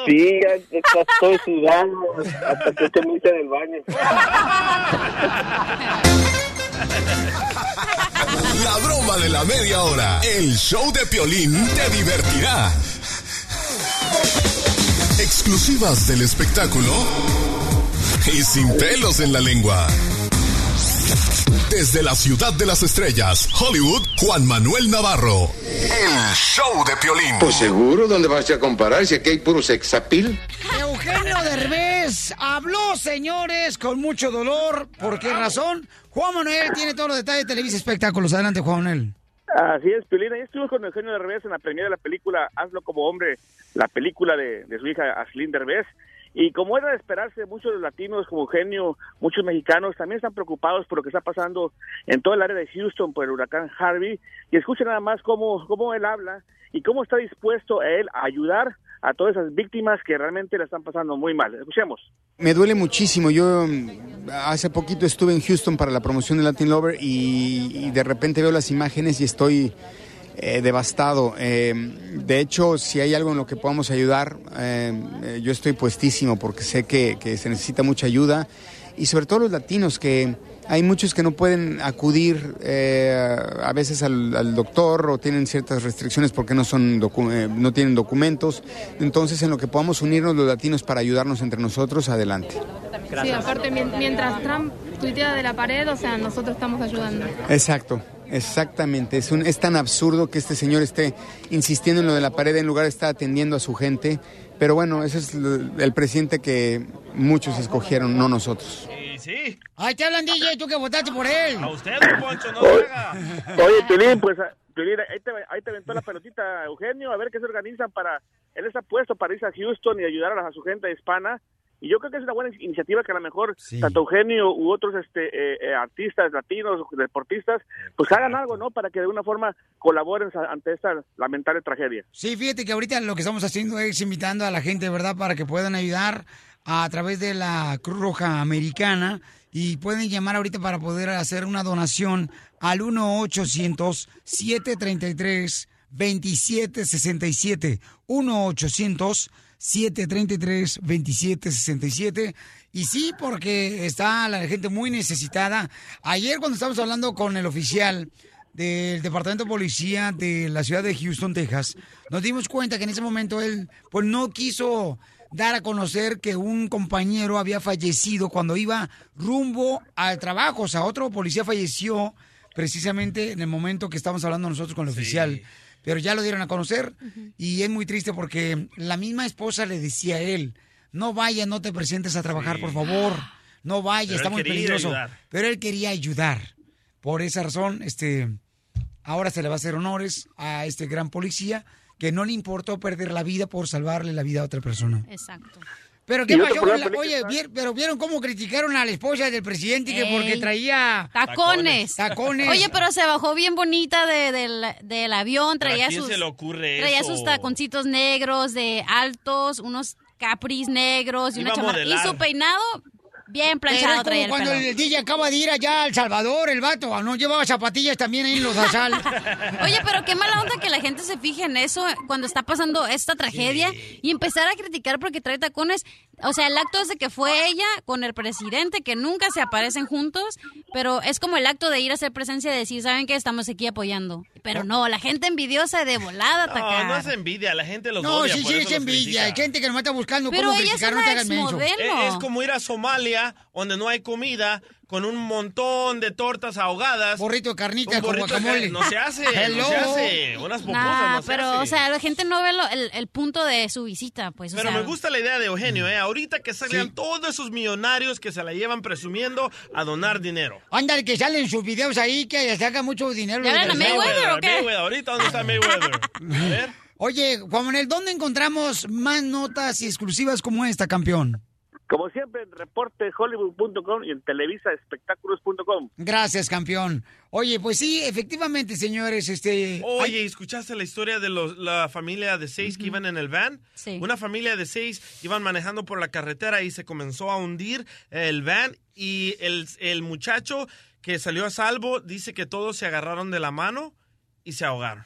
Speaker 7: Sí, ya- ya estoy sudando. Hasta que te mete del baño.
Speaker 2: La broma de la media hora. El show de Piolín te divertirá. Exclusivas del espectáculo y sin pelos en la lengua. Desde la ciudad de las estrellas, Hollywood, Juan Manuel Navarro. El show de Piolín.
Speaker 16: Pues seguro, ¿dónde vas a comparar si aquí hay puro sexapil?
Speaker 4: Eugenio Derbez habló, señores, con mucho dolor. ¿Por qué razón? Juan Manuel tiene todos los detalles de Televisa Espectáculos. Adelante, Juan Manuel.
Speaker 9: Así es, Piolín. Ahí estuve con Eugenio Derbez en la premiere de la película Hazlo como hombre, la película de, de su hija Ashlyn Derbez. Y como era de esperarse, muchos de los latinos como Eugenio, muchos mexicanos también están preocupados por lo que está pasando en todo el área de Houston por el huracán Harvey. Y escuchen nada más cómo, cómo él habla y cómo está dispuesto él a ayudar a todas esas víctimas que realmente la están pasando muy mal. Escuchemos.
Speaker 21: Me duele muchísimo. Yo mm, hace poquito estuve en Houston para la promoción de Latin Lover y, y de repente veo las imágenes y estoy eh, devastado. Eh, de hecho, si hay algo en lo que podamos ayudar, eh, eh, yo estoy puestísimo porque sé que, que se necesita mucha ayuda y sobre todo los latinos que hay muchos que no pueden acudir eh, a veces al, al doctor o tienen ciertas restricciones porque no son docu- eh, no tienen documentos entonces en lo que podamos unirnos los latinos para ayudarnos entre nosotros adelante
Speaker 12: Sí, aparte, mien- mientras Trump tuitea de la pared, o sea, nosotros estamos ayudando.
Speaker 21: Exacto, exactamente. Es, un, es tan absurdo que este señor esté insistiendo en lo de la pared en lugar de estar atendiendo a su gente. Pero bueno, ese es l- el presidente que muchos escogieron, no nosotros.
Speaker 4: sí. Ahí te hablan, DJ, tú que votaste por él. A
Speaker 20: usted, Poncho, no
Speaker 9: Oye, Piolín,
Speaker 20: eh,
Speaker 9: pues ah, Piolín, ahí te, ahí te aventó la pelotita, Eugenio, a ver qué se organizan para... Él está puesto para irse a Houston y ayudar a, la- a su gente hispana. Y yo creo que es una buena iniciativa que a lo mejor tanto Eugenio u otros este, eh, eh, artistas latinos, deportistas, pues hagan algo, ¿no? Para que de una forma colaboren sa- ante esta lamentable tragedia.
Speaker 4: Sí, fíjate que ahorita lo que estamos haciendo es invitando a la gente, ¿verdad?, para que puedan ayudar a través de la Cruz Roja Americana y pueden llamar ahorita para poder hacer una donación al 1-800-733-2767. 1-800-733-2767. Y sí, porque está la gente muy necesitada. Ayer cuando estábamos hablando con el oficial del Departamento de Policía de la ciudad de Houston, Texas, nos dimos cuenta que en ese momento él pues no quiso dar a conocer que un compañero había fallecido cuando iba rumbo al trabajo. O sea, otro policía falleció precisamente en el momento que estábamos hablando nosotros con el oficial. Pero ya lo dieron a conocer y es muy triste porque la misma esposa le decía a él, no vayas, no te presentes a trabajar, por favor. No vayas,
Speaker 22: Pero
Speaker 4: está
Speaker 22: él
Speaker 4: muy
Speaker 22: quería ir a
Speaker 4: peligroso.
Speaker 22: ayudar.
Speaker 4: Pero él quería ayudar. Por esa razón, este, ahora se le va a hacer honores a este gran policía que no le importó perder la vida por salvarle la vida a otra persona.
Speaker 5: Exacto.
Speaker 4: Pero
Speaker 20: Y
Speaker 4: qué
Speaker 20: otro
Speaker 4: pasó con la-
Speaker 20: problema,
Speaker 4: Oye,
Speaker 20: Piolín,
Speaker 4: vi- pero vieron cómo criticaron a la esposa del presidente que
Speaker 5: Ey.
Speaker 4: porque traía
Speaker 5: Tacones.
Speaker 4: Tacones.
Speaker 5: Oye, pero se bajó bien bonita de- del, del avión,
Speaker 11: ¿Pero
Speaker 5: traía
Speaker 11: ¿A quién
Speaker 5: sus
Speaker 11: se le ocurre
Speaker 5: traía
Speaker 11: eso?
Speaker 5: sus taconcitos negros de altos, unos capris negros y una
Speaker 4: Iba a
Speaker 5: chamarra y
Speaker 4: modelar.
Speaker 5: su peinado bien
Speaker 4: Era
Speaker 5: planchado
Speaker 4: como
Speaker 5: traía el
Speaker 4: cuando
Speaker 5: pelo.
Speaker 4: el DJ acaba de ir allá a El Salvador, el vato, ah, no llevaba zapatillas también ahí en
Speaker 5: *laughs*
Speaker 4: los asal.
Speaker 5: Oye, pero qué mala onda que la gente se fije en eso cuando está pasando esta tragedia y empezar a criticar porque trae tacones. O sea, el acto es de que fue ella con el presidente, que nunca se aparecen juntos, pero es como el acto de ir a hacer presencia y decir, ¿saben que Estamos aquí apoyando. Pero no, la gente envidiosa de volada atacar.
Speaker 11: Ah. No, no es envidia, la gente los
Speaker 4: No,
Speaker 11: odia.
Speaker 4: sí,
Speaker 11: por
Speaker 4: sí,
Speaker 11: eso
Speaker 4: es
Speaker 11: los
Speaker 4: envidia.
Speaker 11: critica.
Speaker 4: Hay gente que nomás está buscando
Speaker 5: Pero
Speaker 4: cómo
Speaker 5: ella es
Speaker 4: criticar, no
Speaker 5: una
Speaker 4: te hagas menso.
Speaker 5: exmodelo.
Speaker 11: Es, es como ir a Somalia, donde no hay comida, con un montón de tortas ahogadas.
Speaker 4: Borrito de carnitas
Speaker 11: con
Speaker 4: guacamole.
Speaker 11: No se hace,
Speaker 4: Hello.
Speaker 11: no se hace. Unas pupusas
Speaker 5: Nah,
Speaker 11: no se
Speaker 5: pero,
Speaker 11: hace.
Speaker 5: o sea, la gente no ve lo- el, el punto de su visita, pues. o
Speaker 11: Pero
Speaker 5: sea,
Speaker 11: me gusta la idea de Eugenio, ¿eh? Ahorita que salgan todos esos millonarios que se la llevan presumiendo a donar dinero.
Speaker 4: Ándale, que salen sus videos ahí que sacan mucho dinero. los desgraciados.
Speaker 11: Mayweather, ahorita dónde está Mayweather.
Speaker 4: Oye, Juan Manuel, ¿dónde encontramos más notas y exclusivas como esta, campeón?
Speaker 20: Como siempre, en reportehollywood.com y en televisaespectáculos.com.
Speaker 4: Gracias, campeón. Oye, pues sí, efectivamente, señores, este...
Speaker 11: Oye, ¿escuchaste la historia de los- la familia de seis que iban en el van?
Speaker 5: Sí.
Speaker 11: Una familia de seis iban manejando por la carretera y se comenzó a hundir el van y el, el muchacho que salió a salvo dice que todos se agarraron de la mano y se ahogaron.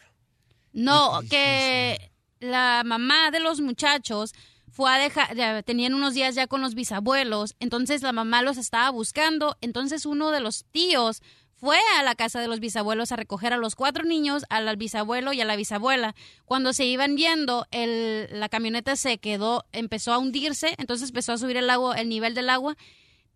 Speaker 5: No, que la mamá de los muchachos fue a dejar, ya tenían unos días ya con los bisabuelos, entonces la mamá los estaba buscando, entonces uno de los tíos fue a la casa de los bisabuelos a recoger a los cuatro niños, al, al bisabuelo y a la bisabuela. Cuando se iban yendo, el- la camioneta se quedó, empezó a hundirse, entonces empezó a subir el agua, el nivel del agua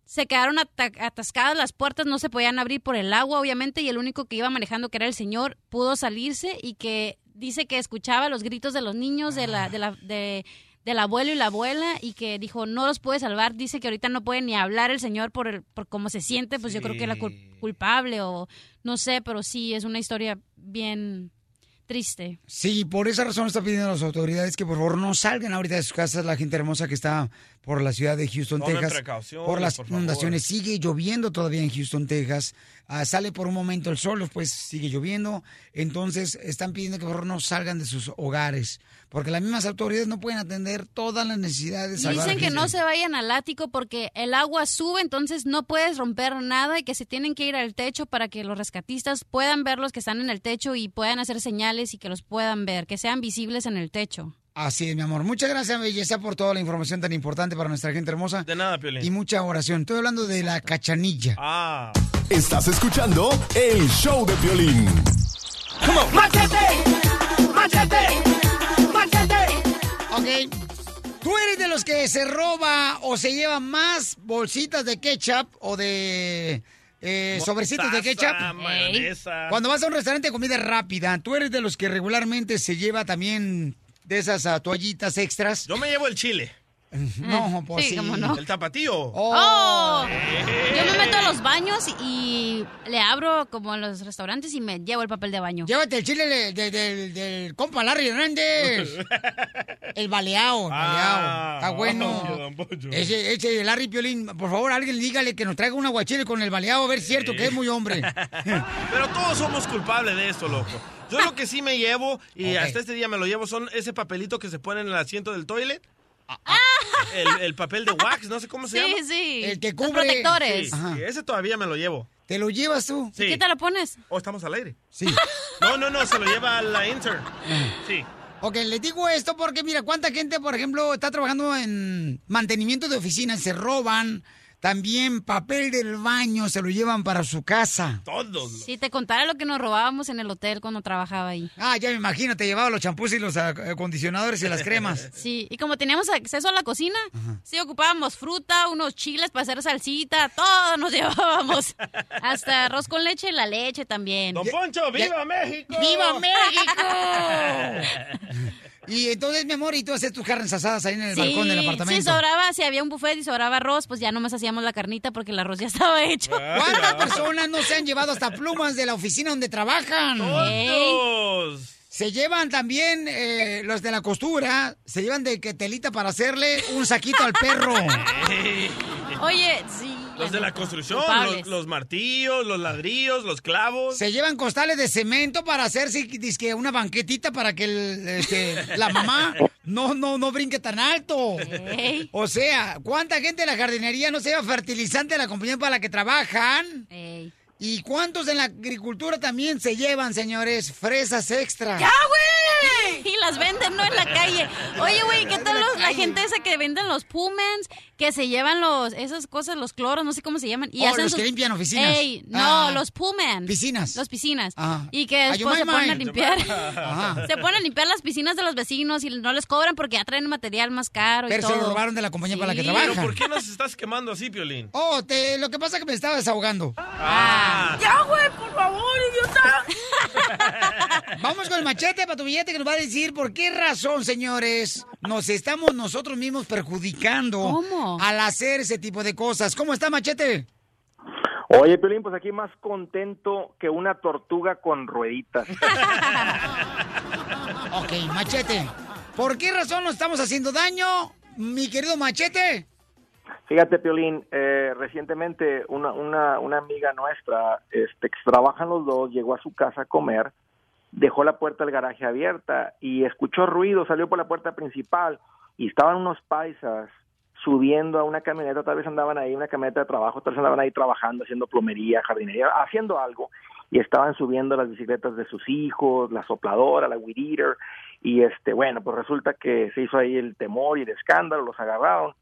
Speaker 5: se quedaron ata- atascadas las puertas, no se podían abrir por el agua, obviamente, y el único que iba manejando, que era el señor, pudo salirse y que dice que escuchaba los gritos de los niños, de la, de la, de- del abuelo y la abuela, y que dijo, no los puede salvar, dice que ahorita no puede ni hablar el señor por, el- por cómo se siente, pues yo creo que era cul- culpable o no sé, pero sí, es una historia bien triste.
Speaker 4: Sí, por esa razón está pidiendo a las autoridades que por favor no salgan ahorita de sus casas la gente hermosa que está por la ciudad de Houston,
Speaker 11: Tomen
Speaker 4: Texas.
Speaker 11: precauciones,
Speaker 4: Por las
Speaker 11: por favor.
Speaker 4: inundaciones sigue lloviendo todavía en Houston, Texas. Ah, sale por un momento el sol, pues sigue lloviendo. Entonces están pidiendo que por favor no salgan de sus hogares, porque las mismas autoridades no pueden atender todas las necesidades. de
Speaker 5: Y
Speaker 4: salvar a
Speaker 5: dicen que no
Speaker 4: gente.
Speaker 5: se vayan al ático porque el agua sube, entonces no puedes romper nada y que se tienen que ir al techo para que los rescatistas puedan ver los que están en el techo y puedan hacer señales y que los puedan ver, que sean visibles en el techo.
Speaker 4: Así es, mi amor. Muchas gracias, belleza, por toda la información tan importante para nuestra gente hermosa.
Speaker 11: De nada, Piolín.
Speaker 4: Y mucha oración. Estoy hablando de la cachanilla.
Speaker 11: Ah.
Speaker 2: Estás escuchando el show de Piolín.
Speaker 4: Ok. ¿Tú eres de los que se roba o se lleva más bolsitas de ketchup o de eh, sobrecitos de ketchup?
Speaker 11: Mostaza, mayonesa.
Speaker 4: Cuando vas a un restaurante de comida rápida, ¿tú eres de los que regularmente se lleva también de esas ah, toallitas extras?
Speaker 11: Yo me llevo el chile.
Speaker 4: No, pues sí.
Speaker 11: El tapatío. Eh,
Speaker 5: ¡Oh! Yo me meto a los baños y le abro como en los restaurantes y me llevo el papel de baño.
Speaker 4: Llévate el chile de- de- del- del compa Larry Hernández. El baleado, el baleado. Está
Speaker 11: oye,
Speaker 4: bueno.
Speaker 11: don Poncho.
Speaker 4: Ese, ese Larry Piolín, por favor, alguien dígale que nos traiga un aguachile con el baleado, a ver, cierto, que es
Speaker 5: *laughs*
Speaker 4: muy hombre.
Speaker 11: Pero todos somos culpables de esto, loco. Yo lo que sí me llevo, y hasta este día me lo llevo, son ese papelito que se pone en el asiento del toilet. *laughs* El, el papel de wax, no sé cómo se
Speaker 5: Ah, Sí,
Speaker 11: llama.
Speaker 5: sí. El que Los cubre. protectores.
Speaker 11: Sí,
Speaker 5: Ajá.
Speaker 11: sí, ese todavía me lo llevo.
Speaker 4: ¿Te lo llevas tú?
Speaker 11: Sí.
Speaker 5: ¿Qué te lo pones?
Speaker 11: ¿O estamos al aire?
Speaker 4: Sí.
Speaker 11: *laughs* No, no, no, se lo lleva a la intern. Sí.
Speaker 4: Ok, les digo esto porque mira, cuánta gente, por ejemplo, está trabajando en mantenimiento de oficinas, se roban también papel del baño, se lo llevan para su casa.
Speaker 11: Todos.
Speaker 5: Si te contara lo que nos robábamos en el hotel cuando trabajaba ahí.
Speaker 4: Ah, ya me imagino, te llevaba los champús y los ac- acondicionadores y
Speaker 5: *laughs*
Speaker 4: las cremas.
Speaker 5: Sí, y como teníamos acceso a la cocina, sí ocupábamos fruta, unos chiles para hacer salsita, todo nos *laughs* llevábamos. Hasta arroz con leche y la leche también.
Speaker 11: Don Poncho,
Speaker 4: ¡viva
Speaker 11: México!
Speaker 4: ¡Viva México! y entonces, mi amor, y tú haces tus carnes asadas ahí en *laughs* el balcón del
Speaker 5: sí,
Speaker 4: apartamento.
Speaker 5: sobraba, si había un buffet y sobraba arroz, pues ya nomás hacíamos la carnita porque el arroz ya estaba *laughs* hecho.
Speaker 4: ¿Cuántas personas no se han llevado hasta plumas de la oficina donde trabajan?
Speaker 5: Ey.
Speaker 11: Todos.
Speaker 4: se llevan también eh, los de la costura, se llevan de que telita para hacerle un saquito al perro.
Speaker 5: Oye, sí.
Speaker 11: Los de la construcción,
Speaker 4: Culpables.
Speaker 11: los, los martillos, los ladrillos, los clavos.
Speaker 4: Se llevan costales de cemento para hacerse dizque, una banquetita para que el, este, la mamá no, no, no brinque tan alto.
Speaker 11: Ey.
Speaker 4: O sea, ¿cuánta gente de la jardinería no se lleva fertilizante de la compañía para la que trabajan? ¿Y cuántos en la agricultura también se llevan, señores? Fresas extra.
Speaker 5: ¡Ya, güey! Ah. *laughs* Y las venden, no en la calle. Oye, güey, ¿qué tal los- la gente esa que venden los pumens, que se llevan los, esas cosas, los cloros, no sé cómo se llaman? Y
Speaker 4: Oh,
Speaker 5: hacen
Speaker 4: los que
Speaker 5: sus-
Speaker 4: limpian oficinas.
Speaker 5: Ey, no,
Speaker 4: Ah.
Speaker 5: los pumens.
Speaker 4: Piscinas.
Speaker 5: Los piscinas.
Speaker 4: Ah.
Speaker 5: Y que
Speaker 4: Ah,
Speaker 5: después
Speaker 4: yo
Speaker 5: se
Speaker 4: my
Speaker 5: ponen a
Speaker 4: mind.
Speaker 5: limpiar.
Speaker 4: *laughs*
Speaker 5: *laughs*
Speaker 4: Ajá.
Speaker 5: Se ponen a limpiar las piscinas de los vecinos y no les cobran porque ya traen material más caro y
Speaker 4: Pero
Speaker 5: todo.
Speaker 4: se lo robaron de la compañía para la que
Speaker 5: Sí.
Speaker 4: trabajan.
Speaker 11: ¿Pero por qué nos estás quemando así, Piolín?
Speaker 4: Oh, te- lo que pasa es que me estaba desahogando.
Speaker 11: Ah.
Speaker 4: ¡Ya, güey! ¡Por favor, idiota! *laughs* Vamos con el machete para tu billete que nos va a decir por qué razón, señores, nos estamos nosotros mismos perjudicando al hacer ese tipo de cosas. ¿Cómo está, machete?
Speaker 1: Oye, Piolín, pues aquí más contento que una tortuga con rueditas.
Speaker 4: Ok, machete. ¿Por qué razón nos estamos haciendo daño, mi querido machete?
Speaker 1: Fíjate, Piolín, eh, recientemente una, una, una amiga nuestra, este, que trabajan los dos, llegó a su casa a comer, dejó la puerta del garaje abierta y escuchó ruido, salió por la puerta principal y estaban unos paisas subiendo a una camioneta, tal vez andaban ahí, en una camioneta de trabajo, tal vez andaban ahí trabajando, haciendo plomería, jardinería, haciendo algo, y estaban subiendo las bicicletas de sus hijos, la sopladora, la weed eater, y este, bueno, pues resulta que se hizo ahí el temor y el escándalo, los agarraron.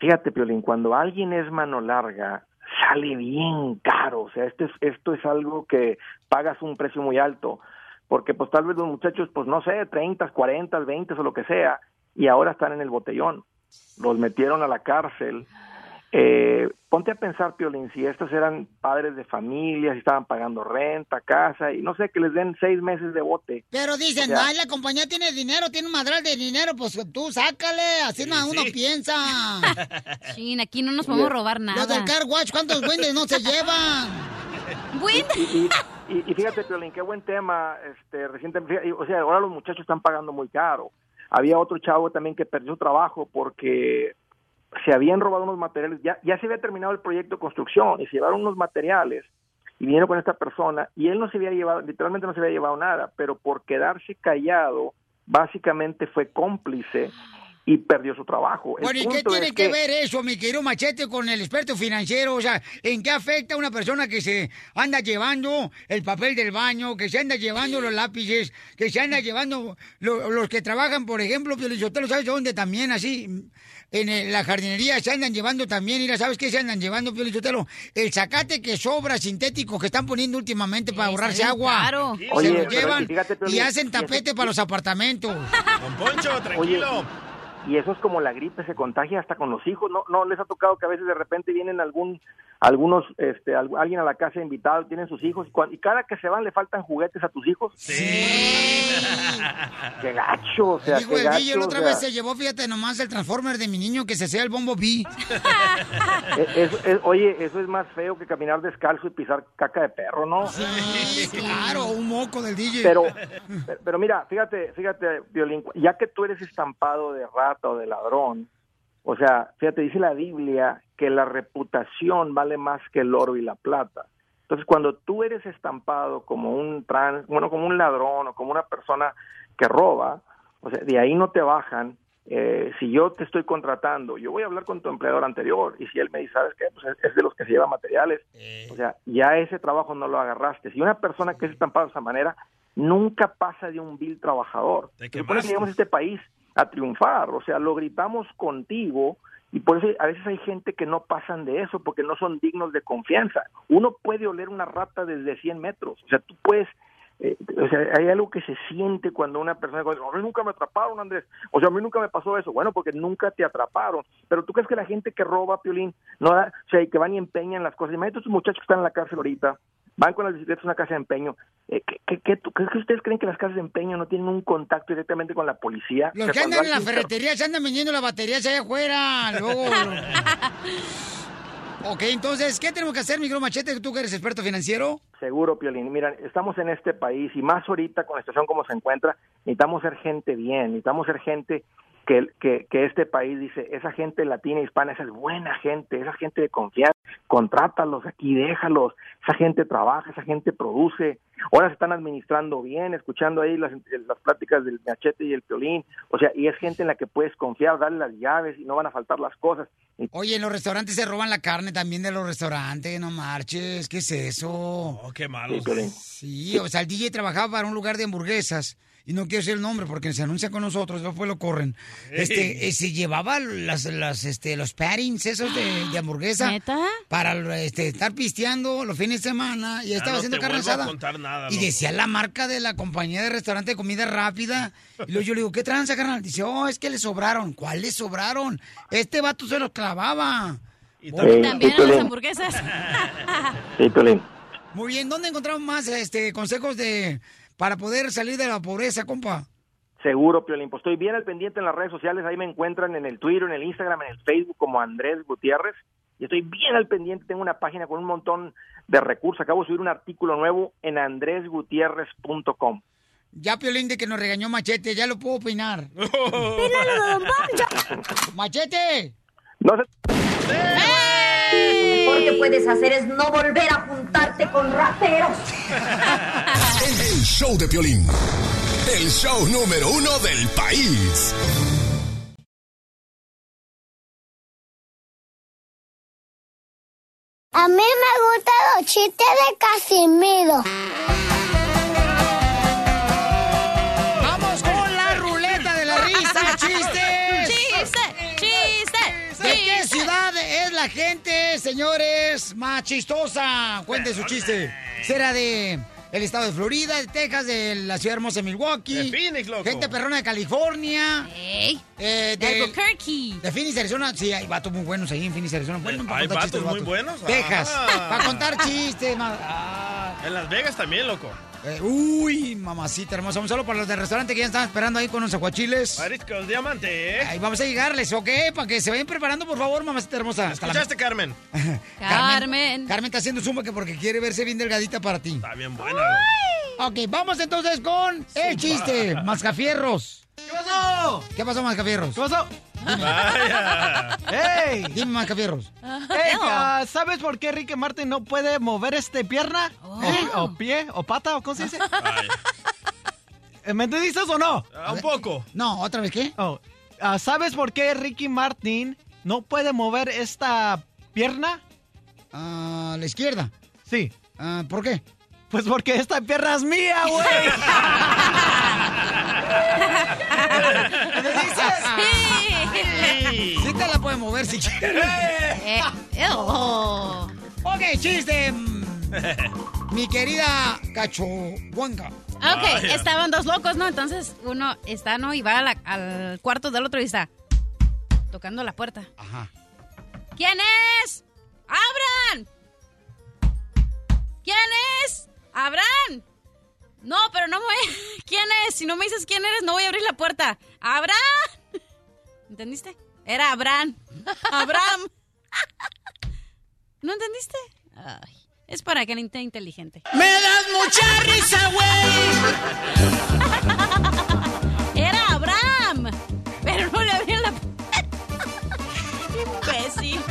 Speaker 1: Fíjate, Piolín, cuando alguien es mano larga, sale bien caro. O sea, este es- esto es algo que pagas un precio muy alto. Porque, pues, tal vez los muchachos, pues, no sé, 30, 40, 20 o lo que sea, y ahora están en el botellón. Los metieron a la cárcel. Eh, ponte a pensar, Piolín, si estos eran padres de familia, si estaban pagando renta, casa, y no sé, que les den seis meses de bote.
Speaker 4: Pero dicen,
Speaker 1: Ya.
Speaker 4: ay, la compañía tiene dinero, tiene un madral de dinero, pues tú sácale, así no, uno *laughs* piensa.
Speaker 5: Chin, aquí no nos podemos
Speaker 1: Yes.
Speaker 5: robar nada.
Speaker 4: Los del car wash, ¿cuántos
Speaker 5: *laughs*
Speaker 4: duendes no se llevan?
Speaker 1: Y, y- y fíjate, Piolín, qué buen tema. Este, recientemente, fíjate, o sea, ahora los muchachos están pagando muy caro. Había otro chavo también que perdió su trabajo porque se habían robado unos materiales. Ya, ya se había terminado el proyecto de construcción y se llevaron unos materiales y vinieron con esta persona y él no se había llevado, literalmente no se había llevado nada, pero por quedarse callado, básicamente fue cómplice y perdió su trabajo. El
Speaker 4: Bueno, ¿y qué
Speaker 1: punto
Speaker 4: tiene
Speaker 1: es
Speaker 4: que ver eso, mi querido Machete, con el experto financiero? O sea, ¿en qué afecta a una persona que se anda llevando el papel del baño, que se anda llevando los lápices, que se anda llevando lo- los que trabajan, por ejemplo, Piolichotelo, ¿sabes dónde también? Así, en eh, la jardinería se andan llevando también, mira, ¿sabes qué se andan llevando, Piolichotelo? El zacate que sobra sintético que están poniendo últimamente para ahorrarse
Speaker 5: bien
Speaker 4: agua.
Speaker 5: caro.
Speaker 4: Se
Speaker 1: Oye,
Speaker 4: lo
Speaker 1: pero
Speaker 4: llevan
Speaker 1: fíjate,
Speaker 4: y
Speaker 1: Piolín,
Speaker 4: hacen
Speaker 1: y ese
Speaker 4: tapete para los apartamentos.
Speaker 1: Poncho,
Speaker 4: tranquilo.
Speaker 1: y eso es como la gripe, se contagia hasta con los hijos. No, no les ha tocado que a veces de repente vienen algún, algunos, este, al- alguien a la casa invitado, tienen sus hijos y, cuan- y cada que se van le faltan juguetes a tus hijos. Qué gacho, o sea,
Speaker 4: Dijo
Speaker 1: qué
Speaker 4: el DJ,
Speaker 1: gacho.
Speaker 4: la otra
Speaker 1: o sea,
Speaker 4: vez se llevó, fíjate nomás, el Transformer de mi niño que se sea el Bombo
Speaker 1: *laughs*
Speaker 4: B.
Speaker 1: eh, es- es- oye, eso es más feo que caminar descalzo y pisar caca de perro, ¿no?
Speaker 4: claro, un moco del DJ.
Speaker 1: Pero, pero- pero mira, fíjate, fíjate, Violín, ya que tú eres estampado de rata o de ladrón, o sea, fíjate, dice la Biblia que la reputación vale más que el oro y la plata. Entonces, cuando tú eres estampado como un trans, bueno, como un ladrón o como una persona que roba, o sea, de ahí no te bajan. Eh, si yo te estoy contratando, yo voy a hablar con tu empleador anterior y si él me dice, ¿sabes qué? Pues es- es de los que se lleva materiales. O sea, ya ese trabajo no lo agarraste. Si una persona que es estampada de esa manera, nunca pasa de un vil trabajador. Se
Speaker 11: Te
Speaker 1: supone que
Speaker 11: quemaste.
Speaker 1: llegamos a este país a triunfar, o sea, lo gritamos contigo y por eso a veces hay gente que no pasan de eso porque no son dignos de confianza. Uno puede oler una rata desde 100 metros, o sea, tú puedes... eh, o sea, hay algo que se siente cuando una persona dice, a mí nunca me atraparon, Andrés, o sea, a mí nunca me pasó eso, bueno, porque nunca te atraparon, pero tú crees que la gente que roba, Piolín, no da, o sea, y que van y empeñan las cosas, imagínate estos muchachos que están en la cárcel ahorita, van con las bicicletas a una casa de empeño. Eh, ¿qué, qué, qué- tú- qué- qué ustedes creen que las casas de empeño no tienen un contacto directamente con la policía?
Speaker 4: Los
Speaker 1: O
Speaker 4: que
Speaker 1: sea, cuando
Speaker 4: andan en la
Speaker 1: alguien se- *laughs*
Speaker 4: ferretería se andan vendiendo las baterías allá afuera. Luego, Ok, entonces, ¿qué tenemos que hacer, micro machete? Tú que eres experto financiero.
Speaker 1: Seguro, Piolín. Mira, estamos en este país y más ahorita con la situación como se encuentra, necesitamos ser gente bien, necesitamos ser gente que, que, que este país dice, esa gente latina, hispana, esa es buena gente, esa gente de confianza, contrátalos aquí, déjalos, esa gente trabaja, esa gente produce, ahora se están administrando bien, escuchando ahí las, las pláticas del machete y el Piolín, o sea, y es gente en la que puedes confiar, darle las llaves y no van a faltar las cosas.
Speaker 4: Oye, en los restaurantes se roban la carne también de los restaurantes, no marches, ¿qué es eso? Oh,
Speaker 11: qué malo.
Speaker 1: Sí, Piolín.
Speaker 4: Sí, o sea, el DJ trabajaba para un lugar de hamburguesas. Y no quiero decir el nombre porque se anuncia con nosotros, después lo corren. Este, eh, se llevaba las, las, este, los pairings esos de, de hamburguesa. Para este, estar pisteando los fines de semana. Y ahí
Speaker 11: Ya
Speaker 4: estaba
Speaker 11: no
Speaker 4: haciendo
Speaker 11: te
Speaker 4: carne
Speaker 11: vuelvo a
Speaker 4: asada.
Speaker 11: contar nada,
Speaker 4: y
Speaker 11: loco.
Speaker 4: decía la marca de la compañía de restaurante de comida rápida. Y luego yo le digo, ¿qué tranza, carnal? Dice, oh, es que le sobraron. ¿Cuál le sobraron? Este vato se los clavaba. Y
Speaker 1: también- También a las
Speaker 4: hamburguesas.
Speaker 1: Sí, Piolín.
Speaker 4: Muy bien, ¿dónde encontramos más este consejos de para poder salir de la pobreza, compa?
Speaker 1: Seguro, Piolín. Pues estoy bien al pendiente en las redes sociales. Ahí me encuentran en el Twitter, en el Instagram, en el Facebook como Andrés Gutiérrez. Y estoy bien al pendiente. Tengo una página con un montón de recursos. Acabo de subir un artículo nuevo en andresgutierrez.com.
Speaker 4: Ya Piolín de que nos regañó Machete, ya lo puedo
Speaker 11: *laughs*
Speaker 4: opinar. ¡Machete!
Speaker 1: No se
Speaker 3: Lo mejor que puedes hacer es no volver a juntarte con rateros.
Speaker 2: El, el show de Piolín. El show número uno del país.
Speaker 10: A mí me gustan los chistes de Casimiro.
Speaker 4: ¡Vamos con la ruleta de la
Speaker 11: *laughs*
Speaker 4: risa! ¡Chistes!
Speaker 7: ¡Chiste!
Speaker 4: ¡Chiste! ¿De qué ciudad es la gente, señores, más chistosa? Cuente su chiste. ¿Será de el estado de Florida, de Texas, de la ciudad hermosa de Milwaukee?
Speaker 11: De Phoenix, loco.
Speaker 4: Gente perrona de California. Eh,
Speaker 11: De
Speaker 4: Albuquerque. De Phoenix, Arizona. Sí, hay vatos muy buenos ahí en Phoenix, Arizona. Bueno, para
Speaker 11: Eh, ¿Hay
Speaker 4: contar chistes,
Speaker 11: vatos muy buenos?
Speaker 4: Texas.
Speaker 11: Ah.
Speaker 4: Para contar chistes. ma-
Speaker 11: En Las Vegas también, loco.
Speaker 4: Eh, uy, mamacita hermosa. Un saludo para los del restaurante que ya están esperando ahí con los aguachiles.
Speaker 11: Mariscos Diamante, ¿eh?
Speaker 4: Ahí vamos a llegarles, ¿ok? Para que se vayan preparando, por favor, mamacita hermosa. Hasta la- *laughs*
Speaker 11: ¿Escuchaste, Carmen?
Speaker 4: Carmen. Carmen está haciendo zumba que porque quiere verse bien delgadita para ti. Está
Speaker 11: bien buena.
Speaker 4: Ok, vamos entonces con el chiste, Mascafierros. ¿Qué pasó? ¿Qué pasó, Mascafierros? ¿Qué pasó?
Speaker 6: Vaya.
Speaker 4: *laughs*
Speaker 11: *laughs*
Speaker 4: ¡Ey! *laughs* Dime, Mascafierros.
Speaker 6: *laughs* Ey, ah, ¿Sabes por qué Ricky Martin no puede mover este pierna?
Speaker 4: Oh.
Speaker 6: O, o pie, o pata, o cómo se dice. Eh, ¿Me entendiste o no?
Speaker 11: Ah,
Speaker 6: Oh, ah,
Speaker 11: un poco.
Speaker 4: No, ¿otra vez qué?
Speaker 6: ¿Sabes por qué Ricky Martin no puede mover esta pierna?
Speaker 4: A Ah, la izquierda. Ah,
Speaker 6: Sí.
Speaker 4: ¿Por qué?
Speaker 6: Pues porque esta pierna es mía, güey.
Speaker 4: ¿Me dices? Sí. Sí Eh, te la puede mover si quieres. Ok, chiste. Mi querida Cachohuanga.
Speaker 5: Ah, Ok, estaban dos locos, ¿no? Entonces uno está, ¿no? Y va a la- al cuarto del otro y está tocando la puerta.
Speaker 4: Ajá.
Speaker 5: ¿Quién es? ¡Abran! ¿Quién es? ¡Abran! No, pero no me voy. *laughs* ¿Quién es? Si no me dices quién eres, no voy a abrir la puerta. ¡Abran! *laughs* ¿Entendiste? Era Abraham. *laughs* Abraham. *laughs* ¿No entendiste? Ay, es para que gente inteligente.
Speaker 7: ¡Me das mucha risa, güey!
Speaker 5: Era Abraham. Pero no le abrían la puerta. *laughs* Imbécil.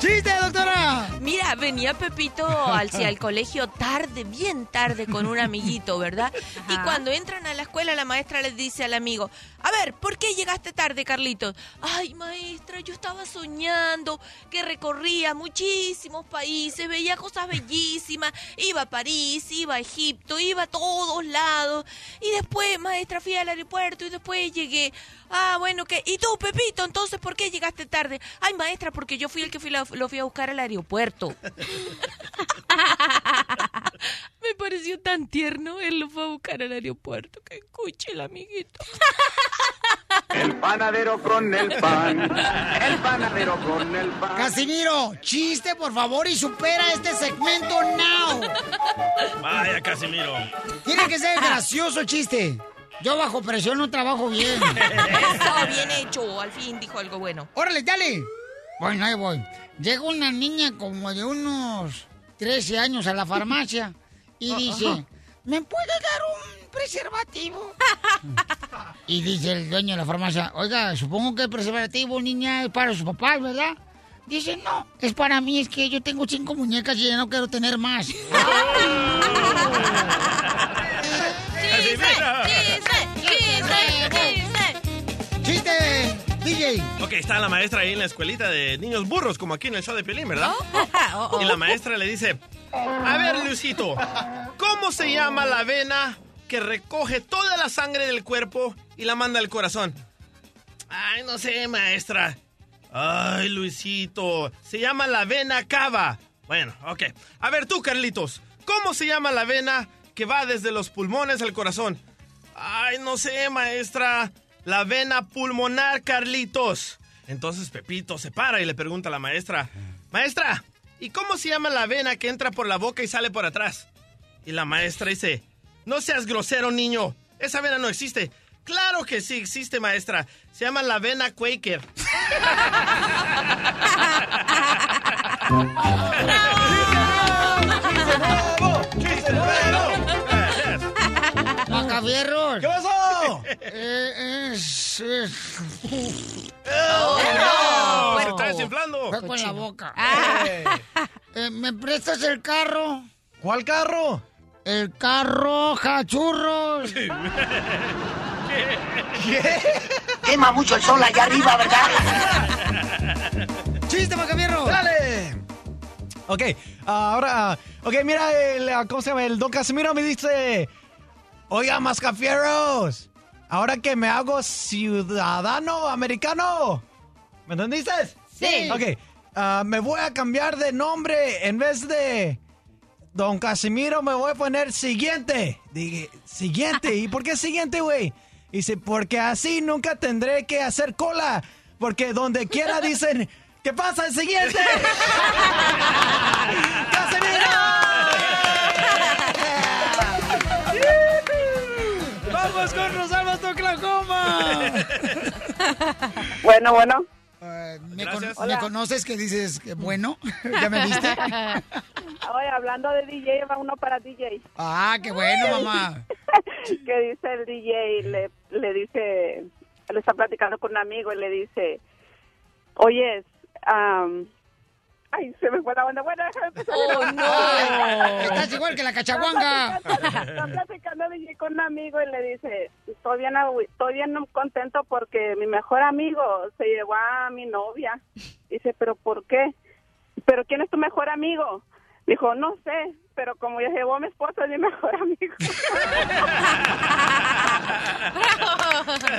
Speaker 4: ¡Chiste, doctora!
Speaker 14: Mira, venía Pepito hacia el colegio tarde, bien tarde, con un amiguito, ¿verdad? Y cuando entran a la escuela, la maestra les dice al amigo, a ver, ¿por qué llegaste tarde, Carlitos? Ay, maestra, yo estaba soñando que recorría muchísimos países, veía cosas bellísimas, iba a París, iba a Egipto, iba a todos lados. Y después, maestra, fui al aeropuerto y después llegué. Ah, bueno, ¿qué? ¿Y tú, Pepito, entonces por qué llegaste tarde? Ay, maestra, porque yo fui el que fui la- lo fui a buscar al aeropuerto. *laughs* Me pareció tan tierno, él lo fue a buscar al aeropuerto. Que escuche el amiguito.
Speaker 13: El panadero con el pan. El panadero con el pan.
Speaker 4: Casimiro, chiste, por favor, y supera este segmento now.
Speaker 11: Vaya, Casimiro.
Speaker 4: Tiene que ser
Speaker 14: *laughs*
Speaker 4: gracioso el chiste. Yo bajo presión no trabajo bien.
Speaker 14: Eso, bien hecho, al fin dijo algo bueno.
Speaker 4: Órale, dale. Bueno, ahí voy. Llega una niña como de unos 13 años a la farmacia y dice, ¿me puede dar un preservativo? *laughs* y dice el dueño de la farmacia, oiga, supongo que el preservativo, niña, es para sus papás, ¿verdad? Dice, no, es para mí, es que yo tengo cinco muñecas y ya no quiero tener más. *laughs* ¡Eh!
Speaker 11: *laughs*
Speaker 4: ¡Chiste! DJ.
Speaker 11: Ok, está la maestra ahí en la escuelita de niños burros, como aquí en el show de Pelín, ¿verdad?
Speaker 5: *laughs* Oh, oh.
Speaker 11: Y la maestra le dice, *laughs* a ver, Luisito, ¿cómo se llama la vena que recoge toda la sangre del cuerpo y la manda al corazón? Ay, no sé, maestra. Ay, Luisito, se llama la vena cava. Bueno, ok. A ver tú, Carlitos, ¿cómo se llama la vena que va desde los pulmones al corazón? Ay, no sé, maestra. La vena pulmonar, Carlitos. Entonces Pepito se para y le pregunta a la maestra, maestra, ¿y cómo se llama la vena que entra por la boca y sale por atrás? Y la maestra dice, no seas grosero, niño. Esa vena no existe. Claro que sí existe, maestra. Se llama la vena Quaker.
Speaker 4: ¡Macafierros!
Speaker 6: ¿Qué pasó?
Speaker 4: Eh, es, es-
Speaker 7: ¡Oh, no!
Speaker 4: Fue-
Speaker 7: Se está desinflando.
Speaker 4: Fue con la boca.
Speaker 7: Ah.
Speaker 4: Eh, ¿Me prestas el carro?
Speaker 6: ¿Cuál carro?
Speaker 4: El carro
Speaker 6: *laughs*
Speaker 4: jachurros.
Speaker 7: Quema mucho el sol allá arriba, ¿verdad?
Speaker 4: ¡Chiste, Macabierro!
Speaker 6: ¡Dale! Ok, ahora. Ok, mira, el, ah, ¿cómo se llama? El don Casimiro me dice: Oiga, mascafieros, ahora que me hago ciudadano americano. ¿Me entendiste?
Speaker 7: Sí.
Speaker 6: Ok, ah, me voy a cambiar de nombre. En vez de don Casimiro, me voy a poner siguiente. Dije: Siguiente. ¿Y por qué siguiente, güey? Dice: Porque así nunca tendré que hacer cola. Porque donde quiera dicen: ¿Qué pasa? El siguiente. *laughs* ¡Vamos con Rosalba hasta Oklahoma!
Speaker 8: Bueno, bueno.
Speaker 6: Eh,
Speaker 4: ¿Me, con-
Speaker 8: Gracias.
Speaker 4: me
Speaker 8: Hola.
Speaker 4: conoces que dices que bueno? ¿Ya me viste?
Speaker 8: *laughs* Oye, hablando de DJ, va uno para DJ.
Speaker 4: Ah, qué bueno, mamá.
Speaker 8: que dice el DJ, le, le dice, le está platicando con un amigo y le dice, oye, am, ay, se me fue la onda, bueno, déjame empezar.
Speaker 7: Oh, no.
Speaker 4: Estás igual que la cachaguanga.
Speaker 8: pues, Está platicando- está platicando el DJ con un amigo y le dice, estoy bien, abu- estoy bien contento porque mi mejor amigo se llevó a mi novia. Dice, pero ¿por qué? ¿Pero quién es tu mejor amigo? Dijo, no sé, pero como ya llevó a mi esposo, es mi mejor *laughs* amigo.
Speaker 17: *laughs*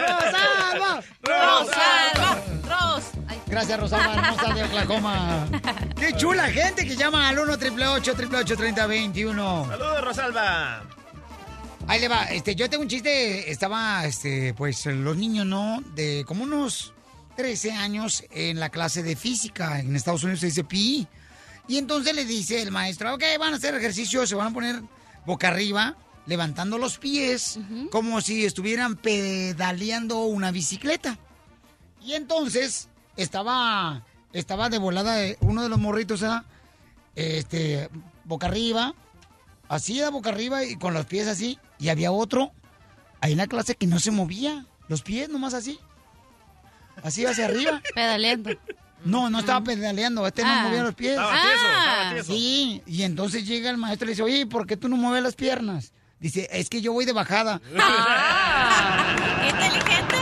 Speaker 4: ¡Rosalba!
Speaker 5: ¡Rosalba! ¡Ros! Ay.
Speaker 4: Gracias, Rosalba hermosa de Oklahoma. ¡Qué chula gente que llama al 1 888 3021
Speaker 11: Saludos, Rosalba.
Speaker 4: Ahí le va. Este, yo tengo un chiste. Estaba, este, pues, los niños, ¿no? De como unos 13 años en la clase de física. En Estados Unidos se dice PI. Y entonces le dice el maestro, ok, van a hacer ejercicio, se van a poner boca arriba, levantando los pies, como si estuvieran pedaleando una bicicleta. Y entonces estaba, estaba de volada eh, uno de los morritos, ¿ah? este, boca arriba, así de boca arriba y con los pies así. Y había otro ahí en la clase que no se movía, los pies nomás así. Así hacia arriba. Pedaleando. No, no estaba pedaleando, este
Speaker 5: Ah.
Speaker 4: no movía los pies.
Speaker 5: Estaba tieso, estaba tieso.
Speaker 4: Sí, y entonces llega el maestro y le dice, oye, ¿por qué tú no mueves las piernas? Dice, es que yo voy de bajada.
Speaker 7: Ah. inteligente!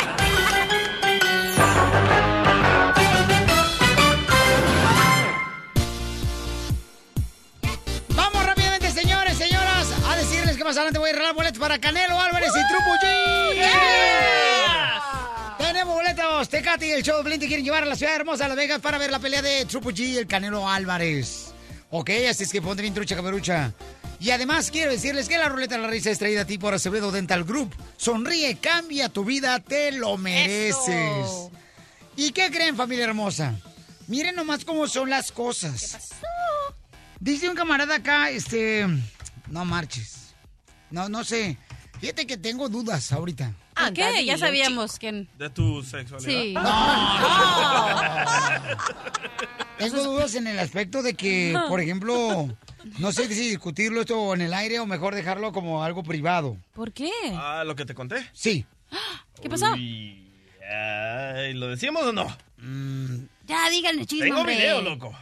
Speaker 4: Vamos rápidamente, señores, señoras, a decirles que más adelante voy a regalar boletos para Canelo Álvarez y Trupo G. Tenemos boletos, Tecate y el show de Blin te quieren llevar a la ciudad hermosa de Las Vegas para ver la pelea de Trupo G y el Canelo Álvarez. Ok, así es que ponte bien trucha, caberucha. Y además quiero decirles que la ruleta de la risa es traída a ti por Acevedo Dental Group. Sonríe, cambia tu vida, te lo mereces. ¿Y qué creen, familia hermosa? Miren nomás cómo son las cosas. Dice un camarada acá, este, no marches. No, no sé. Fíjate que tengo dudas ahorita.
Speaker 14: Anda,
Speaker 5: ¿Qué? Ya
Speaker 14: dilo,
Speaker 5: sabíamos que...
Speaker 11: De tu sexualidad.
Speaker 5: Sí.
Speaker 4: Tengo dudas en el aspecto de que, por ejemplo, no sé si discutirlo esto en el aire o mejor dejarlo como algo privado.
Speaker 5: ¿Por qué?
Speaker 11: Ah, lo que te conté.
Speaker 4: Sí.
Speaker 5: ¿Qué pasó?
Speaker 11: Uy, ay, ¿Lo decimos o no?
Speaker 5: Ya, díganle chisme,
Speaker 11: Pues Tengo
Speaker 5: hombre.
Speaker 11: video, loco.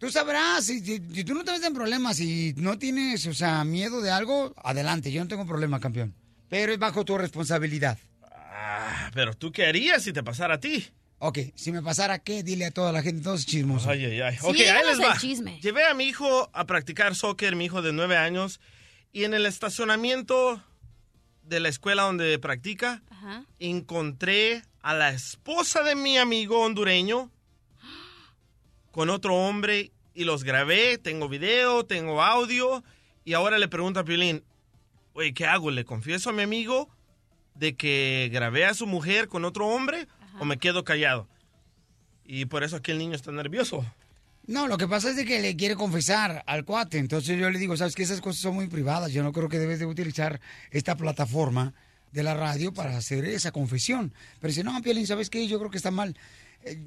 Speaker 4: Tú sabrás, si, si- si tú no te ves en problemas, si no tienes, o sea, miedo de algo, adelante, yo no tengo problema, campeón. Pero es bajo tu responsabilidad.
Speaker 11: Ah, pero tú qué harías si te pasara a ti.
Speaker 4: Ok, si me pasara qué, dile a toda la gente, entonces chismoso.
Speaker 11: Ay, ay, ay. Ok, ahí les va. Llevé a mi hijo a practicar soccer, mi hijo de nueve años, y en el estacionamiento de la escuela donde practica, encontré a la esposa de mi amigo hondureño con otro hombre y los grabé. Tengo video, tengo audio. Y ahora le pregunto a Piolín, oye, ¿qué hago? ¿Le confieso a mi amigo de que grabé a su mujer con otro hombre o me quedo callado? Y por eso aquí el niño está nervioso.
Speaker 4: No, lo que pasa es de que le quiere confesar al cuate. Entonces yo le digo, sabes que esas cosas son muy privadas. Yo no creo que debes de utilizar esta plataforma de la radio para hacer esa confesión. Pero dice, no, Piolín, ¿sabes qué? Yo creo que está mal. Eh,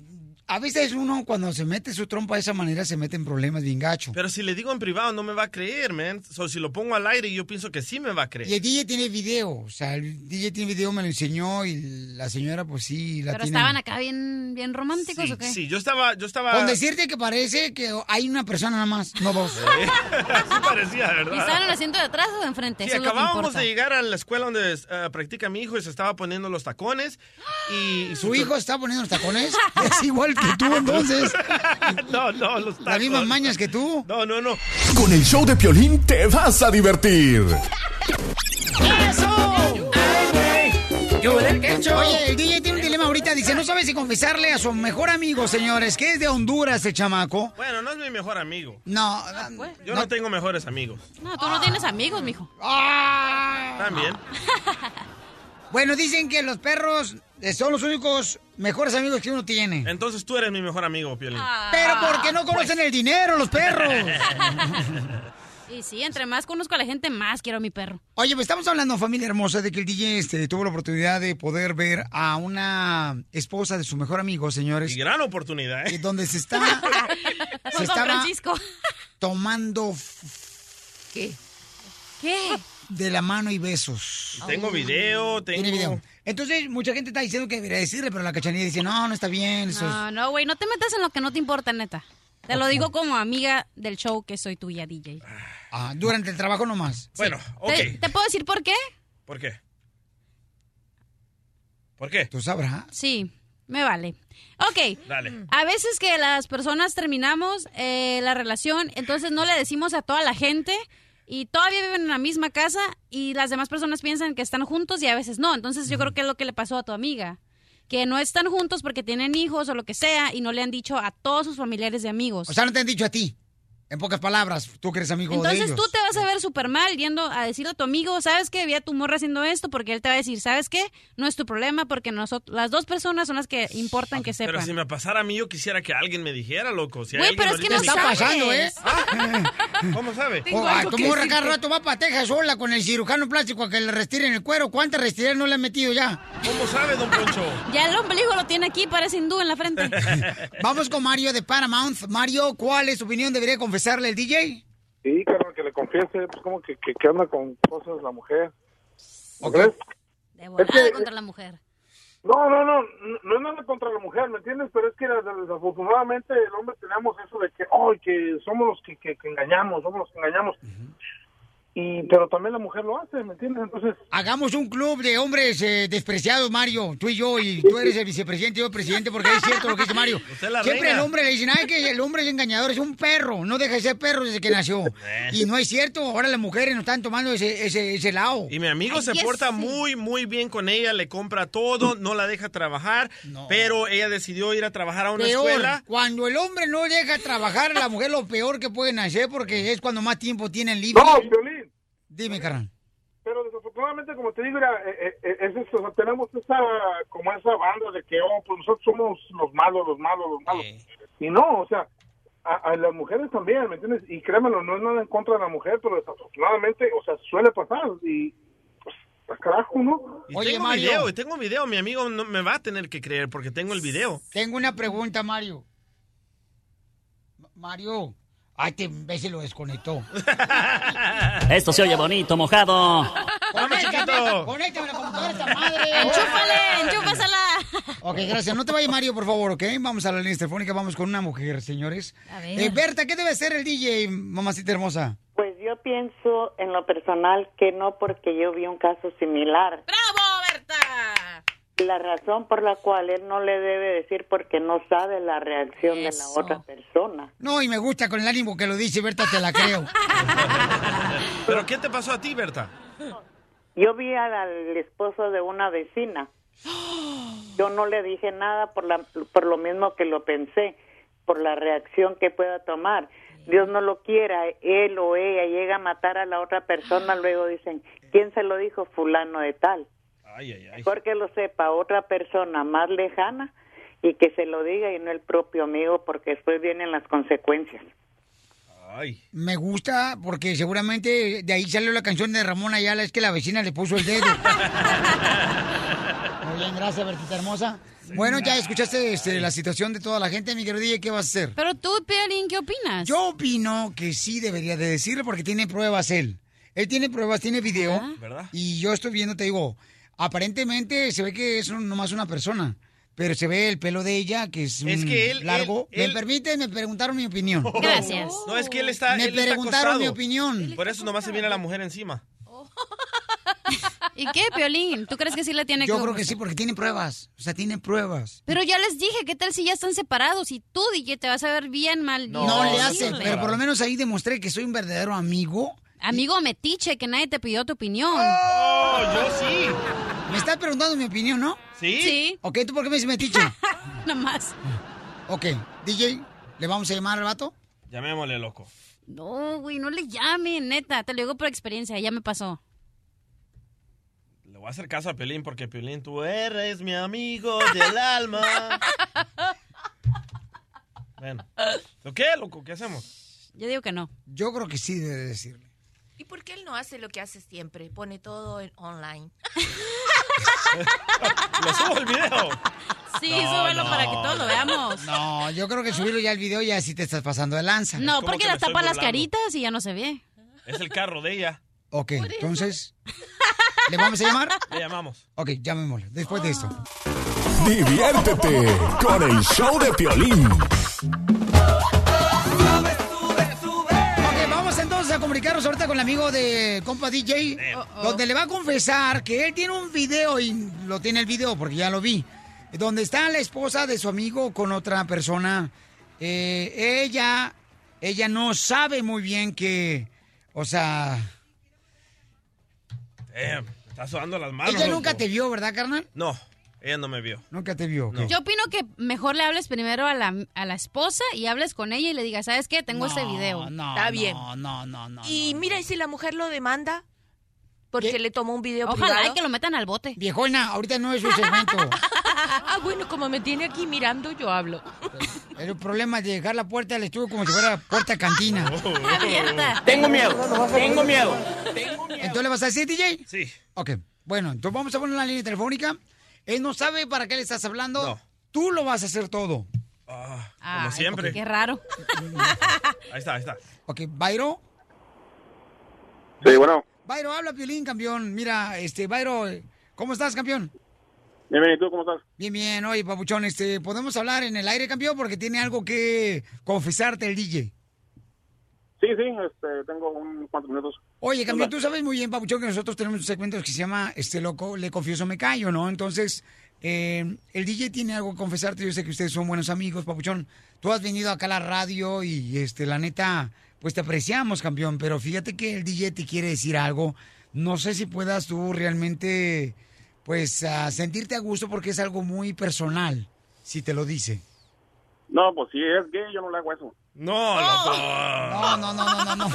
Speaker 4: a veces uno cuando se mete su trompa de esa manera se mete en problemas bien gacho.
Speaker 11: Pero si le digo en privado no me va a creer, man. O si lo pongo al aire yo pienso que sí me va
Speaker 4: Y
Speaker 11: a
Speaker 4: el
Speaker 11: creer.
Speaker 4: DJ tiene video, o sea, el DJ tiene video, me lo enseñó y la señora pues sí, la
Speaker 5: Pero
Speaker 4: tiene.
Speaker 5: estaban acá bien, bien románticos,
Speaker 11: Sí,
Speaker 5: ¿o qué?
Speaker 11: sí, yo estaba, yo estaba.
Speaker 4: Con decirte que parece que hay una persona nada más, no
Speaker 5: *laughs*
Speaker 4: dos.
Speaker 11: *laughs* Sí parecía, ¿verdad?
Speaker 5: ¿Y estaban en el asiento de atrás o de enfrente?
Speaker 11: Sí,
Speaker 5: Eso es lo que
Speaker 11: acabábamos
Speaker 5: importa.
Speaker 11: de llegar a la escuela donde eh, practica mi hijo y se estaba poniendo los tacones. Y
Speaker 4: ¿Su hijo está poniendo los tacones? *laughs* Es igual que tú entonces.
Speaker 11: *laughs* no, no, los
Speaker 4: Las mismas mañas que tú.
Speaker 11: No, no, no.
Speaker 2: Con el show de Piolín te vas a divertir.
Speaker 4: ¡Eso!
Speaker 7: Yo del quecho.
Speaker 4: Oye, el DJ tiene un dilema ahorita. Dice, no sabe si confesarle a su mejor amigo, señores, que es de Honduras el chamaco.
Speaker 11: Bueno, no es mi mejor amigo.
Speaker 4: No,
Speaker 11: Ah, Yo no, tengo mejores amigos.
Speaker 5: No, tú no tienes amigos, mijo.
Speaker 4: Ah,
Speaker 5: Ah,
Speaker 11: También.
Speaker 4: Bueno, dicen que los perros eh, son los únicos mejores amigos que uno tiene.
Speaker 11: Entonces tú eres mi mejor amigo, Piolín.
Speaker 4: Pero porque no conocen el dinero, los perros.
Speaker 11: *laughs*
Speaker 5: Ah, *laughs* Y sí, entre más conozco a la gente, más quiero a mi perro.
Speaker 4: Oye, pues estamos hablando, familia hermosa, de que el DJ este, tuvo la oportunidad de poder ver a una esposa de su mejor amigo, señores.
Speaker 11: Y gran oportunidad, ¿eh?
Speaker 4: Donde
Speaker 5: *laughs*
Speaker 4: se está
Speaker 5: Con
Speaker 4: estaba-
Speaker 5: Francisco.
Speaker 4: tomando ¿Qué?
Speaker 5: ¿Qué? Oh.
Speaker 4: de la mano y besos.
Speaker 11: Y tengo video, tengo-
Speaker 4: Tiene video. Entonces, mucha gente está diciendo que debería decirle, pero la cachanilla dice, no, no está bien. Eso es-
Speaker 5: No, no, güey, no te metas en lo que no te importa, neta. Te lo digo como amiga del show que soy tuya, DJ.
Speaker 4: Ah, durante el trabajo nomás.
Speaker 11: Bueno, ok.
Speaker 5: ¿Te, te puedo decir por qué?
Speaker 11: ¿Por qué? ¿Por qué?
Speaker 4: Tú sabrás.
Speaker 5: Sí, me vale. Ok.
Speaker 11: Dale.
Speaker 5: A veces que las personas terminamos eh, la relación, entonces no le decimos a toda la gente y todavía viven en la misma casa y las demás personas piensan que están juntos y a veces no. Entonces yo creo que es lo que le pasó a tu amiga, que no están juntos porque tienen hijos o lo que sea y no le han dicho a todos sus familiares y amigos.
Speaker 4: O sea, no te han dicho a ti. En pocas palabras, tú que eres amigo de
Speaker 5: Entonces
Speaker 4: ellos.
Speaker 5: tú te vas a ver súper mal yendo a decirle a tu amigo, ¿sabes qué? Vi a tu morra haciendo esto porque él te va a decir, ¿sabes qué? No es tu problema porque nosotros, las dos personas son las que importan que
Speaker 11: Pero
Speaker 5: sepan.
Speaker 11: si me pasara a mí, yo quisiera que alguien me dijera, loco. Si hay
Speaker 5: Güey,
Speaker 11: alguien
Speaker 5: pero es que
Speaker 11: ahorita
Speaker 5: no
Speaker 11: en mi
Speaker 5: sabes.
Speaker 11: casa- ¿Ah?
Speaker 4: pasando,
Speaker 11: *laughs*
Speaker 4: ¿eh?
Speaker 11: ¿Cómo sabe?
Speaker 4: Oh, ah, tu morra cada rato va para Texas sola con el cirujano plástico a que le restiren el cuero. ¿Cuántas restiras no le han metido ya?
Speaker 11: ¿Cómo sabe, don Poncho?
Speaker 5: *laughs* Ya el ombligo lo tiene aquí, parece hindú en la frente.
Speaker 4: *laughs* Vamos con Mario de Paramount. Mario, ¿cuál es tu opinión? ¿Debería confesarle el DJ?
Speaker 12: Sí, claro, que le confiese, pues como que, que, que anda con cosas la mujer. ¿No crees?
Speaker 5: De volada
Speaker 12: Es que-
Speaker 5: contra la mujer.
Speaker 12: No, no, no, no, no es nada contra la mujer, ¿me entiendes? Pero es que des- desafortunadamente el hombre tenemos eso de que, ay, que somos los que, que, que engañamos, somos los que engañamos. Y, pero también la mujer lo hace, ¿me entiendes? Entonces,
Speaker 4: Hagamos un club de hombres eh, despreciados, Mario. Tú y yo, y tú eres el vicepresidente, yo el presidente, porque es cierto lo que dice Mario.
Speaker 6: Usted es la
Speaker 4: Siempre
Speaker 6: reina.
Speaker 4: el hombre le dicen, ay, que el hombre es engañador, es un perro, no deja de ser perro desde que nació.
Speaker 11: Eh.
Speaker 4: Y no es cierto, ahora las mujeres no están tomando ese, ese, ese lado.
Speaker 11: Y mi amigo se porta muy, muy bien con ella, le compra todo, no la deja trabajar, pero ella decidió ir a trabajar a una
Speaker 4: peor.
Speaker 11: escuela.
Speaker 4: Cuando el hombre no deja trabajar a la mujer, lo peor que pueden hacer porque es cuando más tiempo tienen libre.
Speaker 12: No, Piolín.
Speaker 4: Dime, carnal.
Speaker 12: pero desafortunadamente, como te digo, era, eh, eh, es eso, o sea, tenemos esa, como esa banda de que, oh, pues nosotros somos los malos, los malos, los malos. Y no, o sea, a, a las mujeres también, ¿me entiendes? Y créemelo, no es nada en contra de la mujer, pero desafortunadamente, o sea, suele pasar. Y pues, pues carajo, ¿no?
Speaker 11: Y
Speaker 4: Oye,
Speaker 11: tengo
Speaker 4: Mario.
Speaker 11: video, y tengo video. Mi amigo no me va a tener que creer porque tengo el video.
Speaker 4: Tengo una pregunta, Mario. Ma- Mario. Ay, te imbécil lo
Speaker 11: *laughs*
Speaker 4: desconectó.
Speaker 15: Esto se oye bonito, mojado.
Speaker 4: Conéctame, conéctame la computadora esta madre.
Speaker 5: Enchúfale, enchúfasela.
Speaker 4: Ok, gracias. No te vayas, Mario, por favor, ¿ok? Vamos a la línea telefónica, vamos con una mujer, señores.
Speaker 17: A ver.
Speaker 4: Eh, Berta, ¿qué debe hacer el DJ, mamacita hermosa?
Speaker 17: Pues yo pienso en lo personal que no porque yo vi un caso similar.
Speaker 5: ¡Bravo, Berta!
Speaker 17: La razón por la cual él no le debe decir porque no sabe la reacción de la otra persona.
Speaker 4: No, y me gusta con el ánimo que lo dice, Berta, te la creo.
Speaker 11: ¿Pero qué te pasó a ti, Berta?
Speaker 17: Yo vi al, al esposo de una vecina. Yo no le dije nada por, la, por lo mismo que lo pensé, por la reacción que pueda tomar. Dios no lo quiera, él o ella llega a matar a la otra persona, luego dicen, ¿quién se lo dijo? Fulano de tal.
Speaker 11: Ay, ay, ay.
Speaker 17: Mejor que lo sepa otra persona más lejana y que se lo diga y no el propio amigo porque después vienen las consecuencias.
Speaker 4: Me gusta porque seguramente de ahí salió la canción de Ramón Ayala, es que la vecina le puso el
Speaker 11: *laughs*
Speaker 4: dedo. Muy bien, gracias, Bertita hermosa. Bueno, ya escuchaste este, la situación de toda la gente, mi querido DJ, ¿qué vas a hacer?
Speaker 5: Pero tú, Piolín, ¿qué opinas?
Speaker 4: Yo opino que sí debería de decirle porque tiene pruebas él. Él tiene pruebas, tiene video.
Speaker 11: ¿Verdad?
Speaker 4: Y yo estoy viendo, te digo, aparentemente se ve que es un- nomás una persona. Pero se ve el pelo de ella, que es,
Speaker 11: Es
Speaker 4: un
Speaker 11: que él-
Speaker 4: largo.
Speaker 11: él- él-
Speaker 4: ¿Me permite? Me preguntaron mi opinión.
Speaker 11: No, es que él está.
Speaker 4: Me
Speaker 11: él está
Speaker 4: preguntaron mi
Speaker 11: acostado.
Speaker 4: opinión.
Speaker 11: Por eso nomás se viene la mujer encima.
Speaker 5: ¿Y qué, Piolín? ¿Tú crees que sí la tiene
Speaker 4: Yo creo que sí, porque tiene pruebas. O sea, tiene pruebas.
Speaker 5: Pero ya les dije, ¿qué tal si ya están separados? Y tú, DJ, te vas a ver bien mal.
Speaker 4: No, le hace, pero por lo menos ahí demostré que soy un verdadero amigo.
Speaker 5: Amigo metiche, que nadie te pidió tu opinión.
Speaker 11: ¡Oh, yo sí!
Speaker 4: Me estás preguntando mi opinión, ¿no?
Speaker 11: Sí.
Speaker 5: Sí.
Speaker 4: Ok, ¿tú por qué me dices
Speaker 5: *laughs*
Speaker 4: metiche?
Speaker 5: Nomás.
Speaker 4: Ok, DJ, ¿le vamos a llamar al vato?
Speaker 11: Llamémosle loco.
Speaker 5: No, güey, no le llamen, neta. Te lo digo por experiencia, ya me pasó.
Speaker 11: Le voy a hacer caso a Piolín porque Piolín, tú eres mi amigo del alma. Bueno. ¿Lo qué, loco? ¿Qué hacemos?
Speaker 5: Yo digo que no.
Speaker 4: Yo creo que sí debe decirle.
Speaker 14: ¿Y por qué él no hace lo que hace siempre? Pone todo en *laughs* online.
Speaker 11: ¿Lo subo el video?
Speaker 5: Sí,
Speaker 4: No,
Speaker 5: súbelo
Speaker 4: no.
Speaker 5: para que todos lo veamos.
Speaker 4: No, yo creo que subirlo ya al video ya sí te estás pasando de lanza.
Speaker 5: No, porque
Speaker 4: la
Speaker 5: las tapa las caritas y ya no se ve.
Speaker 11: Es el carro de ella.
Speaker 4: Ok, entonces, ¿le vamos a llamar?
Speaker 11: Le llamamos.
Speaker 4: Ok, llamémosle, después de esto.
Speaker 5: Ah.
Speaker 2: Diviértete con el show de Piolín.
Speaker 4: Ok, vamos entonces a comunicarnos ahorita con el amigo de compa DJ, donde le va a confesar que él tiene un video, y lo tiene el video porque ya lo vi, donde está la esposa de su amigo con otra persona. Eh, ella, ella no sabe muy bien que, o sea,
Speaker 11: Damn, me está sudando las manos.
Speaker 4: ella
Speaker 11: loco.
Speaker 4: nunca te vio, ¿verdad, carnal?
Speaker 11: No, ella no me vio.
Speaker 4: Nunca te vio. ok.
Speaker 5: Yo opino que mejor le hables primero a la, a la esposa y hables con ella y le digas, ¿sabes qué? Tengo este video.
Speaker 14: Está bien.
Speaker 4: no, no, no.
Speaker 14: y mira, ¿y si la mujer lo demanda? Porque le tomó un video
Speaker 5: Ojalá
Speaker 14: privado.
Speaker 5: y que lo metan al bote.
Speaker 4: Viejona, ahorita no es un segmento.
Speaker 14: *laughs* ah, bueno, como me tiene aquí mirando, yo hablo.
Speaker 4: El problema de dejar la puerta del estudio como si fuera puerta cantina.
Speaker 14: *laughs* Ah, Abierta.
Speaker 4: Tengo miedo, tengo miedo. ¿Entonces le vas a decir, DJ?
Speaker 11: Sí.
Speaker 4: Ok, bueno, entonces vamos a poner la línea telefónica. Él no sabe para qué le estás hablando.
Speaker 11: No.
Speaker 4: Tú lo vas a hacer todo.
Speaker 11: Como siempre.
Speaker 5: Qué raro.
Speaker 11: Ahí está, ahí está.
Speaker 4: Ok, Byro.
Speaker 9: Sí, bueno,
Speaker 4: Byro, habla Piolín, campeón. Mira, este, Byro, ¿cómo estás, campeón?
Speaker 9: bienvenido, ¿tú cómo estás?
Speaker 4: Bien, bien. Oye, papuchón, este, ¿podemos hablar en el aire, campeón? Porque tiene algo que confesarte el DJ.
Speaker 9: Sí, sí, este, tengo unos cuantos minutos.
Speaker 4: Oye, campeón,
Speaker 9: Hola.
Speaker 4: tú sabes muy bien, Papuchón, que nosotros tenemos un segmento que se llama Este Loco, le confieso, me callo, ¿no? Entonces, eh, el DJ tiene algo que confesarte. Yo sé que ustedes son buenos amigos, Papuchón. Tú has venido acá a la radio y, este, la neta, pues te apreciamos, campeón. Pero fíjate que el DJ te quiere decir algo. No sé si puedas tú realmente, pues, ah, sentirte a gusto porque es algo muy personal, si te lo dice.
Speaker 9: No, pues si es gay, yo no le hago eso.
Speaker 11: No, loco. No,
Speaker 4: no,
Speaker 5: *laughs*
Speaker 4: no, no, no.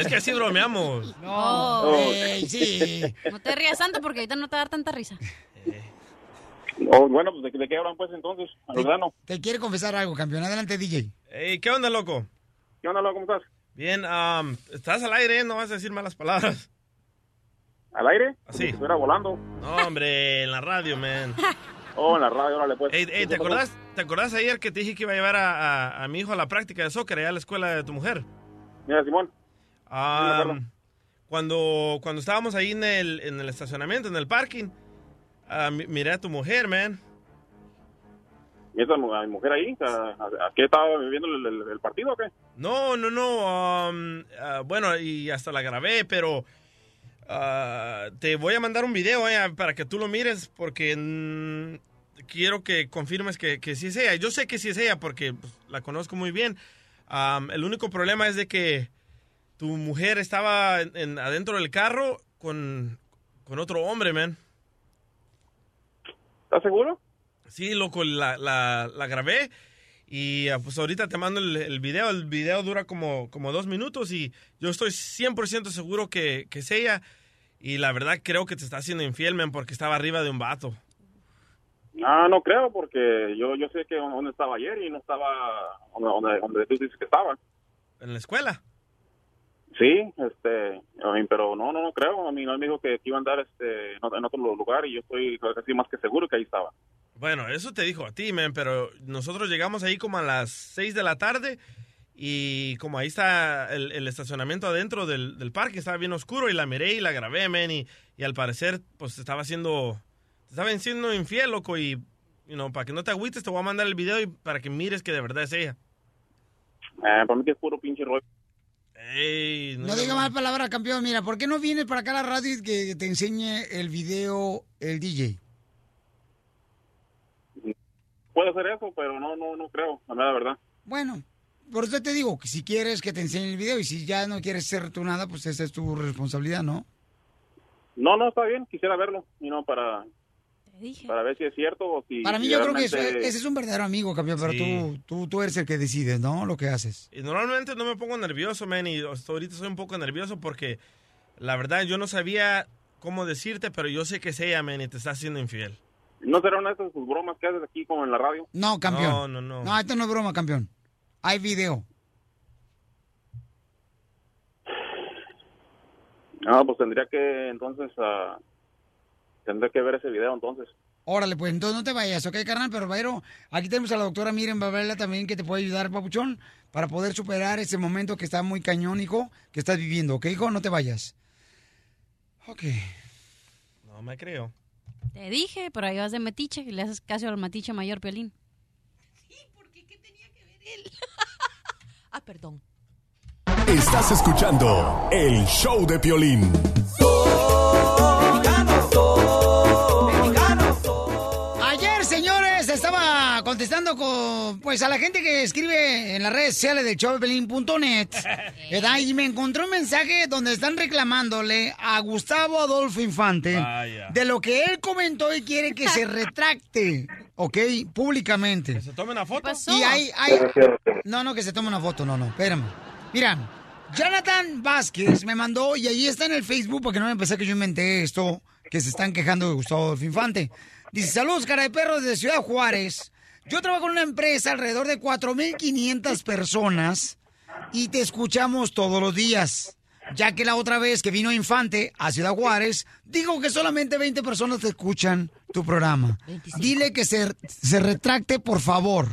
Speaker 11: Es que así bromeamos.
Speaker 5: No,
Speaker 16: Oh.
Speaker 11: No.
Speaker 9: Oh,
Speaker 5: eh,
Speaker 4: güey,
Speaker 9: *laughs*
Speaker 4: sí.
Speaker 5: Oh, No te rías tanto porque ahorita no te va a dar tanta risa.
Speaker 9: Oh, bueno, pues de, de qué hablan pues entonces, a los grano.
Speaker 4: Te quiere confesar algo, campeón. Adelante, DJ.
Speaker 11: Ey, ¿qué onda, loco?
Speaker 9: ¿Qué onda, loco? ¿Cómo estás?
Speaker 11: ¿eh?
Speaker 20: *laughs*
Speaker 11: Bien, am, estás al aire, no vas a decir malas palabras.
Speaker 20: ¿Al aire?
Speaker 11: Sí.
Speaker 20: Estuviera volando.
Speaker 11: No, hombre, en la radio, man.
Speaker 20: Oh, en la radio, órale, pues.
Speaker 11: Ey, ey, ¿te, acordás, ¿Te acordás ayer que te dije que iba a llevar a, a- a mi hijo a la práctica de soccer allá a la escuela de tu mujer?
Speaker 20: Mira, Simón.
Speaker 11: Ah,
Speaker 20: Sí, me acuerdo.
Speaker 11: cuando, cuando estábamos ahí en el, en el estacionamiento, en el parking, ah, mi- miré a tu mujer, man.
Speaker 20: ¿Y esa mu- la mujer ahí? ¿A, a- a qué estaba viviendo el, el- el partido o qué?
Speaker 11: No, no, no. um, ah, bueno, y hasta la grabé, pero ah, te voy a mandar un video eh, para que tú lo mires porque mm, quiero que confirmes que, que sí es ella. Yo sé que sí es ella porque pues, la conozco muy bien. Am, el único problema es de que tu mujer estaba en- en- adentro del carro con, con otro hombre, man.
Speaker 20: ¿Estás seguro?
Speaker 11: Sí, loco, la, la, la grabé. Y ah, pues ahorita te mando el, el video. El video dura como, como dos minutos y yo estoy 100% seguro que, que es ella. Y la verdad creo que te está haciendo infiel, man, porque estaba arriba de un vato.
Speaker 20: Ah, no creo, porque yo, yo sé que dónde estaba ayer y no estaba donde, donde, donde tú dices que estaba.
Speaker 11: ¿En la escuela?
Speaker 20: Sí, este, a mí, pero no, no, no creo. A mí no me dijo que iba a andar este, en otro- en otro lugar y yo estoy casi más que seguro que ahí estaba.
Speaker 11: Bueno, eso te dijo a ti, man, pero nosotros llegamos ahí como a las 6 de la tarde y como ahí está el, el estacionamiento adentro del, del parque, estaba bien oscuro y la miré y la grabé, man, y, y al parecer pues te estaba haciendo, te estaba haciendo infiel, loco, y you know, para que no te agüites te voy a mandar el video y para que mires que de verdad es ella.
Speaker 20: Eh, para mí que es puro pinche rollo.
Speaker 11: Ey,
Speaker 4: No diga mal palabra, campeón. Mira, ¿por qué no vienes para acá a la radio y que te enseñe el video el DJ?
Speaker 20: Puede ser eso, pero no, no, no creo, la mera verdad.
Speaker 4: Bueno, por eso te digo que si quieres que te enseñe el video y si ya no quieres ser tú nada, pues esa es tu responsabilidad, ¿no?
Speaker 20: No, no, está bien, quisiera verlo, y no para, para ver si es cierto o si...
Speaker 4: Para mí
Speaker 20: si
Speaker 4: yo creo que eso-
Speaker 20: realmente-
Speaker 4: ese es un verdadero amigo, campeón, pero
Speaker 11: Sí.
Speaker 4: tú, tú, tú eres el que decides, ¿no? Lo que haces.
Speaker 11: Y normalmente no me pongo nervioso, man, y hasta ahorita soy un poco nervioso porque la verdad yo no sabía cómo decirte, pero yo sé que es ella, man, y te está haciendo infiel.
Speaker 20: ¿No será una de esas sus bromas que haces aquí como en la radio?
Speaker 4: No, campeón.
Speaker 11: No, no, no.
Speaker 4: No, esto no es broma, campeón. Hay video.
Speaker 20: No, pues tendría que entonces... ah, tendría que ver ese video entonces.
Speaker 4: Órale, pues entonces no te vayas, ¿ok, carnal? Pero, Bayro, aquí tenemos a la doctora Miren Babela también que te puede ayudar, papuchón, para poder superar ese momento que está muy cañónico que estás viviendo, ¿ok, hijo? No te vayas. Ok.
Speaker 11: No me creo.
Speaker 5: Te dije, pero ahí vas de metiche y le haces caso al metiche mayor, Piolín.
Speaker 14: Ah, perdón.
Speaker 2: Estás escuchando el show de Piolín.
Speaker 4: Ayer, señores, estaba contestando con, pues, a la gente que escribe en las redes sociales de showbelín.net. ¿verdad? Y Eh, me encontré un mensaje donde están reclamándole a Gustavo Adolfo Infante
Speaker 11: Vaya.
Speaker 4: de lo que él comentó y quiere que se retracte, ¿ok? Públicamente.
Speaker 11: ¿Se toma una foto?
Speaker 4: Y hay, hay- No, no, que se tome una foto, no, no, espérame. Mira, Jonathan Vázquez me mandó, y ahí está en el Facebook, porque no me pensé que yo inventé esto, que se están quejando de Gustavo Adolfo Infante. Dice, saludos, cara de perro, desde Ciudad Juárez. Yo trabajo en una empresa alrededor de 4.500 personas y te escuchamos todos los días. Ya que la otra vez que vino Infante a Ciudad Juárez, dijo que solamente 20 personas te escuchan tu programa. Dile que se, se retracte, por favor.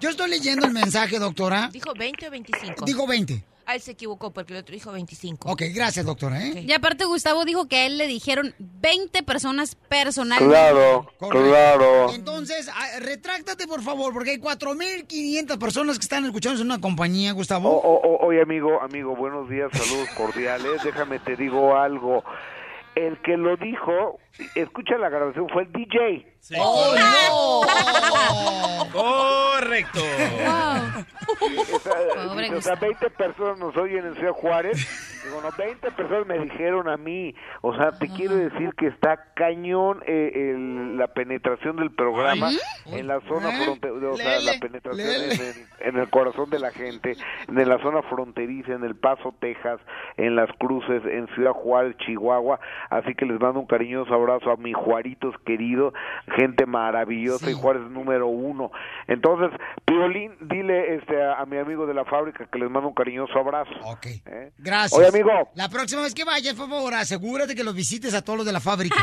Speaker 4: Yo estoy leyendo el mensaje, doctora.
Speaker 14: ¿Dijo 20 o 25?
Speaker 4: Digo 20.
Speaker 14: Ah, él se equivocó
Speaker 4: *laughs*
Speaker 14: porque el otro dijo 25.
Speaker 4: Ok, gracias, doctora. ¿eh?
Speaker 5: Y aparte Gustavo dijo que a él le dijeron 20 personas personales.
Speaker 16: Claro, claro.
Speaker 4: Entonces, ah, retráctate, por favor, porque hay 4.500 personas que están escuchando en una compañía, Gustavo.
Speaker 16: O- o- o- Oh, oye, amigo, amigo, buenos días, saludos cordiales. Déjame te digo algo. El que lo dijo, escucha la grabación, fue el DJ.
Speaker 11: Correcto.
Speaker 16: O sea,
Speaker 11: Pobre
Speaker 16: dice, o sea, 20 personas nos oyen en Ciudad Juárez. Digo, no, 20 personas me dijeron a mí. O sea, te quiero decir que está cañón eh, el- la penetración del programa en la zona fronteriza. O sea, la penetración en, el- en el corazón de la gente, en la zona fronteriza, en El Paso, Texas, en Las Cruces, en Ciudad Juárez, Chihuahua. Así que les mando un cariñoso abrazo a mis Juaritos querido. gente maravillosa y Juárez es número uno. Entonces, Piolín, dile este, a, a mi amigo de la fábrica que les mando un cariñoso abrazo.
Speaker 4: Ok.
Speaker 16: ¿eh?
Speaker 4: Gracias.
Speaker 16: Oye, amigo,
Speaker 4: La próxima vez que vayas, por favor, asegúrate que los visites a todos los de la fábrica.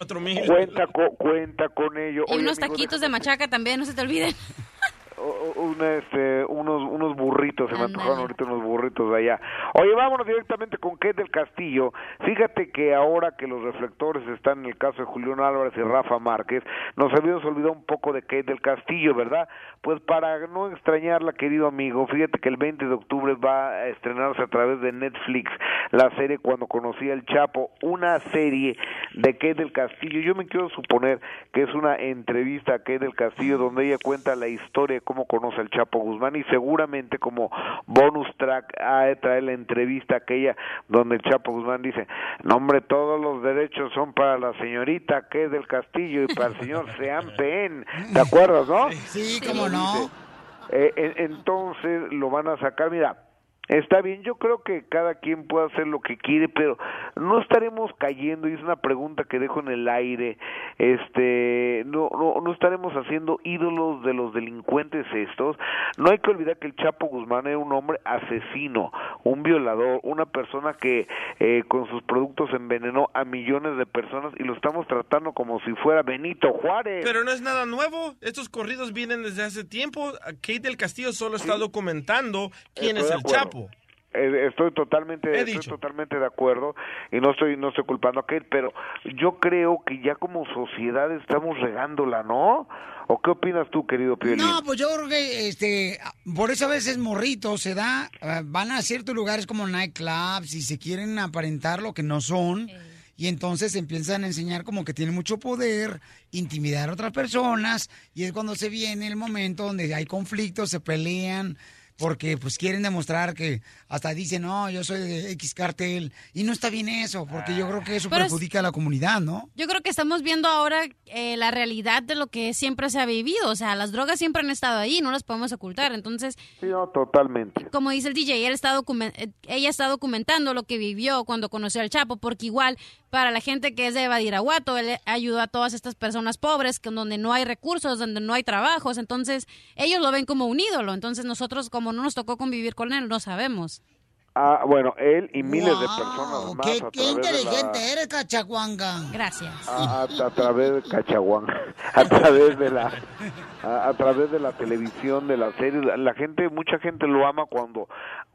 Speaker 11: Otro
Speaker 16: cuenta, co- cuenta con ello.
Speaker 5: Y
Speaker 16: Oye,
Speaker 5: unos
Speaker 16: amigo,
Speaker 5: taquitos de machaca también, no se te olviden.
Speaker 16: O- o- una, este, unos, unos burritos, se me antojaron ahorita unos burritos de allá. Oye, vámonos directamente con Kate del Castillo. Fíjate que ahora que los reflectores están en el caso de Julián Álvarez y Rafa Márquez, nos habíamos olvidado un poco de Kate del Castillo, ¿verdad? Pues para no extrañarla, querido amigo, fíjate que el 20 de octubre va a estrenarse a través de Netflix la serie Cuando conocí al Chapo, una serie de Kate del Castillo. Yo me quiero suponer que es una entrevista a Kate del Castillo donde ella cuenta la historia de cómo conoce al Chapo Guzmán y seguramente como bonus track ha de traer la entrevista aquella donde el Chapo Guzmán dice, no hombre, todos los derechos son para la señorita Kate del Castillo y para el señor Sean Penn. ¿Te acuerdas, no?
Speaker 4: Sí, cómo no.
Speaker 16: Eh, en- entonces lo van a sacar, mira. Está bien, yo creo que cada quien puede hacer lo que quiere, pero no estaremos cayendo, y es una pregunta que dejo en el aire, este, no, no, no estaremos haciendo ídolos de los delincuentes estos. No hay que olvidar que el Chapo Guzmán era un hombre asesino, un violador, una persona que eh, con sus productos envenenó a millones de personas y lo estamos tratando como si fuera Benito Juárez.
Speaker 11: Pero no es nada nuevo. Estos corridos vienen desde hace tiempo. Kate del Castillo solo está documentando quién
Speaker 16: Estoy
Speaker 11: es
Speaker 16: de
Speaker 11: el
Speaker 16: acuerdo.
Speaker 11: Chapo.
Speaker 16: Eh, Estoy totalmente,
Speaker 11: He
Speaker 16: estoy
Speaker 11: dicho.
Speaker 16: totalmente de acuerdo y no estoy, no estoy culpando a Kate, pero yo creo que ya como sociedad estamos regándola, ¿no? ¿O qué opinas tú, querido Piolín?
Speaker 4: No, pues yo creo que este, por eso a veces morritos se da, eh, van a ciertos lugares como nightclubs y se quieren aparentar lo que no son. Y entonces empiezan a enseñar como que tienen mucho poder, intimidar a otras personas, y es cuando se viene el momento donde hay conflictos, se pelean, porque pues quieren demostrar que hasta dicen, no, yo soy de X cartel, y no está bien eso, porque yo creo que eso
Speaker 5: Pero es-
Speaker 4: perjudica a la comunidad, ¿no?
Speaker 5: Yo creo que estamos viendo ahora eh, la realidad de lo que siempre se ha vivido. O sea, las drogas siempre han estado ahí, no las podemos ocultar. Entonces,
Speaker 16: Sí, no, totalmente.
Speaker 5: como dice el DJ, él está documen- eh, ella está documentando lo que vivió cuando conoció al Chapo, porque igual para la gente que es de Badiraguato, él ayudó a todas estas personas pobres, que donde no hay recursos, donde no hay trabajos, entonces ellos lo ven como un ídolo, entonces nosotros como no nos tocó convivir con él, no sabemos.
Speaker 16: Ah, bueno, él y miles de personas más
Speaker 4: Qué
Speaker 16: a través de la-
Speaker 4: inteligente eres, cachacuanga.
Speaker 5: Gracias.
Speaker 16: a, a- a través de Cachaguán, a través de la a, a través de la televisión, de las series, la gente, mucha gente lo ama cuando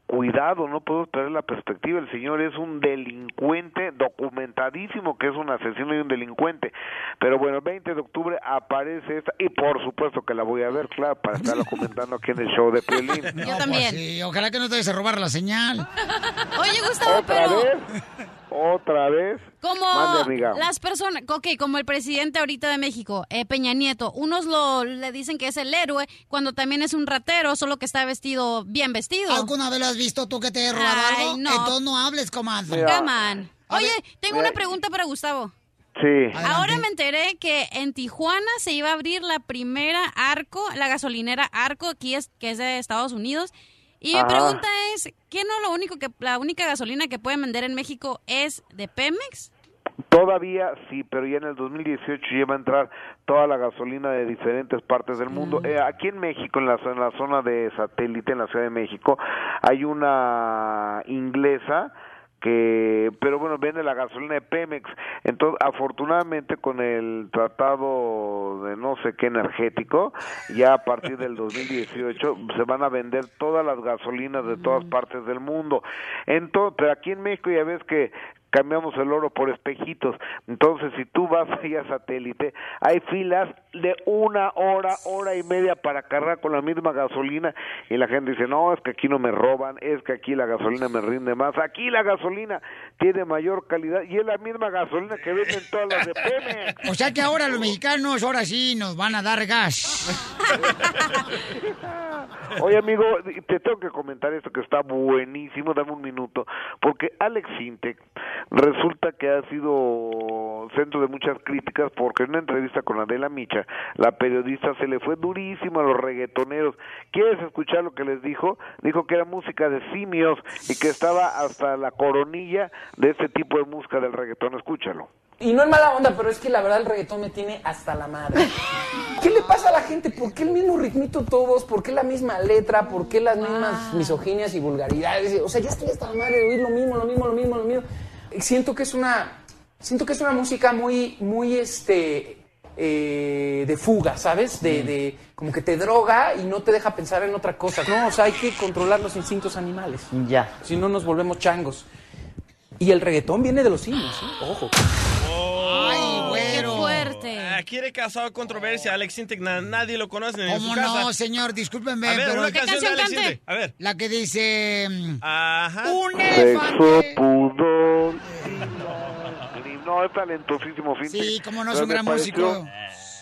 Speaker 16: cuidado, no puedo perder la perspectiva, el señor es un delincuente documentadísimo que es un asesino y un delincuente. Pero bueno, 20 de octubre aparece esta y por supuesto que la voy a ver, claro, para estarla comentando aquí en el show de *laughs* Piolín.
Speaker 4: No, pues sí, ojalá que no te vayas a robar la señal.
Speaker 5: Oye, Gustavo,
Speaker 16: Otra
Speaker 5: pero...
Speaker 16: vez, otra vez.
Speaker 5: Como
Speaker 16: Mande, amiga.
Speaker 5: las personas, ok, como el presidente ahorita de México, eh, Peña Nieto, unos lo le dicen que es el héroe cuando también es un ratero, solo que está vestido bien vestido.
Speaker 4: ¿Alguna vez lo has visto tú que te he robado
Speaker 5: Ay,
Speaker 4: algo?
Speaker 5: no.
Speaker 4: Entonces no hables, comadre.
Speaker 16: Mira.
Speaker 5: Come on. Oye, tengo una pregunta para Gustavo.
Speaker 16: Sí.
Speaker 5: Ahora me enteré que en Tijuana se iba a abrir la primera Arco, la gasolinera Arco, aquí es que es de Estados Unidos. Y
Speaker 16: Ajá.
Speaker 5: mi pregunta es, ¿qué no lo único que la única gasolina que pueden vender en México es de Pemex?
Speaker 16: Todavía sí, pero ya en el 2018 ya va a entrar toda la gasolina de diferentes partes del mundo. Eh, aquí en México, en la, zo- en la zona de satélite, en la Ciudad de México, hay una inglesa que, pero bueno, vende la gasolina de Pemex. Entonces, afortunadamente con el tratado de no sé qué energético, ya a partir del 2018 se van a vender todas las gasolinas de todas partes del mundo. Entonces, pero aquí en México ya ves que cambiamos el oro por espejitos. Entonces, si tú vas *laughs* ahí a satélite, hay filas de una hora, hora y media para cargar con la misma gasolina y la gente dice, no, es que aquí no me roban, es que aquí la gasolina me rinde más, aquí la gasolina tiene mayor calidad y es la misma gasolina que venden todas las de Pemex.
Speaker 4: O sea que ahora los mexicanos, ahora sí, nos van a dar gas.
Speaker 16: Oye, amigo, te tengo que comentar esto que está buenísimo, dame un minuto, porque Alex Sintek resulta que ha sido centro de muchas críticas porque en una entrevista con Adela Micha, la periodista se le fue durísimo a los reggaetoneros. ¿Quieres escuchar lo que les dijo? Dijo que era música de simios y que estaba hasta la coronilla de este tipo de música del reggaetón. Escúchalo.
Speaker 18: Y no es mala onda, pero es que la verdad el reggaetón me tiene hasta la madre. ¿Qué le pasa a la gente? ¿Por qué el mismo ritmito todos? ¿Por qué la misma letra? ¿Por qué las mismas misoginias y vulgaridades? O sea, ya estoy hasta la madre de oír lo mismo, lo mismo, lo mismo, lo mismo. Y Siento que es una, siento que es una música muy, muy, este, eh, de fuga, ¿sabes? De, de, como que te droga y no te deja pensar en otra cosa. No, o sea, hay que controlar los instintos animales.
Speaker 19: Ya.
Speaker 18: Si no, nos volvemos changos. Y el reggaetón viene de los indios, ¿eh? ojo.
Speaker 11: ¡Ay,
Speaker 18: güero!
Speaker 11: fuerte! Aquí he causado Ah, controversia, Alex Intec, nadie lo conoce en su
Speaker 4: ¿Cómo
Speaker 11: casa.
Speaker 4: no, señor? Discúlpenme,
Speaker 11: A ver,
Speaker 4: pero...
Speaker 11: una ¿Qué canción de canción Alex cante? Intec,
Speaker 4: A ver. La que dice... mm,
Speaker 11: Ajá.
Speaker 4: Un
Speaker 16: Sexo,
Speaker 4: elefante...
Speaker 16: pudor. No, es talentosísimo. Fintech.
Speaker 4: Ah. Sí, cómo no, es
Speaker 16: Pero
Speaker 4: un
Speaker 16: me
Speaker 4: gran
Speaker 16: pareció
Speaker 4: músico.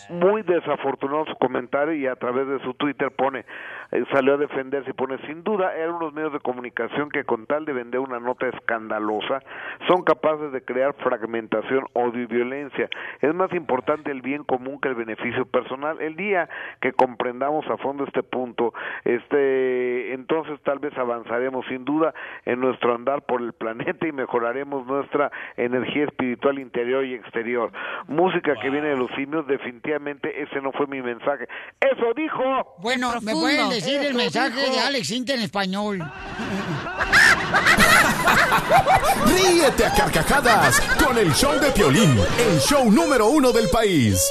Speaker 16: Muy desafortunado su comentario y a través de su Twitter pone, eh, salió a defenderse y pone, sin duda, eran unos medios de comunicación que con tal de vender una nota escandalosa son capaces de crear fragmentación, odio y violencia. Es más importante el bien común que el beneficio personal. El día que comprendamos a fondo este punto, este, entonces tal vez avanzaremos sin duda en nuestro andar por el planeta y mejoraremos nuestra energía espiritual interior y exterior. Música que viene de los simios, definitivamente ese no fue mi mensaje. Eso dijo.
Speaker 4: Bueno, ¿me pueden decir el mensaje de Alex Inte en español?
Speaker 2: Ríete a carcajadas con el show de Piolín, el show número uno del país.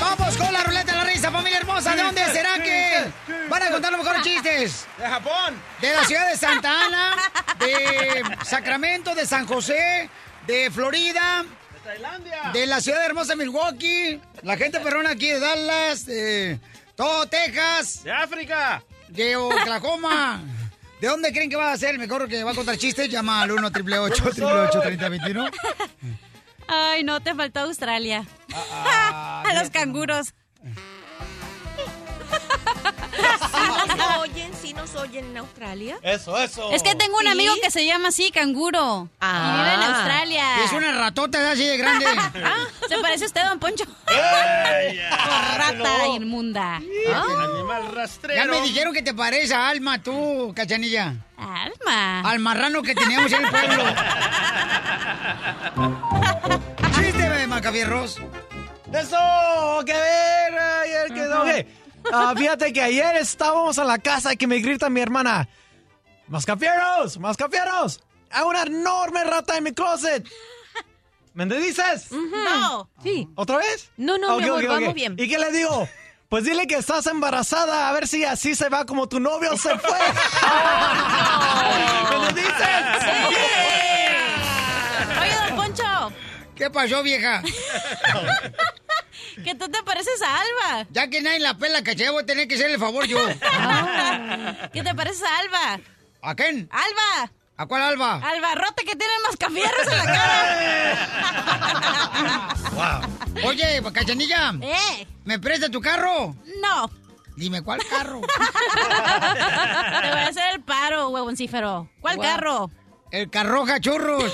Speaker 4: ¡Vamos con la ruleta de la risa, familia hermosa! ¿De dónde será que van a contar los mejores chistes?
Speaker 11: ¡De Japón!
Speaker 4: De la ciudad de Santa Ana, de Sacramento, de San José, de Florida,
Speaker 11: Tailandia.
Speaker 4: de la ciudad hermosa de Milwaukee, la gente perrona aquí de Dallas, de todo Texas.
Speaker 11: De África.
Speaker 4: De Oklahoma. ¿De dónde creen que va a ser el mejor que va a contar chistes? Llama al 1 888 3021
Speaker 5: Ay, no, te faltó Australia.
Speaker 4: Ah,
Speaker 5: *laughs* a los canguros.
Speaker 14: Si nos oyen, si nos oyen en Australia.
Speaker 6: Eso, eso.
Speaker 5: Es que tengo un amigo que se llama así, canguro. Y vive en Australia.
Speaker 4: Es una ratota así de grande.
Speaker 5: *laughs* Ah, se parece a usted, don Poncho. *laughs*
Speaker 4: Ah.
Speaker 5: Rata inmunda. Ah.
Speaker 11: Animal rastrero.
Speaker 4: Ya me dijeron que te parece a Alma, tú, cachanilla.
Speaker 16: Ah.
Speaker 5: Alma.
Speaker 4: Al marrano que teníamos en el
Speaker 5: *laughs*
Speaker 4: pueblo. Chiste, Macabierros.
Speaker 6: Eso, que ver, ayer quedó. Ok, ah, fíjate que ayer estábamos en la casa y que me grita mi hermana. ¡Mascafieros! ¡Mascafieros! Hay una enorme rata en mi closet. ¿Me dices?
Speaker 14: No.
Speaker 5: Sí.
Speaker 6: ¿Otra vez?
Speaker 14: No, no, mi
Speaker 6: Ok,
Speaker 14: amor,
Speaker 6: ok, ok.
Speaker 14: vamos bien.
Speaker 6: ¿Y qué le digo? Pues dile que estás embarazada, a ver si así se va como tu novio se fue. ¿Me dices?
Speaker 5: Oye, don Poncho,
Speaker 4: ¿Qué pasó, vieja?
Speaker 5: *laughs* que tú te pareces a Alba.
Speaker 4: Ya que nadie la pela, cachanilla, voy a tener que hacerle el favor
Speaker 5: *laughs*
Speaker 4: yo.
Speaker 5: Ah. Que te pareces a Alba.
Speaker 4: ¿A quién?
Speaker 5: Alba.
Speaker 4: ¿A cuál Alba?
Speaker 5: Al barrote que tienen más cafierros en la cara.
Speaker 4: Oye, cachanilla.
Speaker 5: ¿Eh?
Speaker 4: ¿Me presta tu carro?
Speaker 5: No.
Speaker 4: Dime, ¿cuál
Speaker 5: *laughs*
Speaker 4: carro?
Speaker 5: Te voy a hacer el paro, huevoncífero. ¿Cuál
Speaker 4: Guau.
Speaker 5: carro?
Speaker 4: El carroja churros.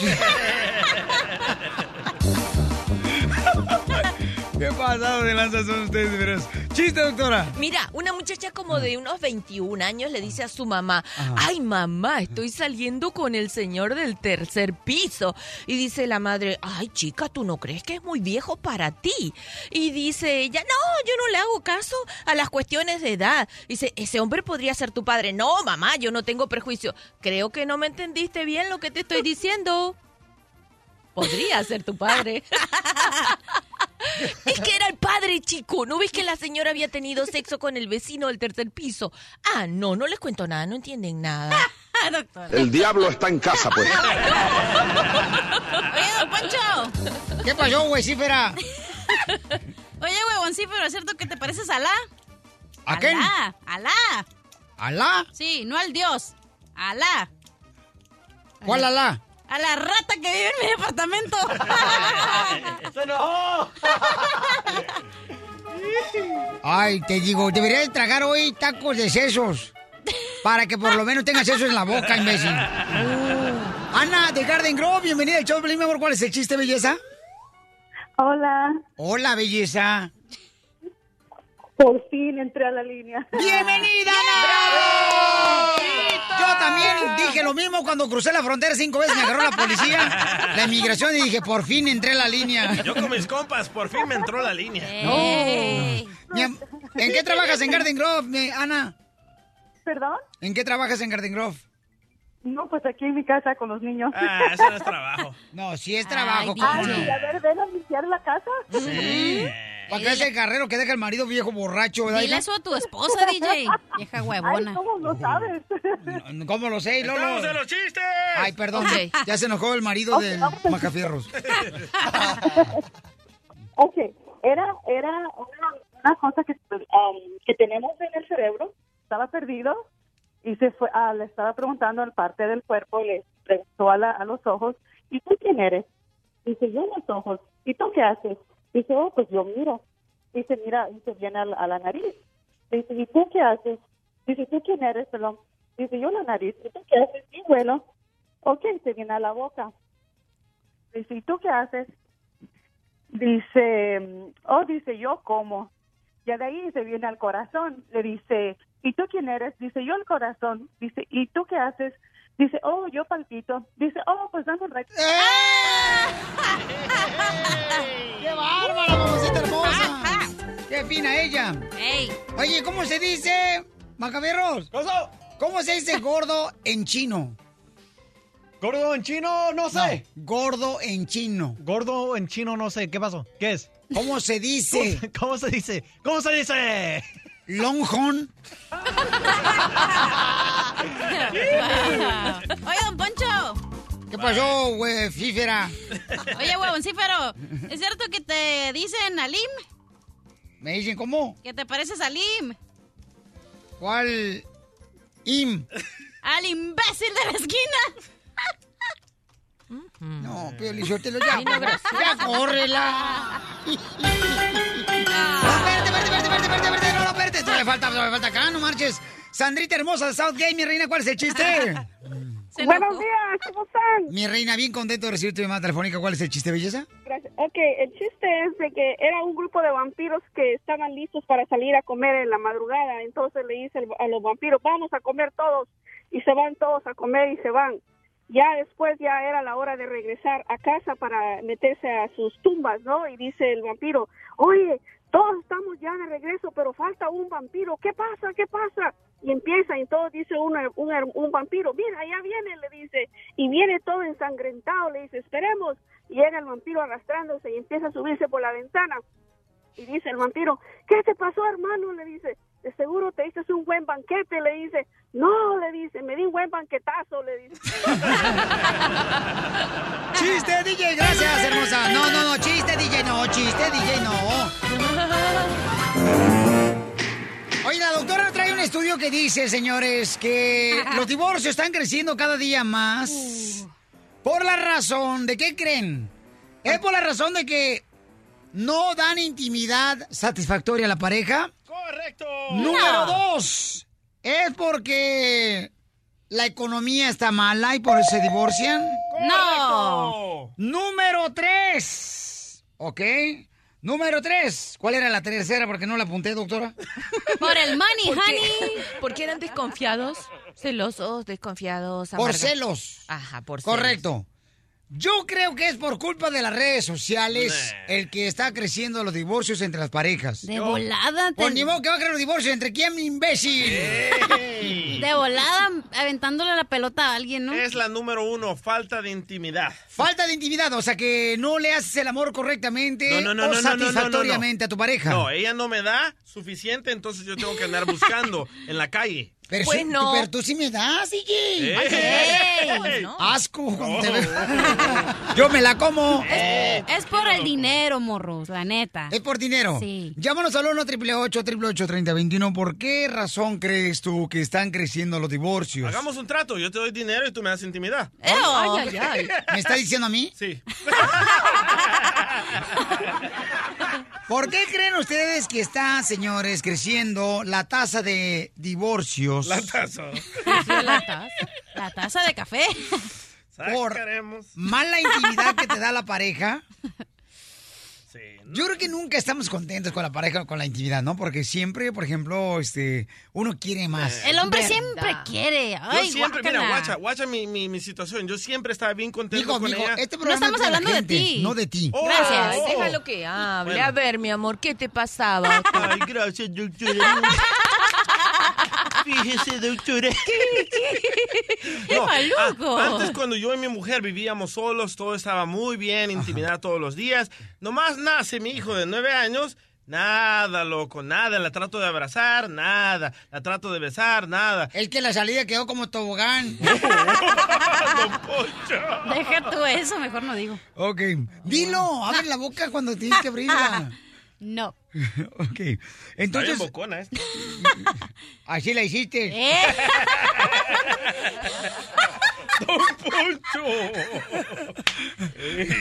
Speaker 4: ¿Qué pasado de lanza son ustedes, veras? Chiste, doctora.
Speaker 14: Mira, una muchacha como de unos 21 años le dice a su mamá, ay mamá, estoy saliendo con el señor del tercer piso. Y dice la madre, ay chica, ¿tú no crees que es muy viejo para ti? Y dice ella, no, yo no le hago caso a las cuestiones de edad. Dice, ese hombre podría ser tu padre. No, mamá, yo no tengo prejuicio. Creo que no me entendiste bien lo que te estoy diciendo. Podría ser tu padre. Es que era el padre, chico. ¿No ves que la señora había tenido sexo con el vecino del tercer piso? Ah, no, no les cuento nada, no entienden nada.
Speaker 23: El diablo está en casa, pues.
Speaker 5: Oye, don Poncho.
Speaker 4: ¿Qué pasó, güeycífera?
Speaker 5: Oye, huevoncífero, ¿es cierto que te pareces a Alá?
Speaker 4: ¿A quién?
Speaker 5: Alá. Alá.
Speaker 4: ¿Alá?
Speaker 5: Sí, no al Dios. Alá.
Speaker 4: ¿Cuál Alá?
Speaker 5: A la rata que vive en mi departamento.
Speaker 6: *laughs* ¡Se enojó!
Speaker 4: Ay, te digo, deberías de tragar hoy tacos de sesos. Para que por lo menos tengas sesos en la boca, imbécil. Ana de Garden Grove, bienvenida al show, Pelín, mi amor. ¿Cuál es el chiste, belleza?
Speaker 24: Hola,
Speaker 4: Hola, belleza.
Speaker 24: por fin entré a la línea.
Speaker 4: ¡Bienvenida, Ana! Yo también dije lo mismo yo cuando crucé la frontera cinco veces me agarró la policía, la inmigración, y dije, por fin entré a la línea.
Speaker 11: Yo con mis compas, por fin me entró la línea.
Speaker 4: No. Mi am- ¿En qué trabajas en Garden Grove, mi- Ana?
Speaker 19: ¿Perdón?
Speaker 4: ¿En qué trabajas en Garden Grove?
Speaker 19: No, pues aquí en mi casa con los niños.
Speaker 11: Ah, eso no es trabajo.
Speaker 4: *laughs* No, sí es trabajo, ¿cómo
Speaker 19: Ay,
Speaker 4: no?
Speaker 19: a ver, ven a limpiar la casa.
Speaker 4: Sí. ¿Para qué es el carrero que deja el marido viejo borracho? ¿verdad,
Speaker 5: Dile
Speaker 4: hija?
Speaker 5: eso a tu
Speaker 4: *laughs*
Speaker 5: esposa, DJ. Vieja huevona.
Speaker 4: Ay, ¿cómo
Speaker 5: lo sabes?
Speaker 4: ¿Cómo lo sé, Lolo?
Speaker 5: ¡Estamos en los
Speaker 11: chistes!
Speaker 4: Ay, perdón.
Speaker 5: Ok.
Speaker 4: Ya se enojó el marido
Speaker 19: Ok,
Speaker 4: del
Speaker 19: vamos a-
Speaker 4: Macafierros.
Speaker 19: Ok, era, era una, una cosa que, pues, um, que tenemos en el cerebro, estaba perdido y se fue, ah, le estaba preguntando al parte del cuerpo, le preguntó a, la- a los ojos, ¿y tú quién eres? Dice, yo los ojos, ¿y tú qué haces? Dice, oh, pues yo miro. Dice, mira, dice, viene a la, a la nariz. Dice, ¿y tú qué haces? Dice, ¿tú quién eres? Perdón. Dice, yo la nariz, ¿y tú qué haces? Y bueno, ok, se viene a la boca. Dice, ¿y tú qué haces? dice, mm, oh, dice, yo como. Ya de ahí se viene al corazón. Le dice, ¿y tú quién eres? Dice, yo el corazón. Dice, ¿y tú qué haces? Dice, oh, yo palpito. Dice, oh, pues dame un recto.
Speaker 4: ¡Qué bárbara, mamacita hermosa! ¡Qué fina ella! Oye, ¿cómo se dice, Macaberros? ¿Cómo se dice gordo en chino?
Speaker 6: ¿Gordo en chino? No sé.
Speaker 4: gordo en chino.
Speaker 6: Gordo en chino, no sé. ¿Qué pasó? ¿Qué es?
Speaker 4: ¿Cómo se dice?
Speaker 6: *laughs* ¿Cómo, se dice? ¿Cómo se dice?
Speaker 4: Longhorn.
Speaker 5: *laughs* Oye, don Poncho.
Speaker 4: ¿Qué pasó, güey, fífera?
Speaker 5: Oye, huevón, sí, pero ¿es cierto que te dicen Alim?
Speaker 4: Me dicen, ¿cómo?
Speaker 5: ¿Que te pareces a Alim?
Speaker 4: ¿Cuál im?
Speaker 5: Al imbécil de la esquina.
Speaker 4: No, pero te lo ya.
Speaker 5: Vino grosero.
Speaker 4: Ya, córrela. No, espérate, espérate, espérate, espérate, espérate, no, no, espérate. Esto le falta, esto le falta acá, no marches. Sandrita hermosa de Southgate, mi reina, ¿cuál es el
Speaker 8: *laughs*
Speaker 4: chiste?
Speaker 8: Buenos días, ¿cómo están?
Speaker 4: Mi reina, bien contento de recibir tu llamada telefónica. ¿Cuál es el chiste, belleza?
Speaker 8: Gracias. Ok, el chiste es de que era un grupo de vampiros que estaban listos para salir a comer en la madrugada. Entonces le dice el- a los vampiros, vamos a comer todos. Y se van todos a comer y se van. Ya después ya era la hora de regresar a casa para meterse a sus tumbas, ¿no? Y dice el vampiro, oye, todos estamos ya de regreso, pero falta un vampiro. ¿Qué pasa? ¿Qué pasa? Y empieza, y todos dice un, un, un vampiro, mira, ya viene, le dice. Y viene todo ensangrentado, le dice, esperemos. Y llega el vampiro arrastrándose y empieza a subirse por la ventana. Y dice el vampiro, ¿qué te pasó, hermano? Le dice, de seguro te hiciste un buen banquete, le dice. No, le dice, me di un buen banquetazo, le dice.
Speaker 4: ¡Chiste, DJ! Gracias, hermosa. No, no, no, chiste, DJ, no, chiste, DJ, no. Oye, la doctora trae un estudio que dice, señores, que los divorcios están creciendo cada día más. Por la razón de qué creen? Es por la razón de que no dan intimidad satisfactoria a la pareja.
Speaker 11: Correcto.
Speaker 4: Número dos, es porque la economía está mala y por eso se divorcian.
Speaker 11: No.
Speaker 4: Número tres, ¿ok? Número tres, ¿cuál era la tercera? Porque no la apunté, doctora.
Speaker 14: Por el money,
Speaker 4: honey.
Speaker 14: ¿Por qué eran desconfiados? Celosos, desconfiados.
Speaker 4: Por
Speaker 14: amargados.
Speaker 4: celos.
Speaker 14: Ajá, por celos.
Speaker 4: Correcto. Yo creo que es por culpa de las redes sociales el que está creciendo los divorcios entre las parejas.
Speaker 5: De volada te-
Speaker 4: Pues ni modo que va a creer los divorcios entre quién, imbécil.
Speaker 5: De volada, aventándole la pelota a alguien, ¿no?
Speaker 11: Es la número uno, falta de intimidad.
Speaker 4: Falta de intimidad, o sea que no le haces el amor correctamente
Speaker 11: No, no, no,
Speaker 4: o
Speaker 11: no, no, no, no, no.
Speaker 4: satisfactoriamente a tu pareja.
Speaker 11: No, ella no me da suficiente, entonces yo tengo que andar buscando en la calle. Pues
Speaker 4: Pero,
Speaker 5: Pues
Speaker 4: sí- pero tú sí me das, DJ.
Speaker 11: Ey. Ey.
Speaker 4: Asco.
Speaker 5: *laughs*
Speaker 4: cuando Oh, te veo. Yo me la como.
Speaker 5: Es por el dinero, morros, la neta.
Speaker 4: Es por dinero.
Speaker 5: Sí.
Speaker 4: Llámanos al 1 888 3021 ¿Por qué razón crees tú que están creciendo los divorcios?
Speaker 14: Pues,
Speaker 11: Hagamos un trato, yo te doy dinero y tú me das intimidad.
Speaker 4: Ay, ay, ay. ¿Me está diciendo a mí?
Speaker 11: Sí.
Speaker 4: ¿Por qué creen ustedes que está, señores, creciendo la tasa de divorcios?
Speaker 11: La tasa.
Speaker 5: *laughs* La taza. La taza de café.
Speaker 4: Por mala intimidad que te da la pareja.
Speaker 11: Sí,
Speaker 4: Yo creo que nunca estamos contentos con la pareja, con la intimidad, ¿no? Porque siempre, por ejemplo, este, uno quiere más.
Speaker 5: El hombre
Speaker 4: Ver-
Speaker 5: siempre quiere. Ay,
Speaker 11: yo siempre, mira,
Speaker 5: guácala.
Speaker 11: guacha, guacha mi, mi, mi situación. Yo siempre estaba bien contento
Speaker 14: Mijo,
Speaker 11: con
Speaker 14: mijo,
Speaker 11: ella. Oh.
Speaker 14: este programa No estamos es para la hablando de gente, ti. no de
Speaker 4: ti.
Speaker 14: Gracias.
Speaker 11: *laughs*
Speaker 14: Ay, déjalo que hable.
Speaker 11: Bueno.
Speaker 14: A ver, mi amor, ¿qué te pasaba?
Speaker 11: Ay, gracias, doctora. Fíjese, doctora. No, a- antes cuando yo y mi mujer vivíamos solos, todo estaba muy bien, intimidad todos los días. Nomás nace mi hijo de nueve años, nada, loco, nada. La trato de abrazar, nada. La trato de besar, nada.
Speaker 4: Es que la salida quedó como tobogán.
Speaker 5: Deja tú eso, mejor no digo.
Speaker 4: Ok. *laughs* Dilo, abre la boca cuando tienes que abrirla.
Speaker 5: *laughs* No.
Speaker 4: ok. Entonces,
Speaker 11: Está bien bocona esta.
Speaker 4: así la hiciste.
Speaker 5: Eh.
Speaker 11: *laughs*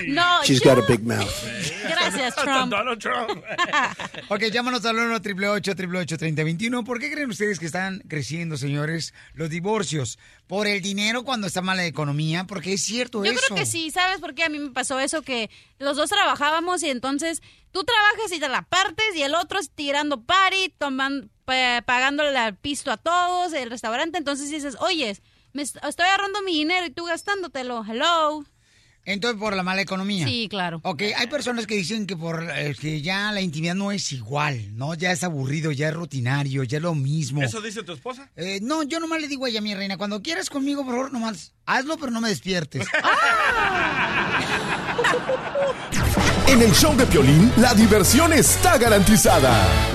Speaker 5: No,
Speaker 4: She's
Speaker 5: yo-
Speaker 4: got a big mouth.
Speaker 11: *laughs*
Speaker 5: Gracias, Trump. *laughs*
Speaker 11: Donald Trump.
Speaker 4: Ok, llámanos al 1 888 3021 ¿Por qué creen ustedes que están creciendo, señores, los divorcios? ¿Por el dinero cuando está mala la economía? Porque es cierto
Speaker 5: Yo
Speaker 4: eso.
Speaker 5: creo que sí, ¿sabes por qué a mí me pasó eso? Que los dos trabajábamos y entonces tú trabajas y te la partes y el otro es tirando party, tomando, pa- pagándole el pisto a todos, el restaurante. Entonces dices, oyes, me est- estoy agarrando mi dinero y tú gastándotelo. Hello.
Speaker 4: Entonces, por la mala economía.
Speaker 5: Sí, claro.
Speaker 4: Ok, hay personas que dicen que por eh, que ya la intimidad no es igual, ¿no? Ya es aburrido, ya es rutinario, ya es lo mismo.
Speaker 11: ¿Eso dice tu esposa?
Speaker 4: Eh, no, yo nomás le digo a ella, mi reina, cuando quieras conmigo, por favor, nomás hazlo, pero no me despiertes.
Speaker 2: En el show de Piolín, la diversión está garantizada.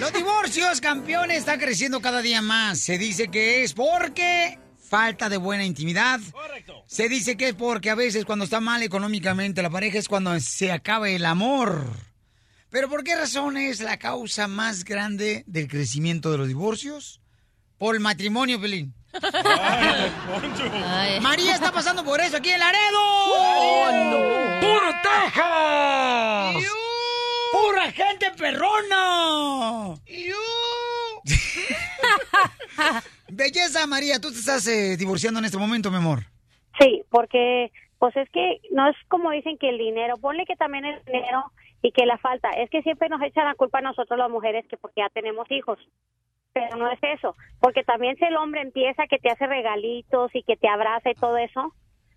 Speaker 4: Los divorcios, campeones, están creciendo cada día más. Se dice que es porque falta de buena intimidad. Correcto. Se dice que es porque a veces cuando está mal económicamente la pareja es cuando se acaba el amor. Pero ¿por qué razón es la causa más grande del crecimiento de los divorcios? Por el matrimonio, Pelín. María está pasando por eso aquí en Laredo. ¡Puro Texas! ¡Pura gente perrona! *laughs* Belleza, María, tú te estás eh, divorciando en este momento, mi amor.
Speaker 3: Sí, porque pues es que no es como dicen que el dinero, ponle que también el dinero y que la falta, es que siempre nos echan la culpa a nosotros las mujeres que porque ya tenemos hijos. Pero no es eso, porque también si el hombre empieza que te hace regalitos y que te abraza y todo eso,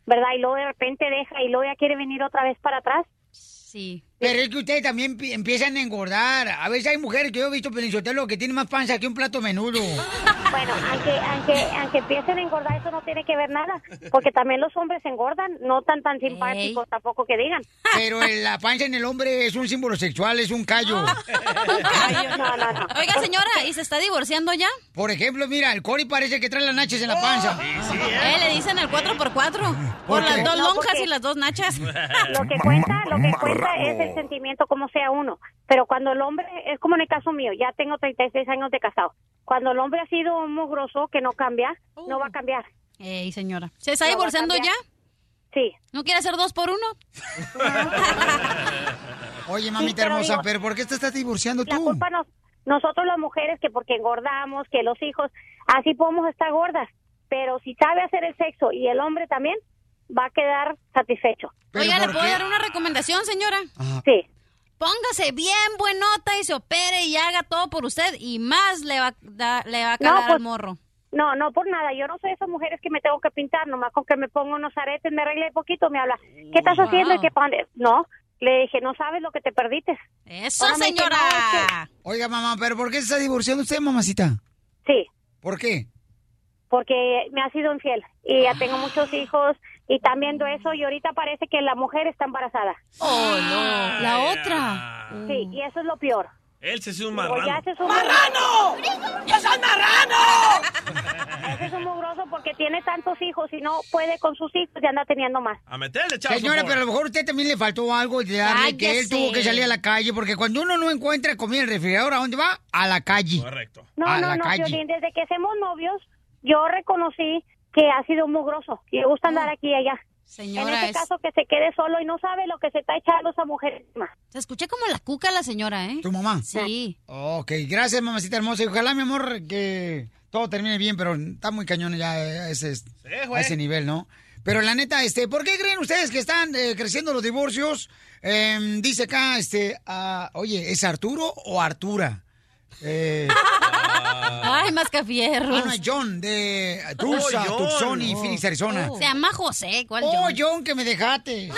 Speaker 3: ¿verdad? Y luego de repente deja y luego ya quiere venir otra vez para atrás.
Speaker 5: Sí.
Speaker 4: Pero es que ustedes también pi- empiezan a engordar. A veces hay mujeres que yo he visto pelinchotelo que tienen más panza que un plato menudo.
Speaker 3: Bueno, aunque, aunque, aunque empiecen a engordar, eso no tiene que ver nada, porque también los hombres engordan, no tan tan simpáticos tampoco que digan.
Speaker 4: Pero el- la panza en el hombre es un símbolo sexual, es un callo.
Speaker 5: Oiga, señora, ¿y se está divorciando ya?
Speaker 4: Por ejemplo, mira, el Cory parece que trae las nachas en la panza.
Speaker 5: Eh, le dicen el 4x4. Por
Speaker 4: ¿Por qué?
Speaker 5: las dos
Speaker 4: No,
Speaker 5: lonjas
Speaker 4: porque-
Speaker 5: y las
Speaker 4: *laughs*
Speaker 5: dos nachas.
Speaker 3: lo que cuenta, lo que cuenta es el sentimiento como sea uno. Pero cuando el hombre, es como en el caso mío, ya tengo 36 años de casado. Cuando el hombre ha sido un mugroso que no cambia, no
Speaker 5: Uh.
Speaker 3: va a cambiar.
Speaker 5: Ey, señora. ¿Se está divorciando ya?
Speaker 3: Sí.
Speaker 5: ¿No quiere hacer dos por uno?
Speaker 4: Oye,
Speaker 3: Sí,
Speaker 4: mamita
Speaker 3: pero
Speaker 4: hermosa,
Speaker 3: digo-
Speaker 4: pero ¿por qué te estás divorciando
Speaker 3: La
Speaker 4: tú?
Speaker 3: culpa nos, nosotros las mujeres que porque engordamos, que los hijos, así podemos estar gordas. Pero si sabe hacer el sexo y el hombre también, va a quedar satisfecho.
Speaker 5: Oiga, ¿le puedo dar una recomendación, señora?
Speaker 3: Sí.
Speaker 5: Póngase bien buenota y se opere y haga todo por usted y más le va, a da- le va a
Speaker 3: No,
Speaker 5: calar al
Speaker 3: pues-
Speaker 5: morro.
Speaker 3: No, no por nada. Yo no soy de esas mujeres que me tengo que pintar, nomás con que me pongo unos aretes, me arregle poquito, me habla. ¿Qué estás
Speaker 5: Wow.
Speaker 3: haciendo? ¿Y qué pan-?" No, le dije, no sabes lo que te perdiste.
Speaker 5: Eso,
Speaker 3: Ahora me dice,
Speaker 5: señora.
Speaker 3: "No, es que-
Speaker 4: Oiga, mamá, pero ¿por qué se está divorciando usted, mamacita?
Speaker 3: Sí.
Speaker 4: ¿Por qué?
Speaker 3: porque me ha sido infiel y ya tengo muchos hijos y están viendo eso y ahorita parece que la mujer está embarazada.
Speaker 5: Oh, no. La otra.
Speaker 3: Sí, y eso es lo peor.
Speaker 11: Él se hizo un
Speaker 3: Digo, ya
Speaker 11: marrano.
Speaker 3: ese es un ¡Marrano! ¡Es marrano! Ese es un mugroso porque tiene tantos hijos y no puede con sus hijos y anda teniendo más.
Speaker 11: A meterle, chavo.
Speaker 4: Señora, pero a lo mejor a usted también le faltó algo de darle que él
Speaker 3: Cállese.
Speaker 4: tuvo que salir a la calle, porque cuando uno no encuentra comida en el refrigerador, ¿a dónde va? A la calle. Correcto.
Speaker 3: No,
Speaker 4: a
Speaker 3: no,
Speaker 4: la
Speaker 3: no,
Speaker 4: calle.
Speaker 3: Piolín, desde que hacemos novios, yo reconocí que ha sido un mugroso y le gusta andar aquí y allá. en
Speaker 5: Señora,
Speaker 3: este
Speaker 5: es-
Speaker 3: caso que se quede solo y no sabe lo que se está echando esa mujer encima.
Speaker 5: Se escucha como la cuca la señora, ¿eh?
Speaker 4: ¿Tu mamá? Ah,
Speaker 5: Sí.
Speaker 4: Ok, gracias, mamacita hermosa. Y ojalá, mi amor, que todo termine bien, pero está muy cañón ya eh, a ese, a
Speaker 5: güey.
Speaker 4: ese nivel, ¿no? Pero la neta, este, ¿por qué creen ustedes que están eh, creciendo los divorcios? Em, dice acá, este, ah, oye, ¿es Arturo o Artura? Eh,
Speaker 5: *laughs* Ay, más que fierro.
Speaker 4: Ah, no, es John, de Tulsa,
Speaker 5: Oh, John.
Speaker 4: Tucson y Phoenix, Arizona.
Speaker 5: Se llama José, ¿cuál
Speaker 4: Oh,
Speaker 5: John?
Speaker 4: John, que me dejaste.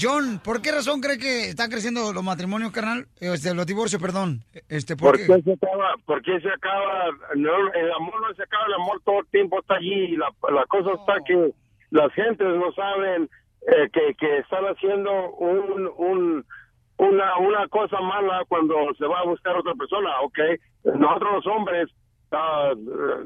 Speaker 4: John, ¿por qué razón cree que están creciendo los matrimonios, carnal? Este, los divorcios, perdón. Este, ¿por,
Speaker 10: ¿Por
Speaker 4: qué?
Speaker 10: qué se acaba? ¿Por qué se acaba? No, el amor no se acaba, el amor todo el tiempo está allí. La, la cosa está que las gentes no saben eh, que, que están haciendo un, un- una, una cosa mala cuando se va a buscar otra persona, ¿ok? Nosotros los hombres, ah,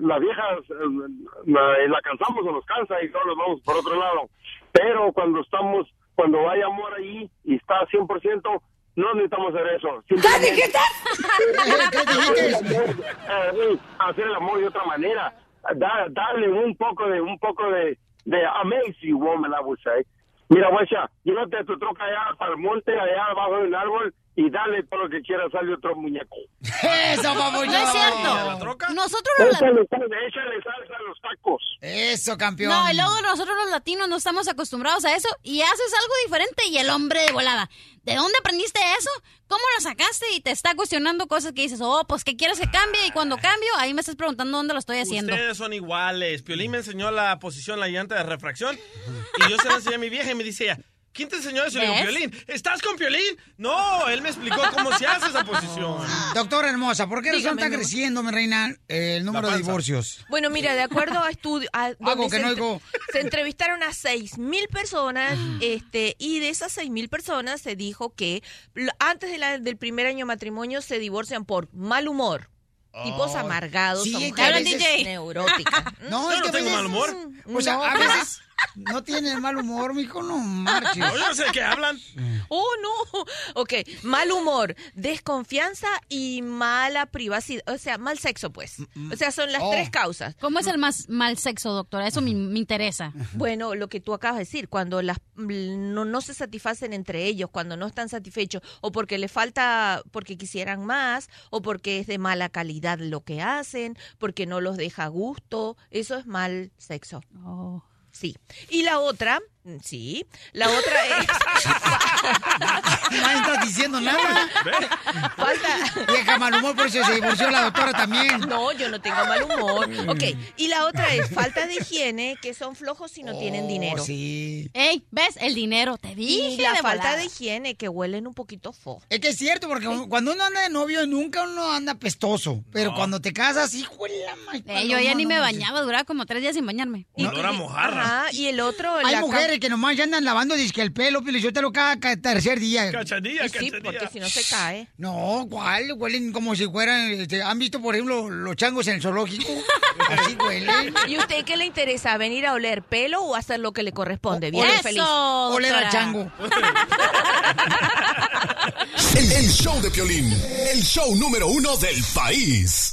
Speaker 10: las viejas eh, la, la cansamos o nos cansa y todos nos vamos por otro lado. Pero cuando estamos, cuando hay amor allí y está 100%, no necesitamos hacer eso. Simplemente- *laughs* eh, güey, hacer el amor de otra manera. Da- darle un poco de, un poco de, de amazing woman, I would say. Mira, guacha, llévate a tu troca allá para el monte, allá abajo de un árbol y dale todo lo que quieras, sale otro muñeco.
Speaker 4: Eso, babuchón.
Speaker 5: No es cierto. Nosotros los
Speaker 10: Échale,
Speaker 5: latinos.
Speaker 10: échale, échale salsa a los tacos.
Speaker 4: Eso, campeón.
Speaker 5: No, y luego nosotros los latinos no estamos acostumbrados a eso y haces algo diferente y el hombre de volada. ¿De dónde aprendiste eso? ¿Cómo lo sacaste? Y te está cuestionando cosas que dices, oh, pues que quieres que cambie y cuando cambio, ahí me estás preguntando dónde lo estoy haciendo.
Speaker 11: Ustedes son iguales. Piolín me enseñó la posición, la llanta de refracción. Y yo se la enseñé a mi vieja y me dice ella, ¿quién te enseñó eso? Y le digo,
Speaker 4: ¿Ves?
Speaker 11: Piolín, ¿estás con Piolín? No, él me explicó cómo se hace esa posición.
Speaker 4: Doctora hermosa, ¿por qué razón
Speaker 14: Dígame,
Speaker 4: está
Speaker 14: mi amor.
Speaker 4: creciendo, mi reina, eh, el número de divorcios?
Speaker 14: Bueno, mira, de acuerdo a estudios,
Speaker 4: Hago que no oigo.
Speaker 14: se entrevistaron a 6.000 personas este, y de esas 6.000 personas se dijo que l- antes de la- del primer año de matrimonio se divorcian por mal humor, tipos
Speaker 4: Ay.
Speaker 14: amargados,
Speaker 4: Sí,
Speaker 14: son
Speaker 4: que a
Speaker 14: mujeres
Speaker 4: veces-
Speaker 14: neuróticas.
Speaker 4: *laughs* No, es que a veces- O sea, a veces no tienen mal humor, mijo, no marches.
Speaker 14: No, yo no sé de qué hablan. Oh, no. *laughs* Ok, mal humor, desconfianza y mala privacidad. O sea, mal sexo, pues. O sea, son las
Speaker 5: Oh.
Speaker 14: tres causas.
Speaker 5: ¿Cómo es el más mal sexo, doctora? Eso me, me interesa.
Speaker 14: Bueno, lo que tú acabas de decir, cuando las mm, no, no se satisfacen entre ellos, cuando no están satisfechos, o porque le falta, porque quisieran más, o porque es de mala calidad lo que hacen, porque no los deja a gusto, eso es mal sexo.
Speaker 5: Oh.
Speaker 14: Sí. Y la otra, mm, sí, la otra es...
Speaker 4: No estás diciendo nada.
Speaker 14: Falta.
Speaker 4: Vieja mal humor, por eso se divorció la doctora también.
Speaker 14: No, yo no tengo mal humor. Ok, y la otra es falta de higiene, que son flojos y no tienen dinero.
Speaker 4: Oh, Sí.
Speaker 5: Ey, ¿ves? El dinero, te dije.
Speaker 14: Y la
Speaker 5: de
Speaker 14: falta
Speaker 5: volada.
Speaker 14: de higiene, que huelen un poquito fo.
Speaker 4: Es que es cierto, porque cuando uno anda de novio, nunca uno anda pestoso. Pero cuando te casas, hijo de la ma-
Speaker 5: Eh, yo ya
Speaker 4: no,
Speaker 5: ni
Speaker 4: no,
Speaker 5: me
Speaker 4: no,
Speaker 5: bañaba, duraba como tres días sin bañarme.
Speaker 4: Olor a mojarra.
Speaker 14: Ajá, y el otro...
Speaker 4: Hay
Speaker 14: la cam-
Speaker 4: mujeres que nomás ya andan lavando disque el pelo, Pio Lizotelo, cada, cada tercer día.
Speaker 14: Y sí, porque si no se cae.
Speaker 4: No, ¿cuál? Huelen como si fueran... este, ¿Han visto, por ejemplo, los changos en el zoológico? Así huelen.
Speaker 14: ¿Y usted qué le interesa? ¿Venir a oler pelo o hacer lo que le corresponde? Bien
Speaker 4: Oler-
Speaker 14: feliz.
Speaker 4: Oler al chango.
Speaker 2: El, el show de Piolín, el show número uno del país.